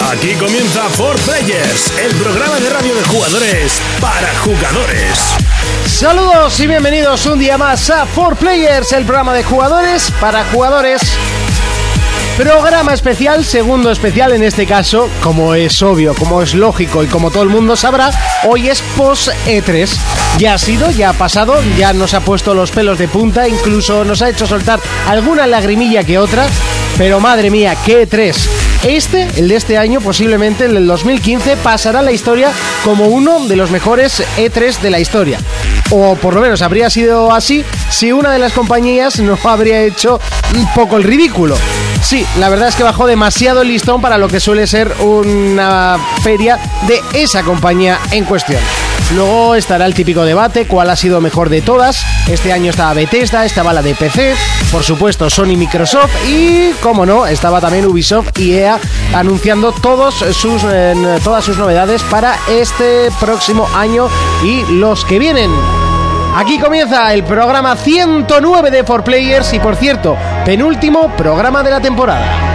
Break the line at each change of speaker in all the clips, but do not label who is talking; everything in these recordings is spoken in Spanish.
Aquí comienza For Players, el programa de radio de jugadores para jugadores.
Saludos y bienvenidos un día más a For Players, el programa de jugadores para jugadores. Programa especial, segundo especial en este caso, como es obvio, como es lógico y como todo el mundo sabrá, hoy es post E3. Ya ha sido, ya ha pasado, ya nos ha puesto los pelos de punta, incluso nos ha hecho soltar alguna lagrimilla que otra, pero madre mía, qué E3. Este, el de este año, posiblemente el del 2015, pasará a la historia como uno de los mejores E3 de la historia. O por lo menos habría sido así si una de las compañías no habría hecho un poco el ridículo. Sí, la verdad es que bajó demasiado el listón para lo que suele ser una feria de esa compañía en cuestión. Luego estará el típico debate, cuál ha sido mejor de todas. Este año estaba Bethesda, estaba la de PC, por supuesto Sony Microsoft y, como no, estaba también Ubisoft y EA anunciando todos sus, eh, todas sus novedades para este próximo año y los que vienen. Aquí comienza el programa 109 de 4Players y por cierto, penúltimo programa de la temporada.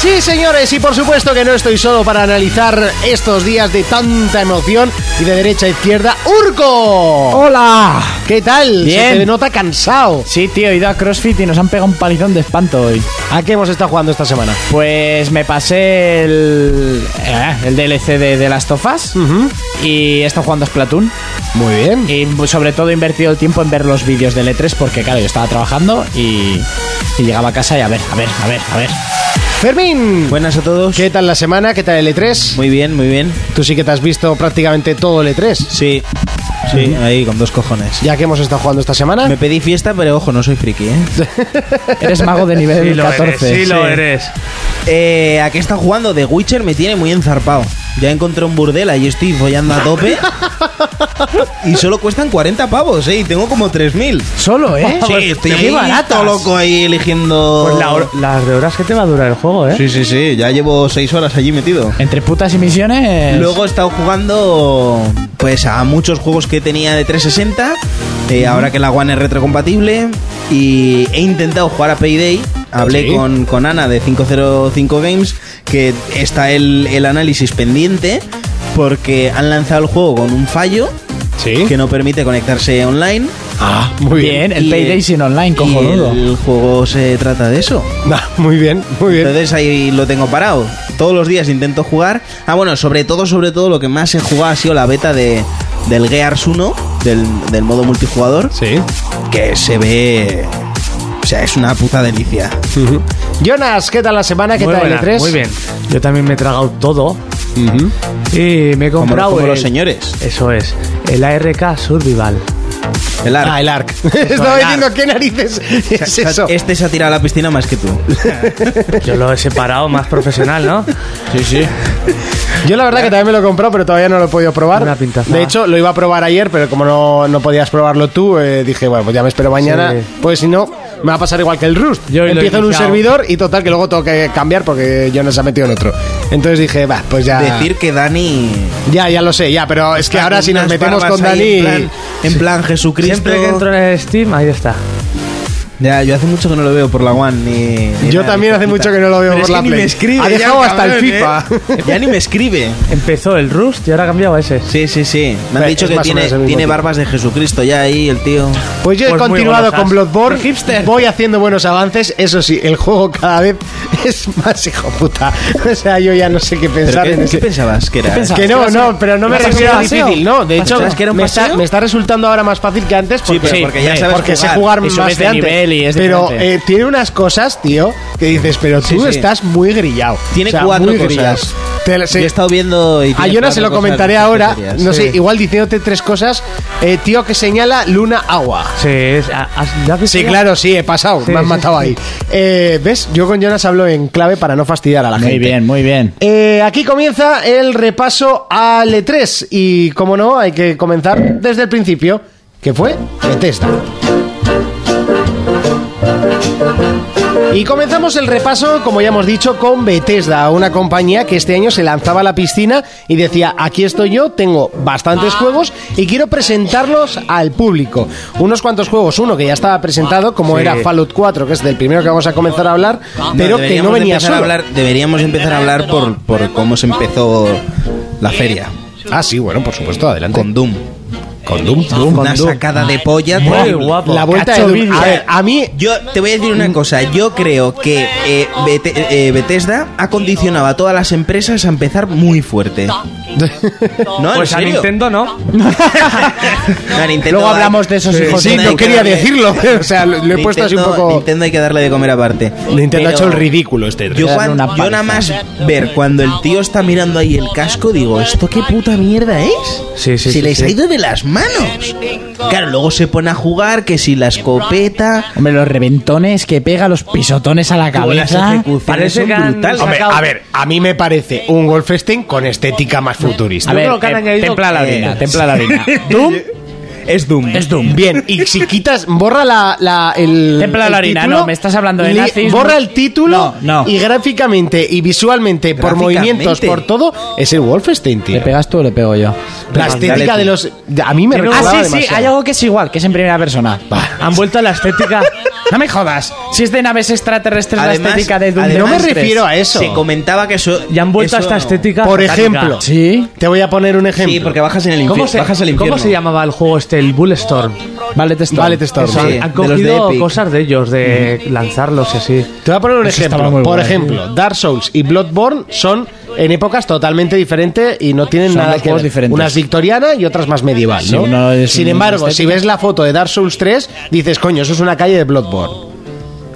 Sí, señores, y por supuesto que no estoy solo para analizar estos días de tanta emoción y de derecha a izquierda.
Oh.
¡Urco!
¡Hola!
¿Qué tal? Se
Bien.
te nota cansado.
Sí, tío, he ido a CrossFit y nos han pegado un palizón de espanto hoy.
¿A qué hemos estado jugando esta semana?
Pues me pasé el, eh, el DLC de, de Last of Us y he estado jugando a Splatoon.
Muy bien.
Y sobre todo he invertido el tiempo en ver los vídeos del E3 porque, claro, yo estaba trabajando y, y llegaba a casa y a ver, a ver, a ver, a ver.
Fermín,
Buenas a todos.
¿qué tal la semana? ¿Qué tal el E3?
Muy bien, muy bien.
Tú sí que te has visto prácticamente todo el E3.
Sí, sí, ahí con dos cojones.
Ya que hemos estado jugando esta semana.
Me pedí fiesta, pero ojo, no soy friki, ¿eh?
Eres mago de nivel 14.
lo eres.
Eh, ¿A qué está jugando? The Witcher me tiene muy enzarpado. Ya encontré un burdel, ahí estoy follando a tope. y solo cuestan 40 pavos, ¿eh? Y tengo como 3.000.
Solo, ¿eh?
Sí, estoy
qué
ahí
baratas.
todo loco ahí eligiendo...
Pues la hor- las de horas que te va a durar el juego, ¿eh?
Sí, sí, sí, ya llevo 6 horas allí metido.
Entre putas y misiones.
Luego he estado jugando pues a muchos juegos que tenía de 360, eh, ahora que la One es retrocompatible, y he intentado jugar a Payday. Hablé
Sí.
con, con Ana de 505 Games, que está el, el análisis pendiente, porque han lanzado el juego con un fallo
Sí.
que no permite conectarse online.
Ah, muy
Bien, el
Y-
Payday sin online,
Y
cojonudo.
el juego se trata de eso.
Ah, muy bien, muy bien.
Entonces ahí lo tengo parado. Todos los días intento jugar. Ah, bueno, sobre todo, sobre todo, lo que más he jugado ha sido la beta de, del Gears 1, del, del modo multijugador,
Sí.
que se ve... O sea, es una puta delicia.
Jonas, ¿qué tal la semana? ¿Qué
muy,
tal
buena,
el E E3?
muy bien. Yo también me he tragado todo. Y me he
Como,
comprado.
como
el-
los señores.
Eso es. El ARK Survival.
El ARC.
Ah, el ARC. Estaba
el
diciendo, ¿qué narices es eso?
Este se ha tirado a la piscina más que tú.
Yo lo he separado más profesional, ¿no?
Sí, sí.
Yo la verdad que también me lo he comprado, pero todavía no lo he podido probar.
Una pintaza.
De hecho, lo iba a probar ayer, pero como no, no podías probarlo tú, eh, dije, bueno, pues ya me espero mañana.
Sí.
Pues si no, me va a pasar igual que el Rust.
Yo hoy lo he
Empiezo en un
iniciado.
servidor y total que luego tengo que cambiar porque Jonas se ha metido en otro. Entonces dije, va, pues ya...
Decir que Dani...
Ya, ya lo sé, ya, pero es que ahora si nos
unas
metemos
barbas
con Dani...
ahí En plan, en plan Jesucristo...
Siempre que entro en el Steam, ahí está.
Ya, yo hace mucho que no lo veo por la One. Ni, ni
Yo
nada,
también
hijo
hace
puta.
mucho que no lo veo por
Pero es que
la
ni
Play.
me escribe,
Ha
ya,
dejado hasta el
cabrón,
FIFA.
¿eh? Ya ni me escribe.
Empezó el Rust y ahora ha cambiado a ese.
Sí, sí, sí. Me
Eh,
han dicho
es
que
más o
tiene,
menos el mismo
tiene
tipo.
barbas de Jesucristo ya ahí, el tío.
Pues yo he
Pues muy
continuado
golosas.
con Bloodborne.
Hipster.
Voy haciendo buenos avances. Eso sí, el juego cada vez es más hijo puta. O sea, yo ya no sé qué
¿Pero
pensar
qué,
en
qué
ese-
pensabas que era?
pensabas?
Que no,
¿Ibas a-
no, pero no me
ibas a
refiero
hacer
a
un paseo?
difícil, no. De hecho,
¿Pensabas que era un
me está,
paseo?
me está resultando ahora más fácil que antes porque, eh,
pero porque ya sabes
porque sé jugar
jugar.
Y
más
subes
que
de
antes.
nivel y es
pero
diferente.
eh, tiene unas cosas, tío, que dices, pero tú
Sí, sí.
estás muy grillado.
Tiene
O sea,
cuatro
muy
cosas.
grillado. Te la- sí.
Yo he estado viendo... Y
A
tiene
Jonas se lo
cuatro cosas
comentaré
de
ahora,
tonterías.
no sé,
Sí.
igual diciéndote tres cosas. Eh, tío que señala luna agua.
Sí, es- ¿ha- has- ¿ya has visto
Sí,
ya?
claro, sí, he pasado,
Sí,
me han
sí,
matado
sí.
ahí. Eh, ¿Ves? Yo con Jonas hablo en clave para no fastidiar a la
Muy
gente.
bien, muy bien.
Eh, aquí comienza el repaso al E3 y, como no, hay que comenzar desde el principio, que fue Bethesda. Y comenzamos el repaso, como ya hemos dicho, con Bethesda, una compañía que este año se lanzaba a la piscina y decía, aquí estoy yo, tengo bastantes juegos y quiero presentarlos al público. Unos cuantos juegos, uno que ya estaba presentado, como
Sí.
era Fallout 4, que es del primero que vamos a comenzar a hablar, pero que no
Ah. deberíamos
venía
empezar a
solo.
hablar, Deberíamos empezar a hablar por, por cómo se empezó la feria.
Ah, sí, bueno, por supuesto, adelante.
Con Doom.
Con Doom.
Una
Doom.
sacada de polla.
Muy
terrible.
guapo.
La vuelta de
Cacho
Doom.
vídeo.
A ver, a mí...
Yo te voy a decir una cosa. Yo creo que eh, Bete- eh, Bethesda ha condicionado a todas las empresas a empezar muy fuerte. No, en
Pues a
serio.
Nintendo no.
A Nintendo
Luego
da-
hablamos de esos
Sí,
hijos
Sí,
de...
Nintendo
no
hay que
quería
darle-
decirlo, o sea, lo, lo he puesto así un
Nintendo-
poco...
Nintendo hay que darle de comer aparte.
Nintendo ha hecho el
Pero-
ridículo este
Yo,
Darle
cuan-
una
yo nada más ver cuando el tío está mirando ahí el casco, digo, ¿esto qué puta mierda es?
Sí, sí,
Se
sí,
les
sí.
ha ido de las manos. Claro, luego se pone a jugar, que si la escopeta...
Hombre, los reventones que pega, los pisotones a la
Tú, las
cabeza.
ejecuciones
Parece
son
que han
brutales.
Hombre,
sacado-
a ver, a mí me parece un Wolfenstein con estética más futurista.
A ver,
creo que han
te-
añadido-
templa la orina, templa la orina. Doom
Es Doom.
es Doom.
Bien, y si quitas, borra la, la- el.
Templa
el
la orina,
título,
no, me estás hablando de
li-
nazis,
Borra
no.
el título
No, no.
y gráficamente y visualmente, por
Gráficamente.
movimientos, por todo, es el Wolfenstein, tío.
¿Le pegas tú o le pego yo?
La estética
Dale,
de
tío.
los. A mí me
Ah,
recordaba
sí, sí,
demasiado.
hay algo que es igual, que es en primera persona.
Han vuelto a la estética.
No me jodas. Si es de naves extraterrestres la
Además-
estética de Doom.
además-
No me
tres.
refiero a eso.
Se comentaba que eso...
Ya han vuelto a
eso-
esta estética.
Por
satánica.
ejemplo.
Sí.
Te voy a poner un ejemplo.
Sí, porque bajas en el
¿Cómo
infierno.
se,
bajas al infierno.
¿Cómo se llamaba el juego este? El Bullstorm.
Vale, te estoy.
Vale, te estoy.
Eso,
Sí, de
han
los de
cogido
Epic.
cosas de ellos, de lanzarlos y así.
Te voy a poner un
Eso estaba
ejemplo. Por
muy guay.
ejemplo, Dark Souls y Bloodborne son en épocas totalmente diferentes y no tienen
Son
nada
dos
que
juegos
ver.
diferentes.
Unas victorianas y otras más medieval,
Sí,
¿no?
uno es
Sin
un
embargo, si
estético.
ves la foto de Dark Souls 3, dices, coño, eso es una calle de Bloodborne.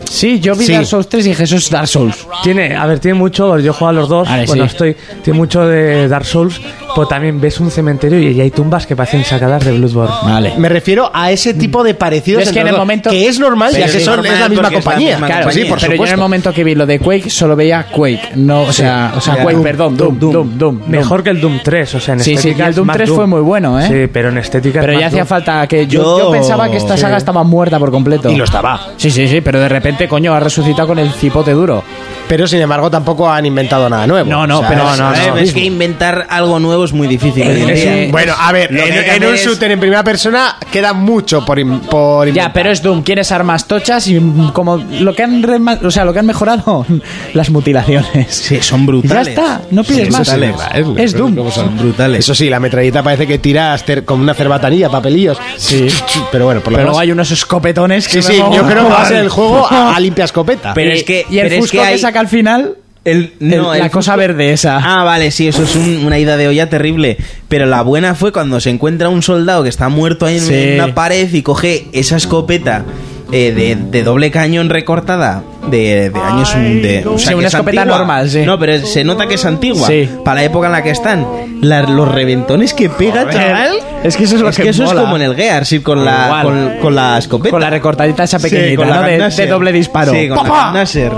Sí, yo vi
Sí.
Dark Souls 3 y dije, eso es Dark Souls.
Tiene, a ver, tiene mucho, yo juego a los dos,
Vale,
bueno,
sí.
estoy, tiene mucho de Dark Souls, pero también ves un cementerio y ahí hay tumbas que parecen sacadas de Bloodborne.
Vale.
Me refiero a ese tipo de parecidos
Yo es Mm. que
entre
en el
los dos,
momento-
que es normal,
Pero
ya que
es
son,
normal
es la misma
porque es la
compañía.
misma
claro,
compañía.
sí, por
pero yo en
supuesto.
el momento que vi lo de Quake solo veía Quake, no, o sea, o sea,
Ya.
Quake,
Doom,
perdón, Doom, Doom, Doom, Doom.
Mejor que el Doom 3, o sea, en
Sí, sí,
estética
y el
es
Doom
más
3 fue muy bueno, ¿eh?
Sí, pero en estética es
Pero
más
ya hacía
Doom.
falta que yo, yo
Yo-
pensaba que esta
Sí.
saga estaba muerta por completo.
Y lo estaba.
Sí, sí, sí, pero de repente, coño, ha resucitado con el cipote duro.
Pero sin embargo, tampoco han inventado nada nuevo.
No, no, pero-
es-
no,
es
Eh,
lo
es
mismo.
que inventar algo nuevo es muy difícil. hoy en
Eh,
día.
sí.
Bueno, a ver,
Lo que hay que
en, en
hacer
un
es-
shooter en primera persona queda mucho por, in- por
Ya,
inventar.
pero es Doom, quieres armas tochas y mm, como lo que han rema- o sea, lo que han mejorado las mutilaciones.
Sí, son
Ya
brutales.
está, no pides
Sí,
más.
son
brutales.
brutales.
Es verdad, es
Es Doom.
como
Son brutales.
Eso sí, la metralleta parece que tira cer- con una cerbatanilla, papelillos.
Sí.
Pero bueno, por lo
Pero luego
menos.
hay unos escopetones que
Sí, sí,
me
yo creo que va a ser
molan.
el juego a, a limpia escopeta.
Pero
Y-
es que-
y el
pero es
fusco
que
que,
hay-
saca al final
El-
el-
no,
la
el
cosa verde esa.
Ah, vale, sí, eso es un- una ida de olla terrible. Pero la buena fue cuando se encuentra un soldado que está muerto ahí en
Sí.
una pared y coge esa escopeta eh, de, de doble cañón recortada de, de años. De, o sea,
Sí,
que
una
es
escopeta
antigua.
normal, sí.
No, pero se nota que es antigua.
Sí.
Para la época en la que están. La- los reventones que pega, chaval.
Es que eso es lo que
eso
mola.
es como en el Gear, sí, con la,
Igual.
con, con la escopeta.
Con la recortadita esa
Sí,
pequeñita,
con la
¿no? De- de,
Ganasher.
doble disparo.
Sí, con la
¡Papá!
Ganasher.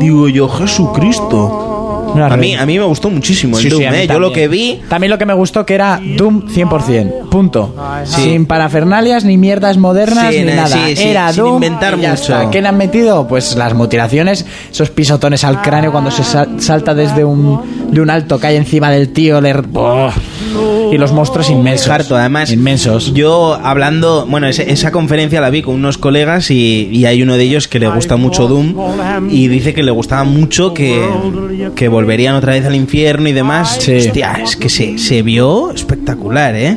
Digo yo, Jesucristo.
Una
A
red.
mí, a mí me gustó muchísimo el
Sí, sí,
Doom,
a mí
¿eh? Yo lo
también.
que vi...
También lo que me gustó que era Doom 100%. Punto.
Sí.
Sin parafernalias, ni mierdas modernas,
Sí,
ni
na-
nada.
sí, sí,
era
sin
Doom.
inventar
y ya
mucho.
está. ¿Qué le han metido? Pues las mutilaciones, esos pisotones al cráneo cuando se sal- salta desde un, de un alto, cae encima del tío. le- ¡Buah! Y los monstruos inmensos.
Harto, además.
Inmensos.
Yo hablando, bueno, ese- esa conferencia la vi con unos colegas y, y hay uno de ellos que le gusta mucho Doom y dice que le gustaba mucho que, que volverían otra vez al infierno y demás.
Sí.
Hostia, es que se, se vio espectacular, ¿eh?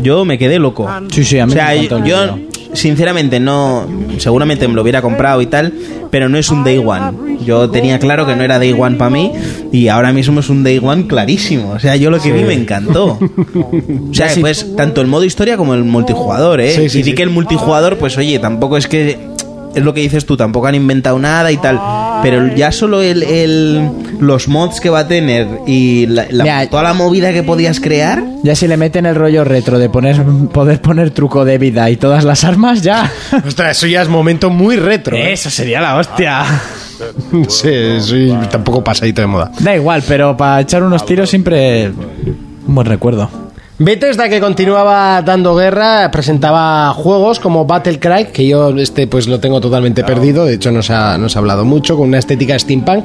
Yo me quedé loco.
Sí, sí, a mí
o sea,
me encantó el
yo
vídeo.
sinceramente no seguramente me lo hubiera comprado y tal pero no es un day one yo tenía claro que no era day one para mí y ahora mismo es un day one clarísimo o sea yo lo que vi me encantó o sea pues tanto el modo historia como el multijugador eh
Sí, sí,
y di
sí.
que el multijugador pues oye tampoco es que es lo que dices tú tampoco han inventado nada y tal pero ya solo el, el- los mods que va a tener y la- la-
Mira,
toda la movida que podías crear
Ya si le meten el rollo retro de poner, poder poner truco de vida y todas las armas, ya.
Ostras, eso ya es momento muy retro. ¿eh?
Eso sería la hostia.
Sí, soy tampoco pasadito de moda.
Da igual, pero para echar unos tiros siempre. Un buen recuerdo.
Bethesda que continuaba dando guerra presentaba juegos como Battlecry que yo este pues lo tengo totalmente perdido de hecho no se ha, no se ha hablado mucho con una estética steampunk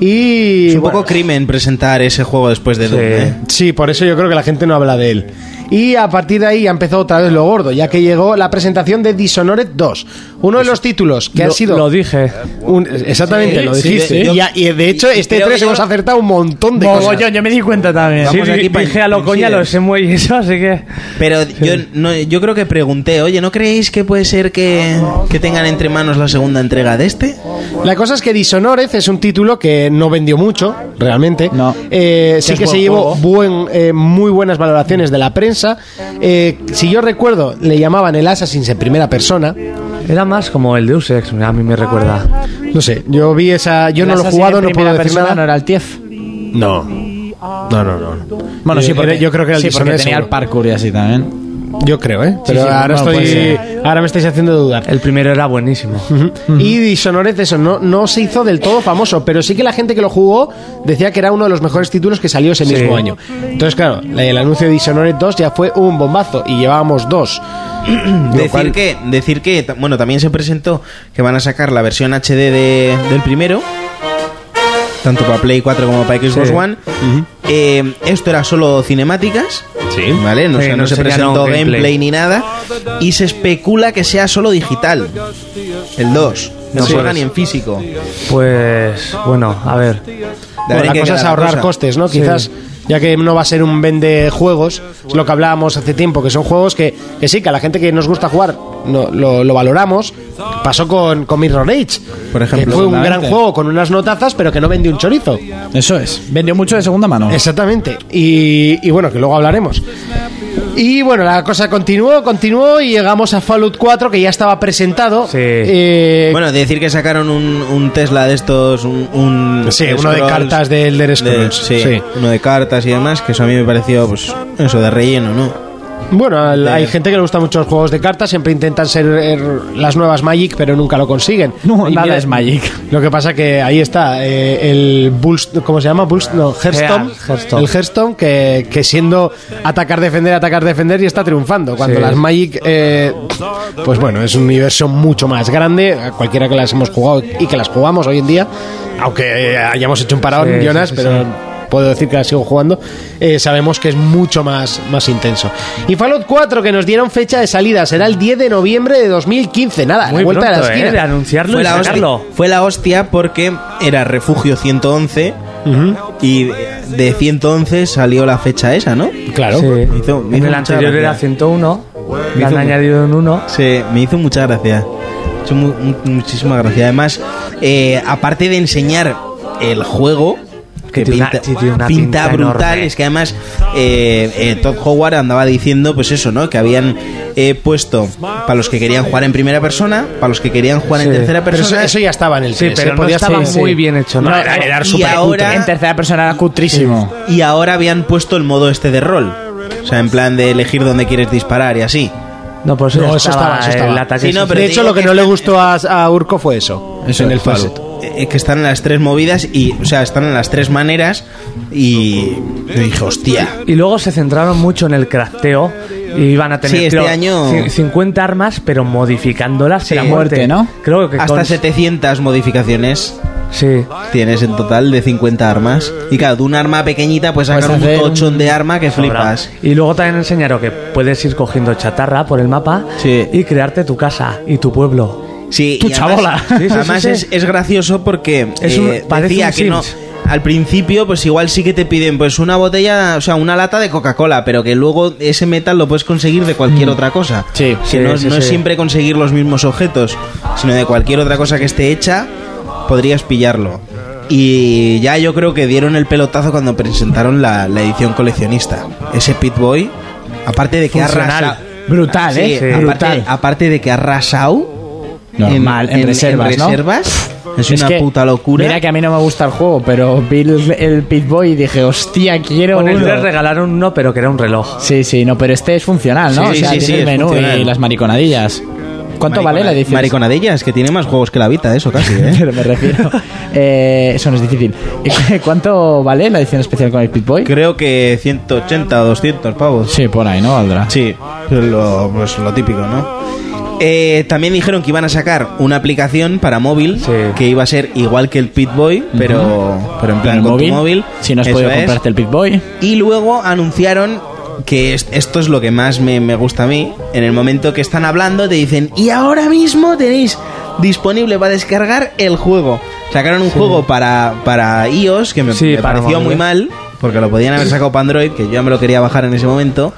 y
Es un
bueno,
poco crimen presentar ese juego después de Doom, ¿eh?
Sí, por eso yo creo que la gente no habla de él. Y a partir de ahí ya empezó otra vez lo gordo, ya que llegó la presentación de Dishonored 2. Uno de los títulos que
lo,
ha sido.
Lo dije.
un- exactamente,
Sí,
lo
sí,
dijiste.
sí, yo-
y, a- y de hecho,
y
este
creo que
3
yo
hemos
lo-
acertado un montón de cosas.
Mogollón, yo me di cuenta también.
Sí,
Vamos
di-
aquí pa-
dije a lo coña
coincide.
lo Semue y eso, así que.
Pero yo, no, yo creo que pregunté, oye, ¿no creéis que puede ser que, que tengan entre manos la segunda entrega de este?
La cosa es que Dishonored es un título que no vendió mucho, realmente.
No.
Eh, sí
es
que se
buen
llevó
juego.
buen, eh, muy buenas valoraciones de la prensa. Eh, si yo recuerdo, le llamaban el Assassin's en primera persona.
Era más como el Deus Ex, a mí me recuerda.
No sé, yo vi esa. Yo no lo he jugado, no puedo decir nada.
No era el TIEF.
No. No, no, no.
Bueno, sí,
Yo-
porque,
yo creo que era el
sí, porque
Dishonored,
tenía el
seguro.
parkour y así también.
Yo creo, ¿eh? Pero
sí,
ahora,
bueno, pues, eh.
estoy,
puede
ahora me estáis haciendo dudar.
El primero era buenísimo.
Y Dishonored, eso, no, no se hizo del todo famoso, pero sí que la gente que lo jugó decía que era uno de los mejores títulos que salió ese mismo año. Entonces, claro, la- el anuncio de Dishonored 2 ya fue un bombazo y llevábamos dos. Mm,
Decir que, decir que, ta- bueno, también se presentó que van a sacar la versión HD de- del primero, tanto para Play 4 como para Xbox
Sí.
One. Eh, esto era solo cinemáticas,
Sí.
¿vale? No,
Sí,
o sea,
no
no se
sería
presentó
no
gameplay.
gameplay
ni nada. Y se especula que sea solo digital, el 2. No
Sí.
salga ni en físico.
Pues bueno, a ver.
Habrá
Bueno, la
que
cosa
quedar
es
la
ahorrar
cosa.
costes, ¿no?
Sí.
Quizás, ya que no va a ser un vende juegos, es lo que hablábamos hace tiempo, que son juegos que, que sí, que a la gente que nos gusta jugar no, lo, lo valoramos. Pasó con, con Mirror Age,
Por ejemplo.
que fue un gran
Exactamente.
juego con unas notazas, pero que no vendió un chorizo.
Eso es. Vendió mucho de segunda mano.
Exactamente. Y, y bueno, que luego hablaremos. Y bueno, la cosa continuó, continuó y llegamos a Fallout 4, que ya estaba presentado.
Sí.
Eh,
Bueno, decir que sacaron un, un Tesla de estos, un... un-
Sí, uno de
Scrolls-
cartas de Elder Scrolls,
sí,
sí.
uno de cartas y demás, que eso a mí me pareció, pues, eso de relleno, ¿no?
Bueno, al-
De-
hay gente que le gustan mucho los juegos de cartas, siempre intentan ser er, las nuevas Magic, pero nunca lo consiguen.
No,
Y
nada es Magic.
Lo que pasa que ahí está, eh, el Bulls, ¿cómo se llama? Bulls, no, Hearthstone,
Hear- Hearthstone.
El Hearthstone, que, que siendo atacar, defender, atacar, defender, y está triunfando. Cuando
Sí.
las Magic, eh, pues bueno, es un universo mucho más grande, cualquiera que las hemos jugado y que las jugamos hoy en día, aunque eh, hayamos hecho un parado
Sí, sí,
Jonas,
sí,
pero
sí.
puedo decir que la sigo jugando, eh, sabemos que es mucho más, más intenso. Y Fallout 4, que nos dieron fecha de salida, será el 10 de noviembre de 2015, nada, a la
Muy
vuelta
pronto,
de la
¿eh? de
esquina.
anunciarlo
Fue
y
la, hostia,
sacarlo.
fue la hostia porque era Refugio 111 y de 111 salió la fecha esa, ¿no?
Claro.
Sí.
Hizo- hizo
en el
mucha
anterior
gracia.
era 101. Le
Hizo
han
mu-
añadido en uno.
Sí, me hizo mucha gracia. Me hizo mu- mu- muchísima gracia. Además, eh, aparte de enseñar el juego, que
Que tiene
pinta,
una- sí, tiene una
pinta
pinta
brutal,
enorme.
es que además eh, eh, Todd Howard andaba diciendo, pues eso, ¿no? Que habían eh, puesto para los que querían jugar en primera persona, para los que querían jugar en
Sí.
tercera
Pero eso,
persona.
eso ya estaba en el
Sí,
3,
pero
¿eh?
no
Podías-
estaba
sí,
muy
sí.
bien hecho. No,
era- era
Y
supercutre.
ahora-
En tercera persona era cutrísimo.
Y ahora habían puesto el modo este de rol. O sea, en plan de elegir dónde quieres disparar y así.
No, pues
No,
ya
eso estaba, eso estaba.
el ataque.
Sí, no,
ese.
pero
de
te
hecho,
digo
lo que,
que
no le
está-
gustó a, a Urco fue eso.
Eso
en el
es, pues,
Fallout.
Eh, que están en las tres movidas y o sea están en las tres maneras y yo dije hostia
Y luego se centraron mucho en el crafteo y iban a tener
Sí, este
creo,
año-
cin- 50 armas, pero modificándolas a la muerte,
Muerte, ¿no?
Creo que
hasta
con-
700 modificaciones
Sí.
tienes en total de 50 armas y claro de un arma pequeñita pues sacar
Puedes
un
hacer
tochón de arma que flipas
Y luego también enseñaron que puedes ir cogiendo chatarra por el mapa
Sí.
y crearte tu casa y tu pueblo.
sí
Tu
y además-
chabola. Sí, sí, sí,
además
sí.
Es, es gracioso porque
Es un-
eh,
parece
decía
un
que no
Sims.
al principio, pues igual sí que te piden pues una botella, o sea, una lata de Coca-Cola, pero que luego ese metal lo puedes conseguir de cualquier otra cosa.
Sí,
que
Mm. sí,
no,
sí,
no es
sí.
siempre conseguir los mismos objetos, sino de cualquier otra cosa que esté hecha, podrías pillarlo. Y ya yo creo que dieron el pelotazo cuando presentaron la, la edición coleccionista. Ese Pit Boy, aparte de que ha
Funcional.
arrasado...
Brutal,
Sí,
¿eh?
Sí.
aparte,
Brutal.
aparte de que ha arrasado
Normal, en reservas, ¿no?
reservas, es,
Es
una
que,
puta locura.
Mira que a mí no me gusta el juego, pero vi el, el Pit Boy y dije, hostia, quiero
Con el
uno.
tres regalaron uno, pero que era un reloj.
Sí, sí, no, pero este es funcional, ¿no?
Sí,
o sea,
sí,
tiene
sí,
el
es
menú
funcional.
y las mariconadillas. ¿Cuánto vale la edición?
Maricona de ellas, que tiene más juegos que la Vita, eso casi, ¿eh?
Pero me refiero. eh, eso no es difícil. ¿Cuánto vale la edición especial con el Pitboy?
Creo que 180 o 200 pavos.
Sí, por ahí, ¿no? Valdrá.
Sí, lo, pues lo típico, ¿no? Eh, también dijeron que iban a sacar una aplicación para móvil
Sí.
que iba a ser igual que el Pitboy, pero, pero en plan
el
con
móvil.
tu móvil.
Si no has
Eso
podido
es. Eh,
comprarte el Pitboy.
Y luego anunciaron que es- esto es lo que más me, me gusta a mí. En el momento que están hablando, te dicen, y ahora mismo tenéis disponible para descargar el juego. Sacaron un juego para, para iOS que me,
Sí,
me
para
pareció
móvil.
muy mal, porque lo podían haber sacado para Android, que yo ya me lo quería bajar en ese momento.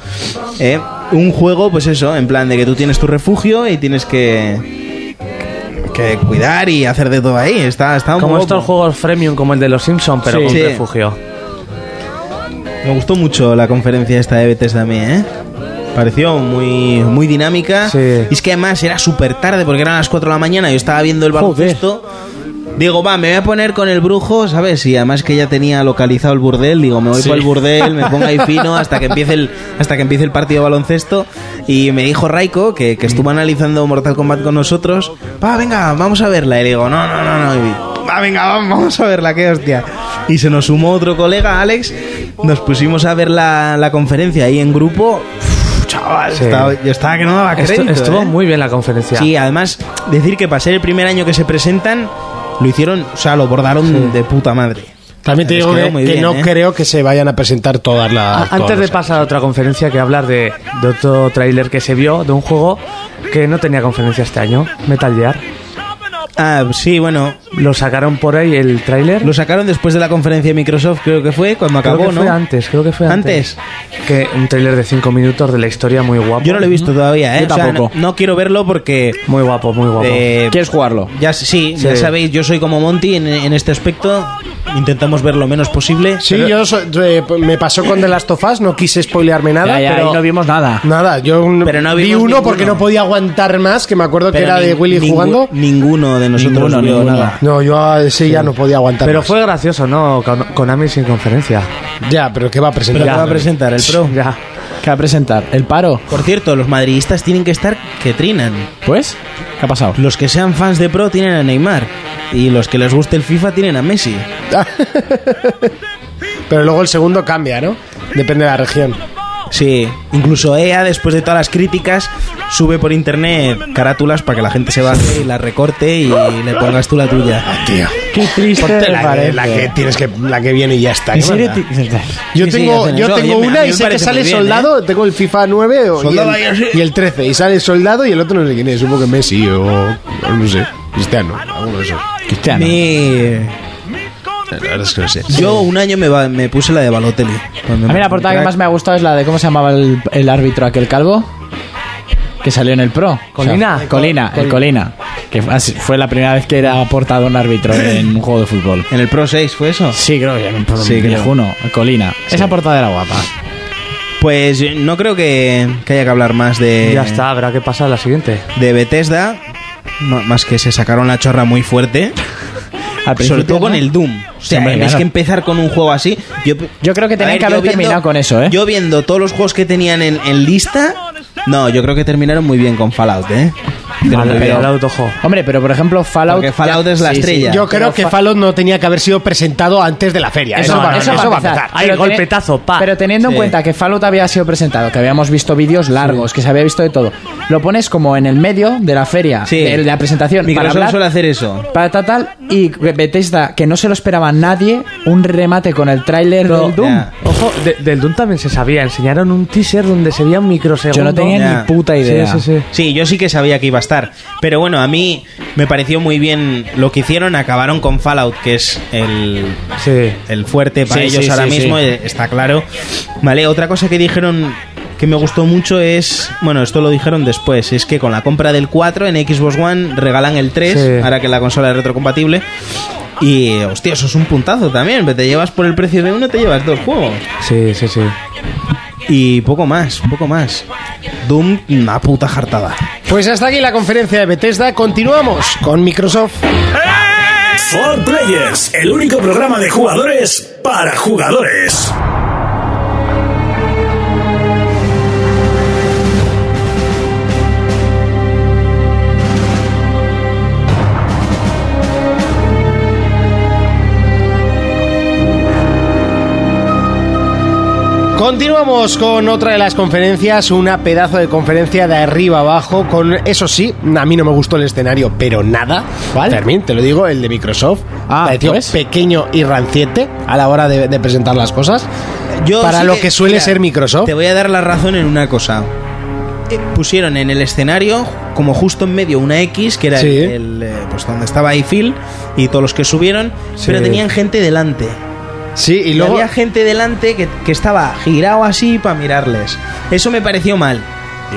¿eh? Un juego, pues eso, en plan de que tú tienes tu refugio y tienes que... Que cuidar y hacer de todo ahí. Está, está un
Como
poco-
estos juegos freemium, como el de los Simpsons, pero
Sí.
con
Sí.
refugio.
Me gustó mucho la conferencia esta de Bethesda a mí, ¿eh? Pareció muy, muy dinámica.
Sí.
Y es que además era súper tarde porque eran las 4 de la mañana. Yo estaba viendo el baloncesto. Digo, va, me voy a poner con el brujo, ¿sabes? Y además que ya tenía localizado el burdel. Digo, me voy por el burdel, me pongo ahí fino hasta que empiece el, hasta que empiece el partido de baloncesto. Y me dijo Raiko, que, que estuvo analizando Mortal Kombat con nosotros, va, venga, vamos a verla. Y le digo, no, no, no, no. Y, va, venga, vamos, vamos a verla, qué hostia. Y se nos sumó otro colega, Alex. Nos pusimos a ver la, la conferencia ahí en grupo. Uf, chaval,
Sí.
estaba- yo estaba que no daba
Estu-
crédito.
estuvo
¿eh?
muy bien la conferencia.
Sí, además, decir que para ser el primer año que se presentan, lo hicieron, o sea, lo bordaron de puta madre.
También te
Les
digo
quedó
que,
muy
que
bien,
no
¿eh?
creo que se vayan a presentar todas
A-
las. todos
Antes de
los-
pasar a otra conferencia, que hablar de, de otro tráiler que se vio, de un juego que no tenía conferencia este año, Metal Gear.
Ah, sí, bueno.
Lo sacaron por ahí el tráiler.
Lo sacaron después de la conferencia de Microsoft, creo que fue, cuando
Creo
acabó,
que
¿no?
fue antes, creo que fue antes. Que un tráiler de 5 minutos de la historia muy guapo.
Yo no lo he visto todavía, ¿eh?
Yo
O sea,
tampoco.
no, no quiero verlo porque.
Muy guapo, muy guapo.
eh,
¿Quieres jugarlo?
ya, sí,
Sí.
ya sabéis, yo soy como Monty en, en este aspecto. Intentamos ver lo menos posible.
Sí, yo so- eh, me pasó con The Last of Us, no quise spoilearme
Ya,
nada,
ya,
pero
ahí no vimos nada.
nada, yo un-
Pero no
vi
vimos
uno porque
ninguno.
no podía aguantar más, que me acuerdo que
Pero
era de
nin-
Willy
ningú-
jugando.
Ninguno de nosotros
Ninguno,
vio
ninguno.
nada.
No, yo a ese ya no podía aguantar.
Pero
más.
fue gracioso, ¿no? Con, Konami sin conferencia.
ya, pero ¿qué va a
Pero
presentar?
te
Ya.
va a presentar el pro.
Ya.
¿Qué va a presentar? ¿El paro?
Por cierto, los madridistas tienen que estar que trinan.
Pues, ¿qué ha pasado?
Los que sean fans de Pro tienen a Neymar. Y los que les guste el FIFA tienen a Messi.
Pero luego el segundo cambia, ¿no? Depende de la región.
Sí. Incluso EA, después de todas las críticas, sube por internet carátulas para que la gente se baje y las recorte y le pongas tú la tuya.
Tío.
Qué triste
Ponte la, que- la que tienes que la que viene y ya está.
¿En
¿no?
Ah,
serio?
Yo
Sí, sí,
tengo,
hacen
yo
eso.
tengo
Oye, me- a
una
mí
y
me
sé que
parece
sale
muy bien, ¿eh?
soldado, tengo el FIFA 9 o-
Soldado
y,
ahí,
el,
así.
y el 13 y sale soldado y el otro no sé quién es, supongo que Messi o, o no sé, Cristiano, alguno de esos.
Cristiano.
Mi-
La verdad es que no sé.
Yo un año me, va- me puse la de Balotelli. Cuando
A mí
me-
la portada que más me ha gustado es la de cómo se llamaba el, el árbitro aquel calvo que salió en el pro.
Colina.
Colina, el Colina. Que fue así- fue la primera vez que era portado un árbitro en un juego de fútbol.
En el Pro 6 fue eso.
Sí, creo que en un pro
Sí, creo.
viejuno, Colina. Esa portada era guapa.
Pues eh, no creo que, que haya que hablar más de,
Ya está, habrá que pasar a la siguiente.
de Bethesda. No, más que se sacaron la chorra muy fuerte.
Al
Sobre
principio,
todo con
¿no?
el Doom. O sea,
Siempre,
es
claro.
que empezar con un juego así. Yo,
Yo creo que
tenía
tenían que haber terminado con eso, ¿eh?
Yo viendo todos los juegos que tenían en, en lista. No, yo creo que terminaron muy bien con Fallout, ¿eh? Pero
Vale,
muy bien.
pero el autojo.
Hombre, pero por ejemplo, Fallout.
Porque Fallout es la estrella.
Yo creo
Pero
que
fa-
Fallout no tenía que haber sido presentado antes de la feria. Eso,
no,
va,
no,
eso
no.
va a empezar.
Ahí,
Pero
golpetazo, pa.
Pero teniendo
Sí.
en cuenta que Fallout había sido presentado, que habíamos visto vídeos largos, que se había visto de todo, lo pones como en el medio de la feria,
Sí.
de, de la presentación,
Microsoft
para
suele
hablar,
hacer eso.
para tal, tal, y Bethesda, que no se lo esperaba nadie, un remate con el tráiler
Pero-
del Doom.
Ya.
Ojo, de- del Doom también se sabía. Enseñaron un teaser donde se veía un microsegundo.
Yo no tenía
Ya.
ni puta idea.
Sí, sí, sí.
Sí, yo sí que sabía que iba a estar. Pero bueno, a mí me pareció muy bien lo que hicieron. Acabaron con Fallout, que es el,
Sí.
el fuerte para
Sí,
ellos
sí,
ahora
sí,
mismo,
sí.
eh, está claro. Vale, otra cosa que dijeron que me gustó mucho es, bueno, esto lo dijeron después, es que con la compra del 4 en Xbox One regalan el 3,
Sí.
ahora que la consola es retrocompatible. Y, hostia, eso es un puntazo también. Te llevas por el precio de uno, te llevas dos juegos.
Sí, sí, sí.
Y poco más, poco más. Doom, una puta jartada.
Pues hasta aquí la conferencia de Bethesda. Continuamos con Microsoft.
For Players, el único programa de jugadores para jugadores.
Continuamos con otra de las conferencias, una pedazo de conferencia de arriba abajo, con eso sí, a mí no me gustó el escenario, pero nada.
¿Cuál?
Fermín, te lo digo, el de Microsoft.
Ah,
Pareció
pues.
pequeño y ranciete a la hora de, de presentar las cosas.
Yo
para
sí
lo que suele
mira,
ser Microsoft.
Te voy a dar la razón en una cosa. Eh, Pusieron en el escenario, como justo en medio, una X, que era
Sí.
el, el, eh, pues donde estaba ahí Phil y todos los que subieron, pero tenían gente delante.
Sí, y
Y
luego...
había gente delante que, que estaba girado así para mirarles. Eso me pareció mal.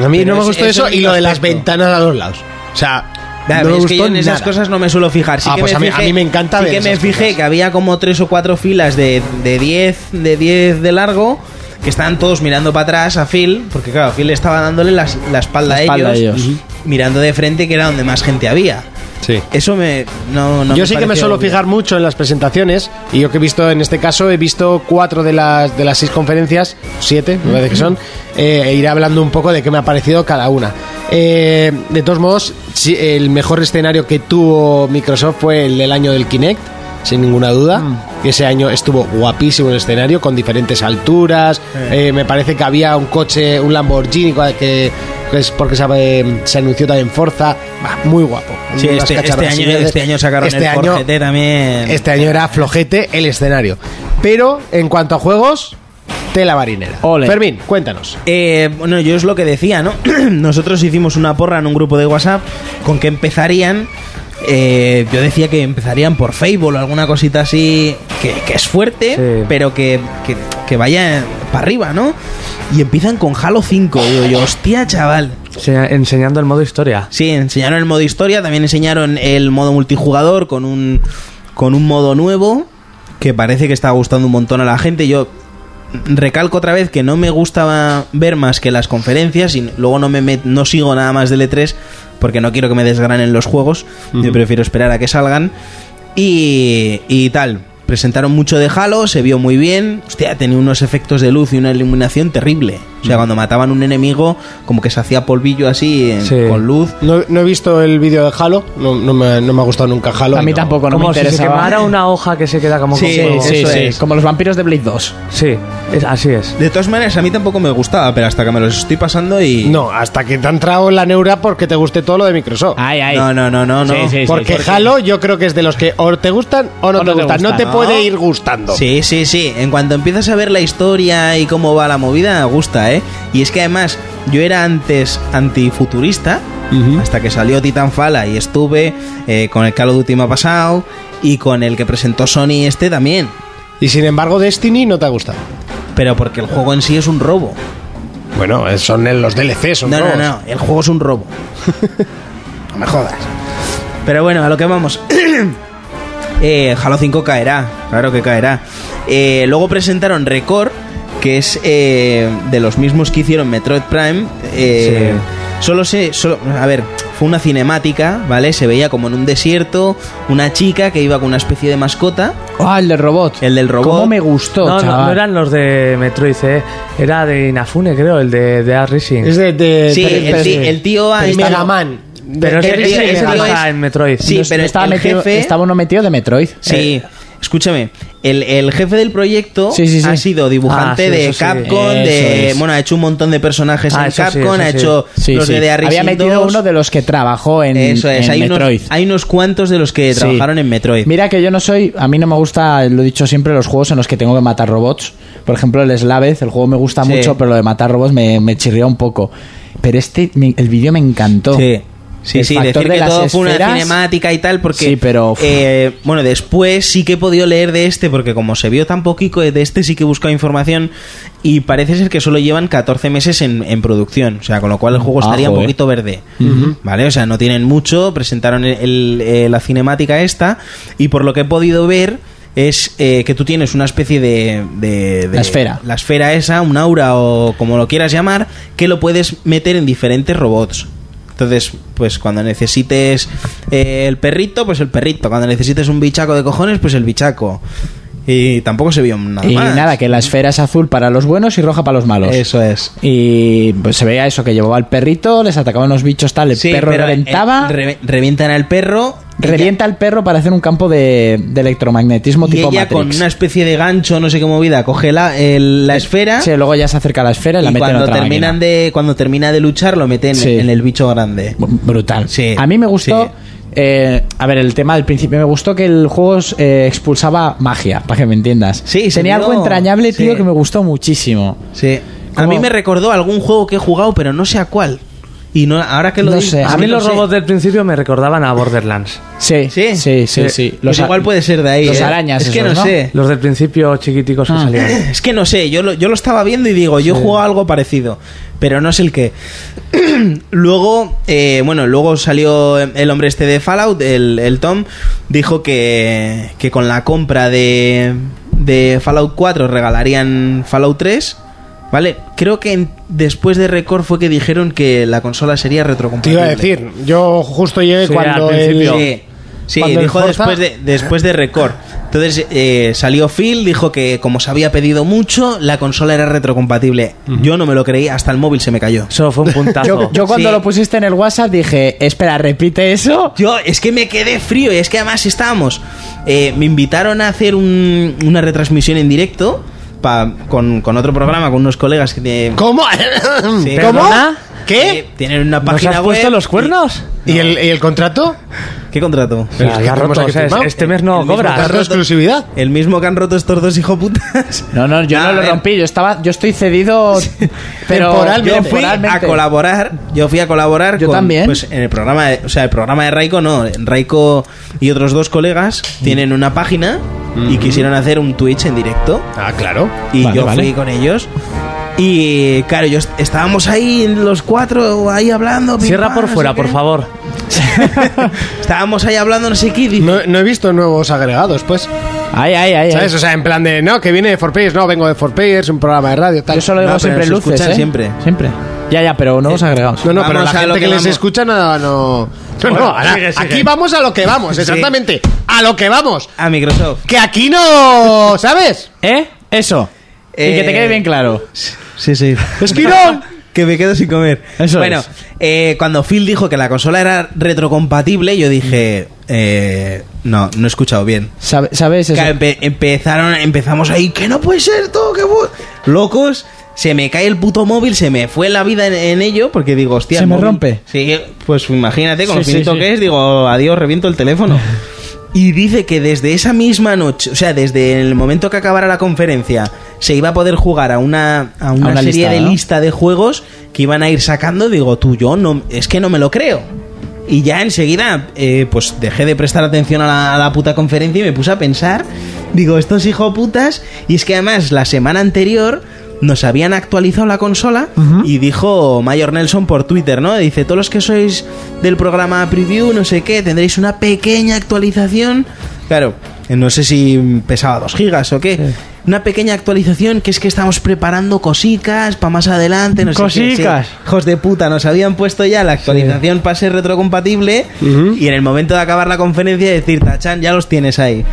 A mí no
Pero
me
ese-
gustó
ese
eso
es
y
mi
lo de las
aspecto.
ventanas a los lados. O sea,
Ya,
no me
es que
gustó
yo en esas
nada.
cosas no me suelo fijar. Sí
Ah,
que
pues
me
a mí- a
fijé-
mí me encanta
sí
ver
que me
esas
fijé
cosas.
que había como tres o cuatro filas de, de 10 de 10 de largo que estaban todos mirando para atrás a Phil, porque claro, Phil estaba dándole las- la espalda,
La espalda
a
a
ellos,
ellos.
mirando de frente que era donde más gente había.
Sí.
Eso me no, no
yo sí que me
pareció
suelo
bien.
fijar mucho en las presentaciones y yo que he visto en este caso he visto cuatro de las de las seis conferencias siete me parece que son eh, e iré hablando un poco de qué me ha parecido cada una Eh, de todos modos sí, el mejor escenario que tuvo Microsoft fue el del año del Kinect sin ninguna duda
Mm.
que ese año estuvo guapísimo el escenario con diferentes alturas Eh, me parece que había un coche un Lamborghini que que es porque se, eh, se anunció también Forza Bah, muy guapo
Sí,
unas
este, este
cacharras
año,
verdes.
este año sacaron
Este
el
año-
Forgete también.
este año era flojete el escenario. Pero en cuanto a juegos, tela marinera.
Ole.
Fermín, cuéntanos.
Eh, bueno, yo es lo que decía, ¿no? Nosotros hicimos una porra en un grupo de WhatsApp con que empezarían. eh, yo decía que empezarían por Fable o alguna cosita así que, que es fuerte,
Sí.
pero que, que, que vaya para arriba, ¿no? Y empiezan con Halo 5. Digo yo, hostia, chaval.
Se- enseñando el modo historia.
Sí, enseñaron el modo historia, también enseñaron el modo multijugador con un con un modo nuevo que parece que está gustando un montón a la gente. Yo recalco otra vez que no me gustaba ver más que las conferencias y luego no me met- no sigo nada más del E3 porque no quiero que me desgranen los juegos. Yo prefiero esperar a que salgan y y tal. Presentaron mucho de Halo, se vio muy bien. Hostia, tenía unos efectos de luz y una iluminación terrible. O sea, cuando mataban un enemigo, como que se hacía polvillo así eh,
Sí.
con luz.
No, no he visto el vídeo de Halo. No, no me, no me ha gustado nunca Halo.
A mí
No.
tampoco, no me
como si se
interesaba.
quemara una hoja que se queda como
Sí,
con fuego.
Sí,
Eso
sí,
es.
como los vampiros de Blade 2.
Sí, es- así es.
De todas maneras, a mí tampoco me gustaba, pero hasta que me los estoy pasando y.
No, hasta que te ha entrado la neura porque te guste todo lo de Microsoft.
Ah,
Ay, ay.
No, no, no, no. no.
Sí, sí, sí.
porque Halo yo creo que es de los que o te gustan o no, te, gustan. No te
¿no?
puede ir gustando.
Sí, sí, sí. En cuanto empiezas a ver la historia y cómo va la movida, gusta, ¿eh? Y es que además, yo era antes antifuturista, hasta que salió Titanfall y estuve eh, con el Call of Duty me ha pasado y con el que presentó Sony este también.
Y sin embargo Destiny no te ha gustado.
Pero porque el juego en sí es un robo.
Bueno, eh, son el- los DLCs.
No, no, no. El juego es un robo.
No me jodas.
Pero bueno, a lo que vamos. Eh, Halo 5 caerá, claro que caerá. Eh, luego presentaron Record, que es eh, de los mismos que hicieron Metroid Prime. Eh, Solo se. Solo, a ver, fue una cinemática, ¿vale? Se veía como en un desierto una chica que iba con una especie de mascota.
Ah, el del robot.
El del robot.
¿Cómo me gustó,
No, no,
chaval?
no eran los de Metroid, eh. era de Inafune, creo, el de, de Art Racing.
Es de... de-
Sí,
de-
el, ti- el tío. ha
el
estado-
Mega Man. De-
Pero
de-
ese,
el-
ese
el-
que
el-
pasa
es-
en Metroid.
Sí,
No,
pero
estaba,
el
metido,
jefe-
estaba uno metido de Metroid.
Sí. Eh, Escúchame, el, el jefe del proyecto
Sí, sí, sí.
ha sido dibujante
Ah, sí,
de
eso sí.
Capcom,
Eso
de,
es.
bueno, ha hecho un montón de personajes
Ah,
en
eso sí,
Capcom,
eso
ha
sí.
hecho
Sí,
los
sí.
de The Rising
Había metido
2.
uno de los que trabajó en,
Eso es,
en
hay unos,
Metroid.
hay unos cuantos de los que
Sí.
trabajaron en Metroid.
Mira que yo no soy, a mí no me gusta, lo he dicho siempre, los juegos en los que tengo que matar robots. Por ejemplo, el Slavez, el juego me gusta
Sí.
mucho, pero lo de matar robots me, me chirría un poco. Pero este, me- el vídeo me encantó.
Sí. Sí,
El
sí,
factor
decir
de
que
las
todo fue una
esferas-
cinemática y tal, porque.
Sí, pero-
eh, bueno, después sí que he podido leer de este, porque como se vio tan poquito, de este sí que he buscado información. Y parece ser que solo llevan 14 meses en, en producción. O sea, con lo cual el juego
Ah,
estaría un
joder.
poquito verde. ¿Vale? O sea, no tienen mucho. Presentaron el- el- eh, la cinemática esta. Y por lo que he podido ver. Es eh, que tú tienes una especie de, de- de-
La esfera.
La esfera esa, un aura o como lo quieras llamar, que lo puedes meter en diferentes robots. Entonces, pues cuando necesites eh, el perrito, pues el perrito. Cuando necesites un bichaco de cojones, pues el bichaco. Y tampoco se vio nada
Y
más.
nada, que la esfera es azul para los buenos y roja para los malos.
Eso es.
Y pues se veía eso, que llevaba al perrito, les atacaban los bichos tal, el
Sí,
perro
pero, eh,
reventaba.
re- revientan al perro.
Revienta al perro para hacer un campo de, de electromagnetismo
Y
tipo
ella
Matrix.
con una especie de gancho, no sé qué movida, coge la, el- la esfera.
Sí, luego ya se acerca a la esfera y la
y
mete en
cuando
otra
terminan
máquina.
de cuando termina de luchar lo meten
Sí.
en el bicho grande
Bu- Brutal.
Sí,
a mí me gustó.
sí.
eh, a ver, el tema del principio. Me gustó que el juego eh, expulsaba magia, para que me entiendas.
Sí, se
Tenía algo
vio-
entrañable, tío,
sí.
que me gustó muchísimo.
sí a
¿Cómo?
mí me recordó algún juego que he jugado pero no sé a cuál y no ahora que lo
No
digo-
sé,
es
A
que
mí
no
los
sé.
robots del principio me recordaban a Borderlands.
Sí, sí,
Sí.
sí, sí.
Sí.
sí.
Pues
a-
igual puede ser de ahí
los
¿eh?
arañas
es que
esos,
no,
¿no?
sé
Los del principio chiquiticos
Ah.
que salían.
es que no sé yo lo, yo lo estaba viendo y digo yo he jugado algo parecido pero no sé el qué luego eh, bueno luego salió el hombre este de Fallout el, el Tom dijo que que con la compra de de Fallout 4 regalarían Fallout 3 Vale, creo que en- después de Record fue que dijeron que la consola sería
Te
retrocompatible.
iba a decir, yo justo llegué
Sí,
cuando
al
el...
principio.
Sí, sí,
Cuando el
dijo
Forza-
después de, después de Record. Entonces eh, salió Phil, dijo que como se había pedido mucho, la consola era retrocompatible. Yo no me lo creí, hasta el móvil se me cayó.
Eso fue un puntazo.
Yo, yo cuando
Sí.
lo pusiste en el WhatsApp dije, espera, repite eso.
Yo es que me quedé frío y es que además estábamos... eh, me invitaron a hacer un- una retransmisión en directo pa- con, con otro programa, con unos colegas que... de-
¿Cómo?
Sí.
¿Cómo?
¿Perdona?
eh,
¿Qué?
tienen una
¿Nos
página
has
web.
puesto los cuernos?
¿Y el, y el contrato?
¿Qué contrato?
Ya, ya
tenemos
roto,
aquí
o sea, es-
firmado.
este mes no
El mismo
cobras.
¿Contrato de exclusividad?
El mismo que han roto estos dos hijoputas.
No, no, yo
Nada,
no
a
lo
ver.
rompí, yo estaba, yo estoy cedido pero
Temporalmente.
Yo fui a
temporalmente.
colaborar. Yo fui a colaborar.
Yo
con,
también.
Pues en el programa, de- o sea, el programa de Raiko no. Raiko y otros dos colegas tienen una página y quisieron hacer un Twitch en directo
Ah, claro.
y
Vale,
yo
vale.
fui con ellos. Y claro, yo est- estábamos ahí los cuatro ahí hablando. pim,
Cierra
pam,
por
no
fuera,
sé qué.
por favor.
Estábamos ahí hablando no sé qué. y dice,
No, no he visto nuevos agregados, pues.
Eh.
Ay, ay, ay. ay.
¿Sabes? O sea, en plan de, no, que viene de 4Players, no, vengo de 4Players, un programa de radio, tal.
Yo solo digo
No, pero
siempre
se
luces,
escuchan
¿eh?
siempre. Eh,
Siempre. Ya, ya, pero no los agregamos.
No, no, pero la
Vamos a lo
gente que,
que
les
vamos.
escucha nada, no... No, no,
Bueno,
ahora,
sigue, sigue.
aquí vamos a lo que vamos, exactamente. A lo que vamos.
A Microsoft.
Que aquí no... ¿Sabes?
¿Eh? Eso. Y que te
Eh,
quede bien claro.
Sí, sí.
¡Esquirón!
que me quedo sin comer.
Eso
bueno,
es.
eh, cuando Phil dijo que la consola era retrocompatible, yo dije, eh, no, no he escuchado bien.
Sabe- ¿Sabes eso?
Claro, empe- empezaron, empezamos ahí, que no puede ser todo, que bu- locos. Se me cae el puto móvil, se me fue la vida en, en ello, porque digo, hostia.
Se
el
me
móvil-
rompe.
Sí, pues imagínate con lo
Sí, sí,
finito
sí.
que es, digo, adiós, reviento el teléfono. Y dice que desde esa misma noche, o sea, desde el momento que acabara la conferencia, se iba a poder jugar a una, a una,
una
serie
lista,
de
¿no?
lista de juegos que iban a ir sacando. Digo, tú, yo no, es que no me lo creo. Y ya enseguida, eh, pues dejé de prestar atención a la, a la puta conferencia y me puse a pensar. Digo, estos hijoputas. Y es que además, la semana anterior nos habían actualizado la consola y dijo Mayor Nelson por Twitter, ¿no? Dice, todos los que sois del programa Preview, no sé qué, tendréis una pequeña actualización. Claro, eh, no sé si pesaba 2 gigas o qué. Una pequeña actualización que es que estamos preparando cosicas para más adelante, no sé qué. sí.
Cosicas.
Hijos de puta, nos habían puesto ya la actualización para ser retrocompatible y en el momento de acabar la conferencia decir, Tachan, ya los tienes ahí.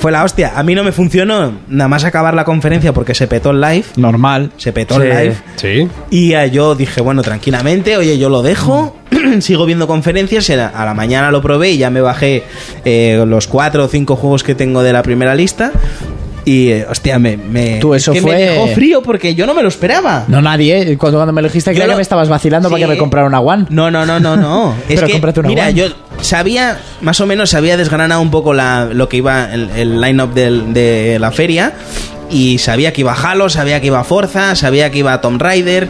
Fue la hostia. A mí no me funcionó nada más acabar la conferencia porque se petó el live.
Normal.
Se petó
Sí.
el live.
Sí.
Y eh, yo dije, bueno, tranquilamente, oye, yo lo dejo, sigo viendo conferencias, era- a la mañana lo probé y ya me bajé eh, los cuatro o cinco juegos que tengo de la primera lista. Y, eh, hostia, me, me,
Tú, eso
es que me
fue-
dejó frío porque yo no me lo esperaba.
No nadie. ¿eh? Cuando, cuando me elegiste
Yo
creía
lo-
que me estabas vacilando para
Sí.
que me comprara una One.
No, no, no, no, no. es
Pero
que,
cómprate una
mira,
One.
yo sabía, más o menos, había desgranado un poco la, lo que iba el, el line-up del- de la feria. Y sabía que iba Halo, sabía que iba Forza, sabía que iba Tomb Raider.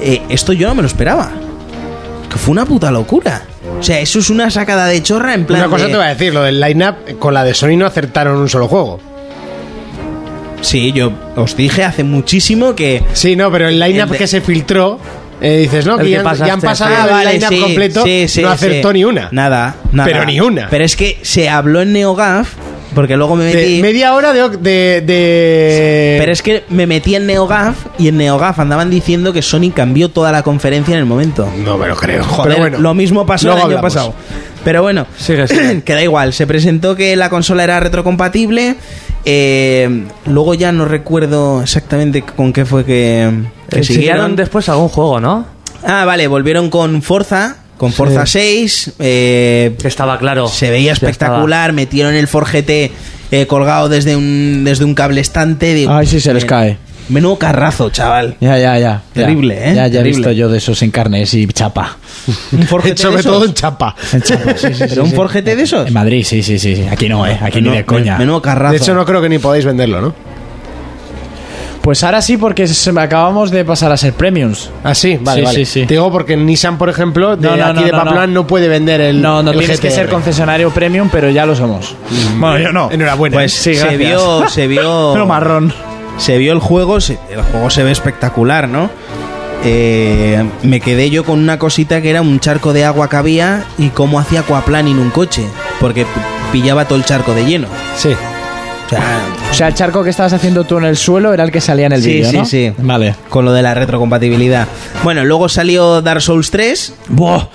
Eh, esto yo no me lo esperaba. Que fue una puta locura. O sea, eso es una sacada de chorra en plan.
Una cosa
de-
te voy a decir, lo del line-up con la de Sony no acertaron un solo juego.
Sí, yo os dije hace muchísimo que.
Sí, no, pero el line-up
El de-
que se filtró, eh, dices, no,
El
que
que
ya, han- ya han
pasaste,
pasado
sí.
el
Ah, vale,
line-up
sí,
completo,
sí, sí,
no acertó
sí.
ni una.
Nada, nada.
Pero ni una. Eh,
Pero es que se habló en NeoGAF, porque luego me
De-
metí.
media hora de... de, de-
Pero es que me metí en NeoGAF y en NeoGAF andaban diciendo que Sony cambió toda la conferencia en el momento.
No me lo creo.
Joder,
pero bueno,
lo mismo pasó el año
luego hablamos.
pasado. Pero bueno,
Sigue, sigue.
que da igual. Se presentó que la consola era retrocompatible Eh, luego ya no recuerdo exactamente con qué fue que,
Eh,
que
Enseñaron
siguieron.
Eh, después algún juego, ¿no?
Ah, vale, volvieron con Forza, con Forza 6. eh,
Que estaba claro.
se veía
Oh, Ya estaba.
espectacular, metieron el Forgete eh, colgado desde un, desde un cable estante. digo,
Ay, sí, se les
eh,
cae.
Menudo carrazo, chaval.
Ya, ya, ya. ya.
Terrible, ¿eh?
Ya, ya he
Terrible.
visto yo de esos encarnes y chapa.
Un Forgete de
Sobre
esos.
todo en chapa.
En chapa, sí, sí, sí,
¿Pero un
sí.
Forgete de esos?
En Madrid, sí, sí, sí. sí. Aquí no, ¿eh? Aquí ni
Menudo-
de coña.
Menudo carrazo.
De hecho, no creo que ni podáis venderlo, ¿no?
Pues ahora sí, porque se me acabamos de pasar a ser premiums.
Ah, sí, vale,
Sí,
vale.
sí, sí.
Te digo porque Nissan, por ejemplo, de
No, no,
aquí
no,
de
no,
Pamplona no,
no.
puede vender el
No, no
el
tienes que
GTR.
ser concesionario premium, pero ya lo somos. Bueno, yo no.
Enhorabuena. ¿eh?
Pues
Sí,
se
gracias.
vio, se vio.
Pero marrón.
Se vio el juego, se- el juego se ve espectacular, ¿no? Eh, me quedé yo con una cosita que era un charco de agua que había y cómo hacía aquaplaning un coche, porque p- pillaba todo el charco de lleno.
Sí.
O sea,
O sea, el charco que estabas haciendo tú en el suelo era el que salía en el
Sí,
vídeo,
sí,
¿no?
sí.
Vale.
con lo de la retrocompatibilidad. Bueno, luego salió Dark Souls 3.
Buah.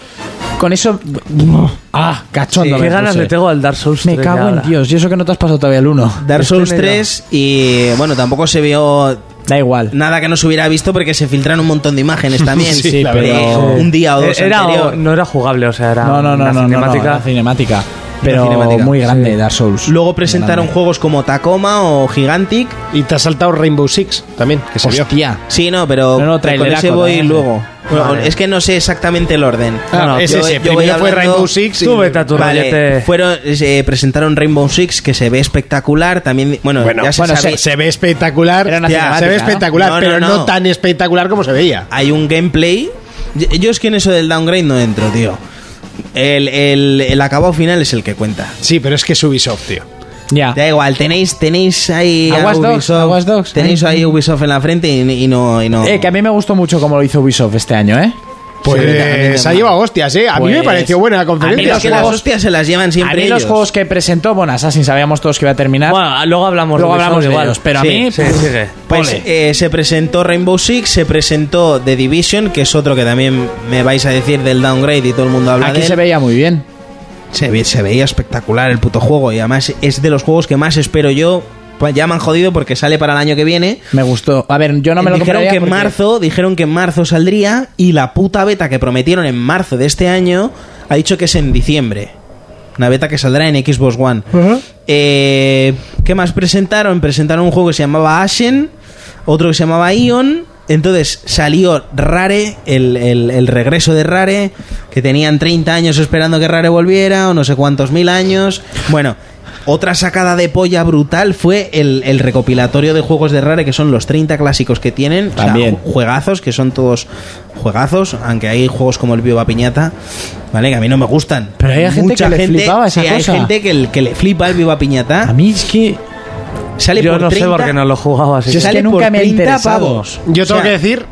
Con eso... buah. Ah, cachondo.
Qué
me
ganas
puse.
le tengo al Dark Souls
Me
3
cago en
ahora.
Dios. Y eso que no te has pasado todavía el 1.
Dark
Este
Souls
me da.
3 y bueno, tampoco se vio
Da igual.
nada que no se hubiera visto porque se filtraron un montón de imágenes también.
Sí, sí, la
de
verdad.
Un día o dos
Eh, era-
anterior.
no era jugable, o sea, era
No, no, no,
una
no, no, no,
cinemática.
era cinemática. Pero
cinemática,
muy grande Dark Souls.
Luego presentaron
Grande.
juegos como Tacoma o Gigantic.
Y te ha saltado Rainbow Six también, que se vio.
Hostia.
Sí, no, pero
No, no,
con
traileraco
ese voy
también,
luego. Bueno,
Vale.
Es que no sé exactamente el orden.
Ah,
No, no,
es
yo-
ese.
yo
Primero
voy
fue
hablando-
Rainbow Six y...
Tú vete a tu
Vale,
rollete.
fueron, se presentaron Rainbow Six, que se ve espectacular. También, bueno,
Bueno,
ya se
bueno,
sabe-
se, se ve espectacular.
Era una
Ya,
cinemática,
se ve
¿no?
espectacular,
No, no,
pero no,
no.
tan espectacular como se veía.
hay un gameplay. Yo- Yo es que en eso del downgrade no entro, tío. El, el, el acabado final es el que cuenta.
Sí, pero es que es Ubisoft, tío.
Ya.
Da igual, tenéis, tenéis ahí
Aguas Dogs, Aguas Dogs.
Tenéis ahí Ubisoft en la frente y, y no... y no-
Eh, que a mí me gustó mucho como lo hizo Ubisoft este año, ¿eh?
Sí, también
Pues
es
ha
malo.
llevado hostias, ¿eh? A mí me
Pues,
pareció buena la
a mí
Pero
conferencia.
es que
los
las
juegos-
hostias se las llevan siempre
a mí los
ellos.
juegos que presentó, bueno, Assassin sabíamos todos que iba a terminar.
Bueno, luego hablamos
luego
de Ubisoft
hablamos de
igual.
ellos, pero
Sí,
a mí...
Sí,
pff,
sigue.
Pues
ole.
eh, se presentó Rainbow Six, se presentó The Division, que es otro que también me vais a decir del downgrade y todo el mundo habla
Aquí
de él.
se veía muy bien.
Se, ve- se veía espectacular el puto juego y además es de los juegos que más espero yo. Pues ya me han jodido porque sale para el año que viene.
Me gustó. A ver, yo no me lo
dijeron
compraría
que en
porque-
marzo, dijeron que en marzo saldría y la puta beta que prometieron en marzo de este año ha dicho que es en diciembre. Una beta que saldrá en Xbox One. Eh, ¿Qué más presentaron? Presentaron un juego que se llamaba Ashen, otro que se llamaba Ion. Entonces salió Rare, el, el- el regreso de Rare, que tenían 30 años esperando que Rare volviera, o no sé cuántos mil años. Bueno, otra sacada de polla brutal fue el, el recopilatorio de juegos de Rare, que son los 30 clásicos que tienen. O sea,
También.
ju- juegazos, que son todos juegazos, aunque hay juegos como el Viva Piñata, ¿vale? Que a mí no me gustan.
Pero hay gente que le flipaba esa
sí,
cosa.
Hay gente que, el- que le flipa el Viva Piñata.
A mí es que...
Sale
Yo
por
no
30,
sé por qué no lo jugaba así.
Yo es
sale
que nunca
por
me ha
30
interesado.
pavos.
Yo
O
tengo
sea,
que decir,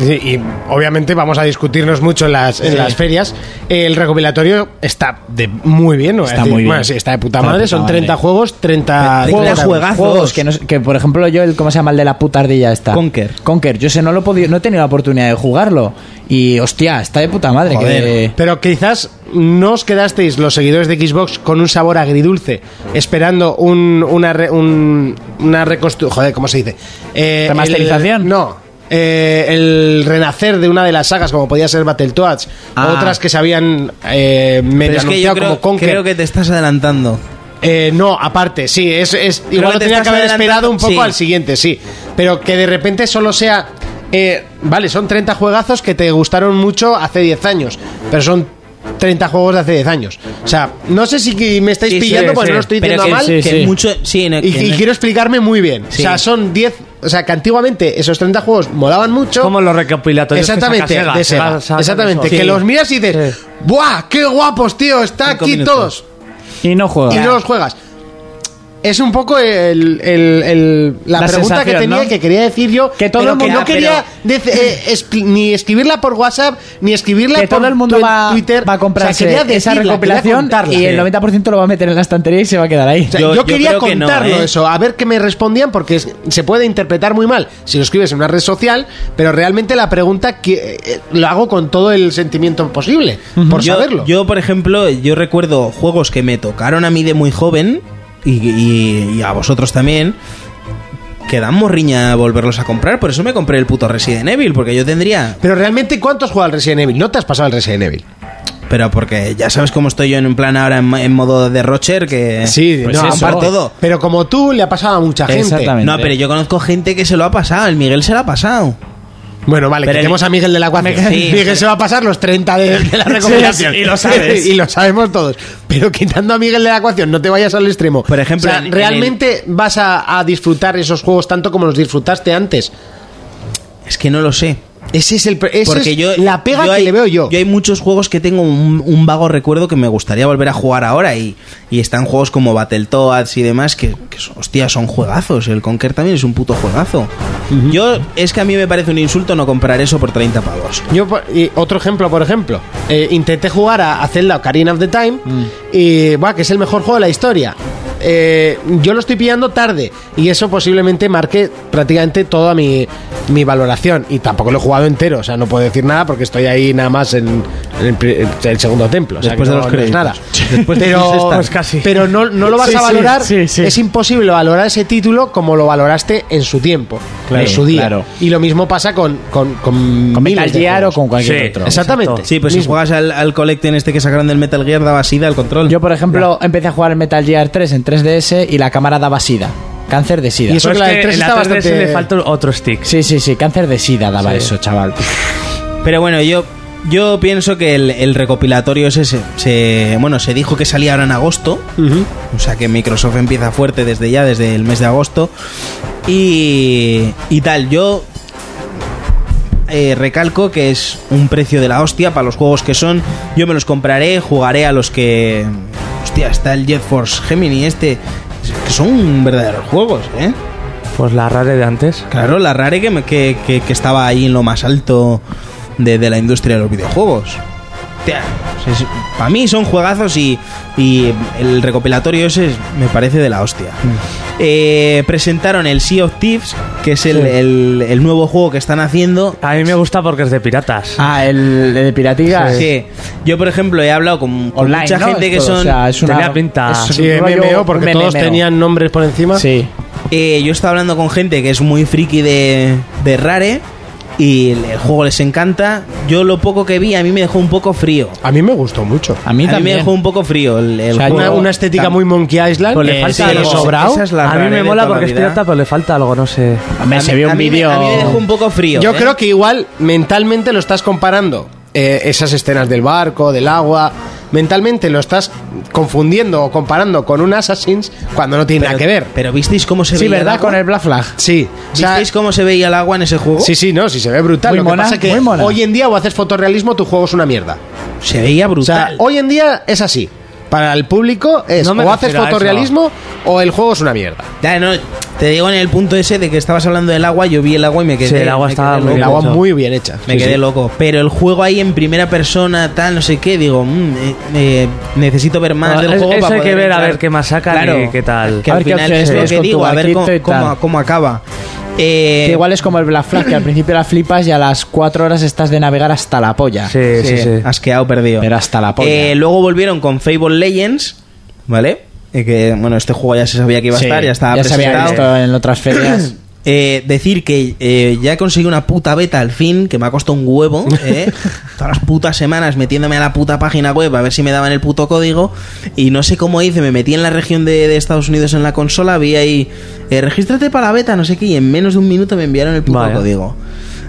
y, y obviamente vamos a discutirnos mucho en las, en
Sí.
las ferias, el recopilatorio está de muy bien, ¿no?
Está
Es decir,
muy bien.
bueno, sí, está de puta
Está de
madre,
puta
son
madre.
30 juegos, 30
Pero
juegos.
tengo juegazos.
Juegos que, no sé- que, por ejemplo, yo, el, ¿cómo se llama el de la puta ardilla esta?
Conker.
Conker. Yo sé, no lo he podido- no he tenido la oportunidad de jugarlo. Y, hostia, está de puta madre.
Joder.
que-
Pero quizás no os quedasteis los seguidores de Xbox con un sabor agridulce, esperando un, una, re- un- una reconstrucción. Joder, ¿cómo se dice? Eh,
¿Remasterización?
el- no. eh, el renacer de una de las sagas, como podía ser Battletoads,
Ah.
o otras que se habían eh, medio
Pero es que yo
anunciado
creo,
como Conker.
creo que te estás adelantando.
Eh, no, aparte, sí, es, es- igual
que
lo
te
tenía
estás
que haber
adelantando.
esperado un poco
Sí.
al siguiente, sí. Pero que de repente solo sea. eh, vale, son 30 juegazos que te gustaron mucho hace 10 años, pero son 30 juegos de hace 10 años. O sea, no sé si que me estáis
Sí, sí,
pillando,
sí,
pues
sí.
no lo estoy
Pero
diciendo
que,
mal.
que
sí.
mucho... Sí, no,
Y,
que
y
no-
quiero explicarme muy bien. O
Sí.
sea, son 10. O sea, que antiguamente esos 30 juegos molaban mucho.
Como los recopilatorios que
Exactamente,
saca Sega,
de
Sega
Sega.
saca
Exactamente.
eso.
Que
Sí.
los miras y dices,
Sí.
¡buah! ¡Qué guapos, tío! Está
Cinco
aquí
minutos.
todos.
Y no juega.
y no los juegas. Es un poco el, el- el- la,
La
pregunta que
sensación,
tenía
¿no?
que quería decir yo,
Que todo
pero
el
que
mundo-
no quería dec- eh, escri- ni escribirla por WhatsApp, ni escribirla
que
por
todo el mundo
tu-
va,
Twitter.
va a comprar
O sea, quería
esa
decirla, quería
recopilación
contarla.
y el
Sí.
90% lo va a meter en la estantería y se va a quedar ahí.
O sea,
Yo-
yo,
yo
quería
creo que no,
contarlo
¿eh?
eso, a ver qué me respondían, porque es- se puede interpretar muy mal si lo escribes en una red social, pero realmente la pregunta que eh, lo hago con todo el sentimiento posible, por
yo,
saberlo.
yo, por ejemplo, yo recuerdo juegos que me tocaron a mí de muy joven, y, y- y a vosotros también, que dan morriña volverlos a comprar. Por eso me compré el puto Resident Evil, porque yo tendría.
Pero realmente, ¿cuántos juega el Resident Evil? No te has pasado el Resident Evil.
Pero porque ya sabes cómo estoy yo en plan ahora en, en modo de Rocher, que.
pues
no,
eso.
aparte-
todo.
Pero como tú, le ha pasado a mucha gente.
Exactamente.
No, pero yo conozco gente que se lo ha pasado. El Miguel se lo ha pasado.
Bueno, vale,
Pero el-
quitemos a Miguel de la Guardia.
Me- sí,
Miguel
pero-
se va a pasar los 30 de, de la recomendación.
y lo sabes.
y lo sabemos todos. Pero quitando a Miguel de la ecuación, no te vayas al extremo.
Por ejemplo,
O sea,
en- en
realmente vas a, a disfrutar esos juegos tanto como los disfrutaste antes.
Es que no lo sé.
Ese es el pre- esa
Porque
es
yo.
la pega
yo
que
hay-
le veo yo.
Yo hay muchos juegos que tengo un, un vago recuerdo que me gustaría volver a jugar ahora. Y, y están juegos como Battletoads y demás que, que son- hostia, son juegazos. El Conker también es un puto juegazo. Yo, es que a mí me parece un insulto no comprar eso por 30 pavos.
Yo, por- y otro ejemplo, por ejemplo, eh, intenté jugar a, a Zelda Ocarina of the Time y, buah, que es el mejor juego de la historia. Eh, yo lo estoy pillando tarde y eso posiblemente marque prácticamente toda mi, mi valoración. Y tampoco lo he jugado entero, o sea, no puedo decir nada porque estoy ahí nada más en, en el, pri- en el segundo templo. o sea,
Después
que
de
no- no
los
es
créditos.
nada.
Después de los
pero,
stands.
Pues casi.
pero no, no lo vas
Sí,
a
sí,
valorar.
sí, sí.
Es imposible valorar ese título como lo valoraste en su tiempo,
Claro,
en su día.
claro.
Y lo mismo pasa con, con, con
con
miles
Metal
de
Gear o
juegos.
con cualquier
Sí,
otro.
Exactamente.
Exacto.
Sí, pues si juegas al, al Collecting este que sacaron del Metal Gear, daba sida al control.
Yo, por ejemplo, empecé a jugar el Metal Gear 3 en 3DS y la cámara daba sida. Cáncer de sida.
Y eso- que
Pero
la del tres
en
está
3DS
bastante-
le falta otro stick.
Sí, sí, sí, cáncer de sida daba eso, chaval.
Pero bueno, yo, yo pienso que el, el recopilatorio ese se, se- Bueno, se dijo que salía ahora en agosto. O sea que Microsoft empieza fuerte desde ya, desde el mes de agosto. Y, y tal, yo eh, recalco que es un precio de la hostia para los juegos que son. Yo me los compraré, jugaré a los que... Hostia, está el Jet Force Gemini este. Que son verdaderos juegos, ¿eh?
Pues la rare de antes.
Claro, la Rare que, me- que, que- que estaba ahí en lo más alto de, de la industria de los videojuegos. Para mí son juegazos y, y el recopilatorio ese es- me parece de la hostia.
Mm.
Eh, presentaron el Sea of Thieves, que es el, el- el nuevo juego que están haciendo.
A mí me gusta porque es de piratas.
Ah, el de Piratiga.
Sí. Yo, por ejemplo, he hablado con, con
Online,
mucha
¿no?
gente que
Esto,
son...
o sea, es una
Tenía pinta-
es
Sí,
un rollo-
MMO, porque
un
todos
MMO.
tenían nombres por encima.
Sí.
Eh, yo estaba hablando con gente que es muy friki de, de Rare y el, el juego les encanta. Yo lo poco que vi a mí me dejó un poco frío.
A mí me gustó mucho.
A
A mí,
mí también.
me dejó un poco frío el, el
O sea,
Una,
juego.
una estética muy Monkey Island.
Pues
Eh,
le falta
sí,
algo.
eso-
sobrao.
esa es la
a mí
Rare
me
de
mola
toda la
porque es
vida.
pirata, pero le falta algo, no sé.
Hombre, se vio
a
un
mí me-
vídeo.
A mí me dejó un poco frío.
Yo
¿eh?
creo que igual mentalmente lo estás comparando. eh, esas escenas del barco, del agua. Mentalmente lo estás confundiendo o comparando con un Assassin's cuando no tiene
Pero-
nada que ver.
Pero visteis cómo se
Sí,
veía.
¿verdad?
agua?
Con el Black Flag.
Sí. o sea,
¿Visteis cómo se veía el agua en ese juego?
Sí, sí, no, sí se ve brutal.
Muy
Lo que
mona,
pasa que
muy mona.
hoy en día o haces fotorrealismo, tu juego es una mierda.
Se veía
O sea,
brutal.
hoy en día es así. Para el público es
No me
o haces
refiero a eso.
fotorrealismo o el juego es una mierda.
Ya, no, te digo en el punto ese de que estabas hablando del agua, yo vi el agua y me quedé.
Sí, el agua
me
estaba
quedé
muy
El
loco.
agua
mucho.
muy bien hecha.
Me
Sí,
quedé
sí.
loco. Pero el juego ahí en primera persona, tal, no sé qué, digo, mm, eh, eh, necesito ver más
Ah,
del
es-
juego.
eso
para
hay que
poder
ver a
entrar.
ver qué más sacan y qué tal.
Que
A
al
ver qué
final
opciones
es lo
tienes
que
con tu
digo, a ver
barquito
cómo,
y tal.
cómo- cómo acaba. Eh,
Que igual es como el Black Flag, que al principio la flipas y a las 4 horas estás de navegar hasta la polla.
Sí, sí, sí.
Has quedado perdido.
Pero hasta la polla.
Eh, luego volvieron con Fable Legends, ¿vale? Eh, que, bueno, este juego ya se sabía que iba a
Sí,
estar, ya estaba
se había
presentado.
visto en otras ferias.
Eh, decir que eh, ya he conseguido una puta beta al fin, que me ha costado un huevo, ¿eh? todas las putas semanas metiéndome a la puta página web a ver si me daban el puto código, y no sé cómo hice, me metí en la región de, de Estados Unidos en la consola, vi ahí, eh, regístrate para la beta, no sé qué, y en menos de un minuto me enviaron el puto
Vaya.
código.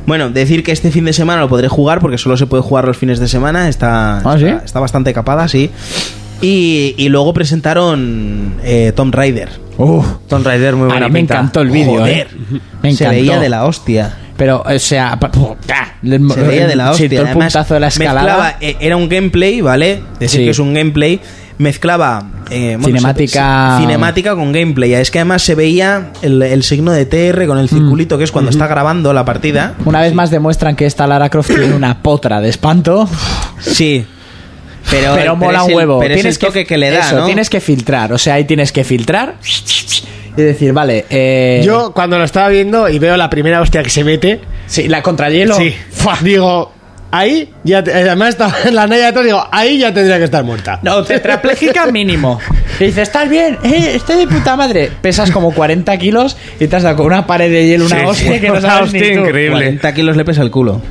Bueno, decir que este fin de semana lo podré jugar porque solo se puede jugar los fines de semana, está,
¿Ah,
está,
sí?
está bastante capada, sí. Y, y luego presentaron eh, Tomb Raider.
Uf,
Tomb Raider, muy
a
buena
mí me
pinta.
encantó el vídeo, ¿eh?
Joder,
Me
se
encantó.
veía de la hostia.
Pero, o sea, pa- pu- ah, le-
Se veía de la
sí,
hostia.
todo el
Además,
puntazo de la escalada.
mezclaba- eh, era un gameplay, ¿vale? Decir
Sí.
que es un gameplay. Mezclaba eh, bueno,
Cinemática-
se- se- cinemática con gameplay. Es que además se veía el, el signo de TR
Mm.
con el circulito, que es cuando está grabando la partida.
Una vez más demuestran que esta Lara Croft tiene una potra de espanto.
Sí. Pero,
Pero, mola
es
un
el-
huevo.
pero es el toque que, le da,
eso,
¿no?
tienes que filtrar. O sea, ahí tienes que filtrar y decir, vale. Eh,
Yo cuando lo estaba viendo y veo la primera hostia que se mete,
Sí, la contrahielo.
sí, digo, Ahí ya. te- además, estaba en la naya atrás. Digo, ahí ya tendría que estar muerta.
No, tetrapléjica mínimo. Y dices, ¿estás bien? Eh, estoy de puta madre. Pesas como 40 kilos y te has dado con una pared de hielo, una
Sí,
hostia
sí,
que no
una
sabes ni
hostia
tú.
increíble.
40 kilos le pesa el culo.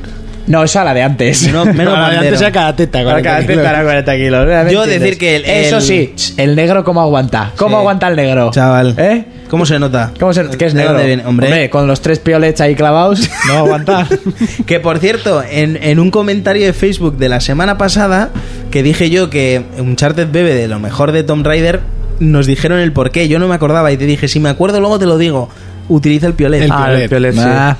No, esa la de antes.
No, menos
Ahora,
bandero.
antes era cada teta.
Ahora
40
cada vez
kilos.
estará 40 kilos. ¿eh? ¿Me
Yo
entiendes?
decir que el-
Eso
el-
sí, ch, el negro cómo aguanta.
Sí.
¿Cómo aguanta el negro?
Chaval.
¿Eh?
¿Cómo se nota?
¿Cómo se, ¿Qué es
¿De
negro?
dónde viene? Hombre.
con los tres piolets ahí clavados, no aguanta.
Que por cierto, en, en un comentario de Facebook de la semana pasada, que dije yo que Uncharted bebe de lo mejor de Tomb Raider, nos dijeron el por qué. Yo no me acordaba y te dije, si me acuerdo, luego te lo digo. Utiliza el piolet.
El-
Ah, el Piolet, sí.
Ah,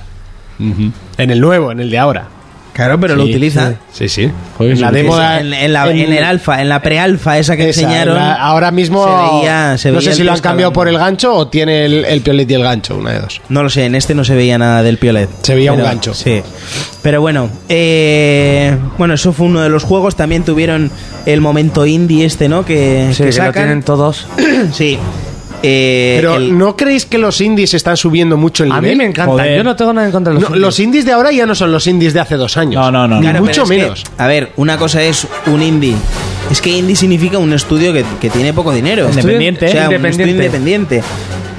Ujú. En el nuevo, en el de ahora.
claro, pero lo
Sí,
utiliza.
Sí, sí. Joder,
La
sí,
demo
sí.
da- en, en la-
en-
en el alfa, en la pre-alfa esa que
Esa,
enseñaron.
la- ahora mismo.
se veía- se
no
veía
sé
el
si lo han
tío
cambiado
escalando.
por el gancho o tiene el, el piolet y el gancho, una de dos.
No lo sé, en este no se veía nada del Piolet.
Se veía un
Pero-
gancho.
Sí. Pero bueno, eh, bueno, eso fue uno de los juegos. También tuvieron el momento indie este, ¿no? Que,
Sí,
que
que lo tienen
sacan.
todos.
sí. Eh,
Pero
el-
¿no creéis que los indies están subiendo mucho el
A
nivel?
mí me encanta.
Joder.
Yo no tengo nada en contra de los
No, los indies de ahora ya no son los indies de hace dos años.
No, no, no,
Ni
no.
Claro, pero
mucho
es que,
menos.
a ver, una cosa es un indie. Es que indie significa un estudio que, que tiene poco dinero.
Independiente.
O sea, un estudio
Independiente.
independiente.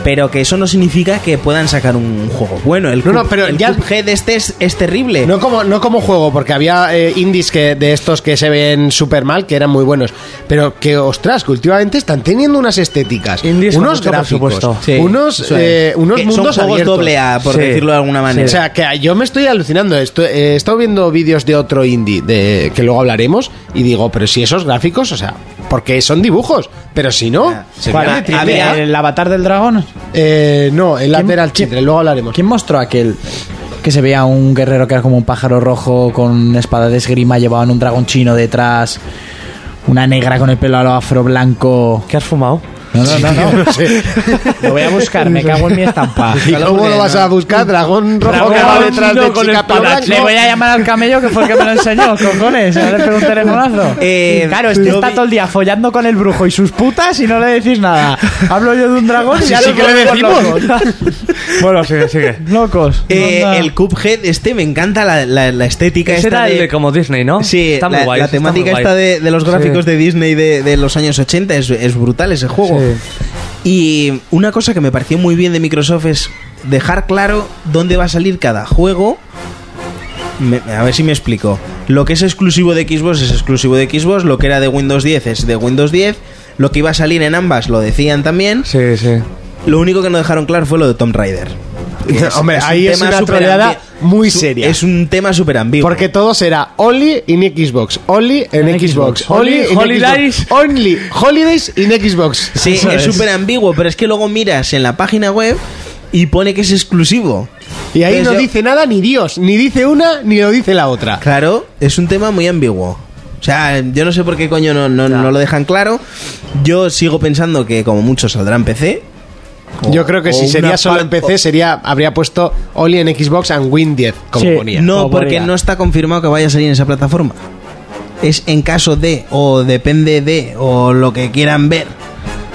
Pero que eso no significa que puedan sacar un juego bueno. El,
No, no,
Cup-
pero
el
ya-
Cuphead este es, es terrible.
No como, no como juego, porque había eh, indies que, de estos que se ven súper mal, que eran muy buenos. Pero que, ostras, que últimamente están teniendo unas estéticas.
Indies con
unos
mucho
gráficos.
presupuesto.
Sí,
unos
eso es.
eh, unos
Que
mundos
son juegos
abiertos.
doble A, por
Sí.
decirlo de alguna manera.
O sea, que yo me estoy alucinando. Esto- eh, he estado viendo vídeos de otro indie de, que luego hablaremos y digo, pero si esos gráficos, o sea, porque son dibujos, pero si no,
Ya, Ah, se
¿cuál
queda-
es triple
había-
A?
¿El avatar del dragón?
Eh, no, el lateral
quién-
chitre, luego hablaremos.
¿Quién mostró aquel que se veía un guerrero que era como un pájaro rojo con una espada de esgrima, llevaban un dragón chino detrás, una negra con el pelo a lo afro blanco?
¿Qué has fumado?
No, no, no, no.
No sé.
Lo voy a buscar, me cago en mi estampa.
¿Y cómo lo vas a buscar? Dragón rojo que va
Dragón
detrás
chino
de
con
chica
espada.
blanco.
Le voy a llamar al camello que fue el que me lo enseñó, cojones. Ahora le pego un telefonazo.
Eh,
claro, este
yo
está
vi-
todo el día follando con el brujo y sus putas y no le decís nada. Hablo yo de un dragón y
Sí,
ya
sí
nos
que le
volvemos
decimos.
Bueno, sigue, sigue.
Locos. Locos.
Eh,
Onda.
el Cuphead este me encanta la, la- la estética.
Ese
esta
era el
de-
de como Disney, ¿no?
Sí,
está muy
la,
guay.
la
ese está
temática
muy
esta
guay.
de, de los gráficos
Sí.
de Disney de, de los años 80 es, es brutal ese juego. Y una cosa que me pareció muy bien de Microsoft es dejar claro dónde va a salir cada juego. Me- a ver si me explico. Lo que es exclusivo de Xbox es exclusivo de Xbox, lo que era de Windows 10 es de Windows 10, lo que iba a salir en ambas lo decían también.
Sí, sí.
Lo único que no dejaron claro fue lo de Tomb Raider.
No, hombre,
un
ahí es
tema
una
súper
troleada
ambi-
muy
su-
seria.
Es un tema súper ambiguo.
Porque todo será Only in Xbox, Only en,
En
Xbox,
Xbox,
Only in
Holidays.
Xbox, Only Holidays in Xbox.
Sí,
Eso
es
es.
súper ambiguo, pero es que luego miras en la página web y pone que es exclusivo.
Y ahí
Entonces
no
yo-
dice nada ni Dios, ni dice una ni lo dice la otra.
Claro, es un tema muy ambiguo. O sea, yo no sé por qué coño no, no, no lo dejan claro. Yo sigo pensando que como mucho saldrá en PC. O-
Yo creo que
o
si
una
sería solo en
par-
PC sería habría puesto Only en Xbox and Win 10 como
Sí.
ponía.
No,
O
porque
podría.
no está confirmado que vaya a salir en esa plataforma. Es en caso de, o depende de, o lo que quieran ver.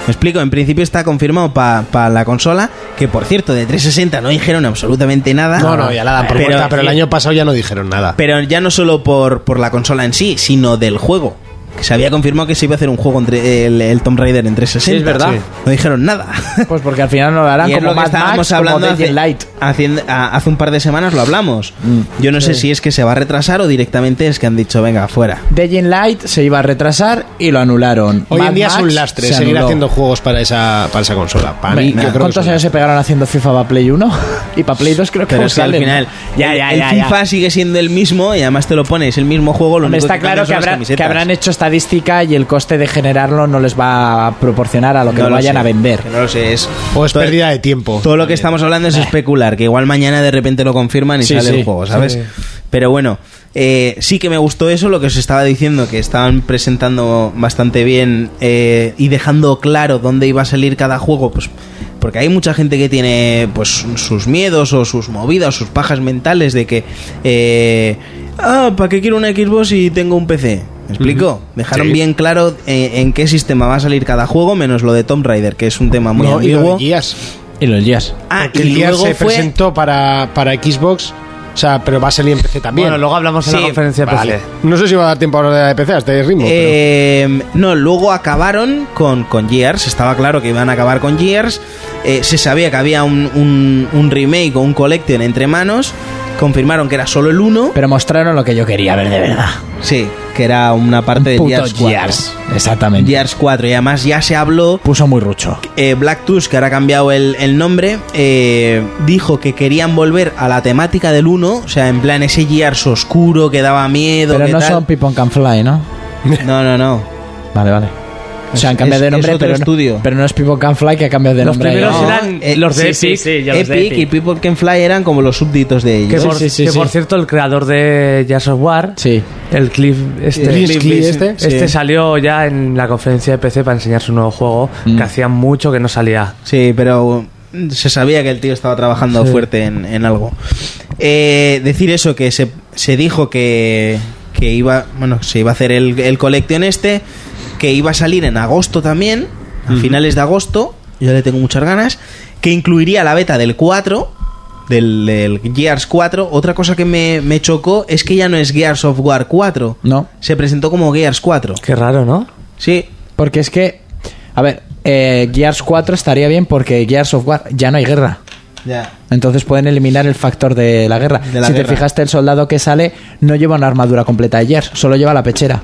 Me explico, en principio está confirmado para la consola, que por cierto, de 360 no dijeron absolutamente nada.
No, no, ya la dan por
pero,
muerta, pero el año pasado ya no dijeron nada.
Pero ya no solo por, por la consola en sí, sino del juego. Que se había confirmado que se iba a hacer un juego entre el, el Tomb Raider en 360.
Sí, es verdad.
No dijeron nada.
Pues porque al final no lo harán
Y es
como
lo que
Mad
estábamos
Max,
hablando
como Dead
hace,
Light.
haciendo- a- hace un par de semanas lo hablamos. Yo no sé si es que se va a retrasar o directamente es que han dicho, venga, fuera.
Dead Light se iba a retrasar y lo anularon.
Hoy
Mad
en día es
Max
un lastre
se
seguir
anuló.
haciendo juegos para esa para esa consola. Para mí, yo creo que es
¿Cuántos
un
años se pegaron haciendo FIFA para Play 1? Y para Play 2 creo que
Pero es que al
salen.
final
Ya,
el-
ya,
el,
ya, ya.
FIFA sigue siendo el mismo y además te lo pones el mismo juego. Lo
Hombre,
único
está
cambian
claro
son
que,
las
habrá-
camisetas.
que habrán hecho estadística y el coste de generarlo no les va a proporcionar a lo que
No
lo
lo
vayan
sé,
a vender.
que No lo sé, es
O es
todo-
pérdida de tiempo.
Todo lo que estamos hablando es especular, que igual mañana de repente lo confirman y
Sí,
sale
sí,
el juego, ¿sabes?
sí.
Pero bueno, eh, sí que me gustó eso, lo que os estaba diciendo, que estaban presentando bastante bien eh, y dejando claro dónde iba a salir cada juego, pues porque hay mucha gente que tiene pues sus miedos o sus movidas, sus pajas mentales de que eh, ah, ¿para qué quiero una Xbox si tengo un PC? ¿Me explico? Dejaron
Sí.
bien claro eh, en qué sistema va a salir cada juego, menos lo de Tomb Raider, que es un tema muy
No, y lo de
ambiguo.
Gears.
Y los Gears.
Ah,
Porque
y
el Gears
luego
se
fue
presentó para, para Xbox O sea, pero va a salir en PC también.
Bueno, luego hablamos en
Sí,
la conferencia de
Vale.
PC.
No sé si va a dar tiempo a hablar de la de PC a este ritmo. pero-
Eh, no, luego acabaron con, con Gears, estaba claro que iban a acabar con Gears, eh, se sabía que había un, un- un remake o un collection entre manos, confirmaron que era solo el 1,
Pero mostraron lo que yo quería ver de verdad.
sí, que era una parte de
Puto
Gears 4.
Gears. Exactamente.
Gears 4 y además ya se habló
Puso muy rucho.
eh, Black Tusk, que ahora ha cambiado el, el nombre, eh, dijo que querían volver a la temática del 1, o sea, en plan ese Gears oscuro que daba miedo.
Pero
que
no
tal.
son Pipon Can Fly, ¿no?
No, no, no.
Vale, vale. O sea, han
Es-
cambiado de
es- es
nombre,
otro
pero,
estudio.
No, pero no es Pipon Can Fly que ha cambiado de
Los
nombre.
primeros
¿no?
eran- los de
Eh, sí,
Epic.
sí, sí, ya
los de
Epic y People Can Fly eran como los súbditos de
Que,
ellos.
por,
sí, sí,
que
sí.
por cierto, el creador de Jazz of War,
Sí.
el Cliff este,
Cliff Cliff Lee, este,
este salió ya en la conferencia de PC para enseñar su nuevo juego, que hacía mucho que no salía.
Sí, pero mm, se sabía que el tío estaba trabajando fuerte en, en algo. Eh, decir eso, que se, se dijo que, que iba, bueno, se iba a hacer el, el Collection este, que iba a salir en agosto también, a finales de agosto, yo le tengo muchas ganas, que incluiría la beta del 4. Del, del Gears 4, otra cosa que me, me chocó es que ya no es Gears of War 4.
No.
Se presentó como Gears 4.
Qué raro, ¿no?
Sí,
Porque es que. A ver, eh, Gears 4 estaría bien porque Gears of War ya no hay guerra.
ya.
Entonces pueden eliminar el factor de la guerra.
De la
si
guerra.
te fijaste, el soldado que sale no lleva una armadura completa de Gears, solo lleva la pechera.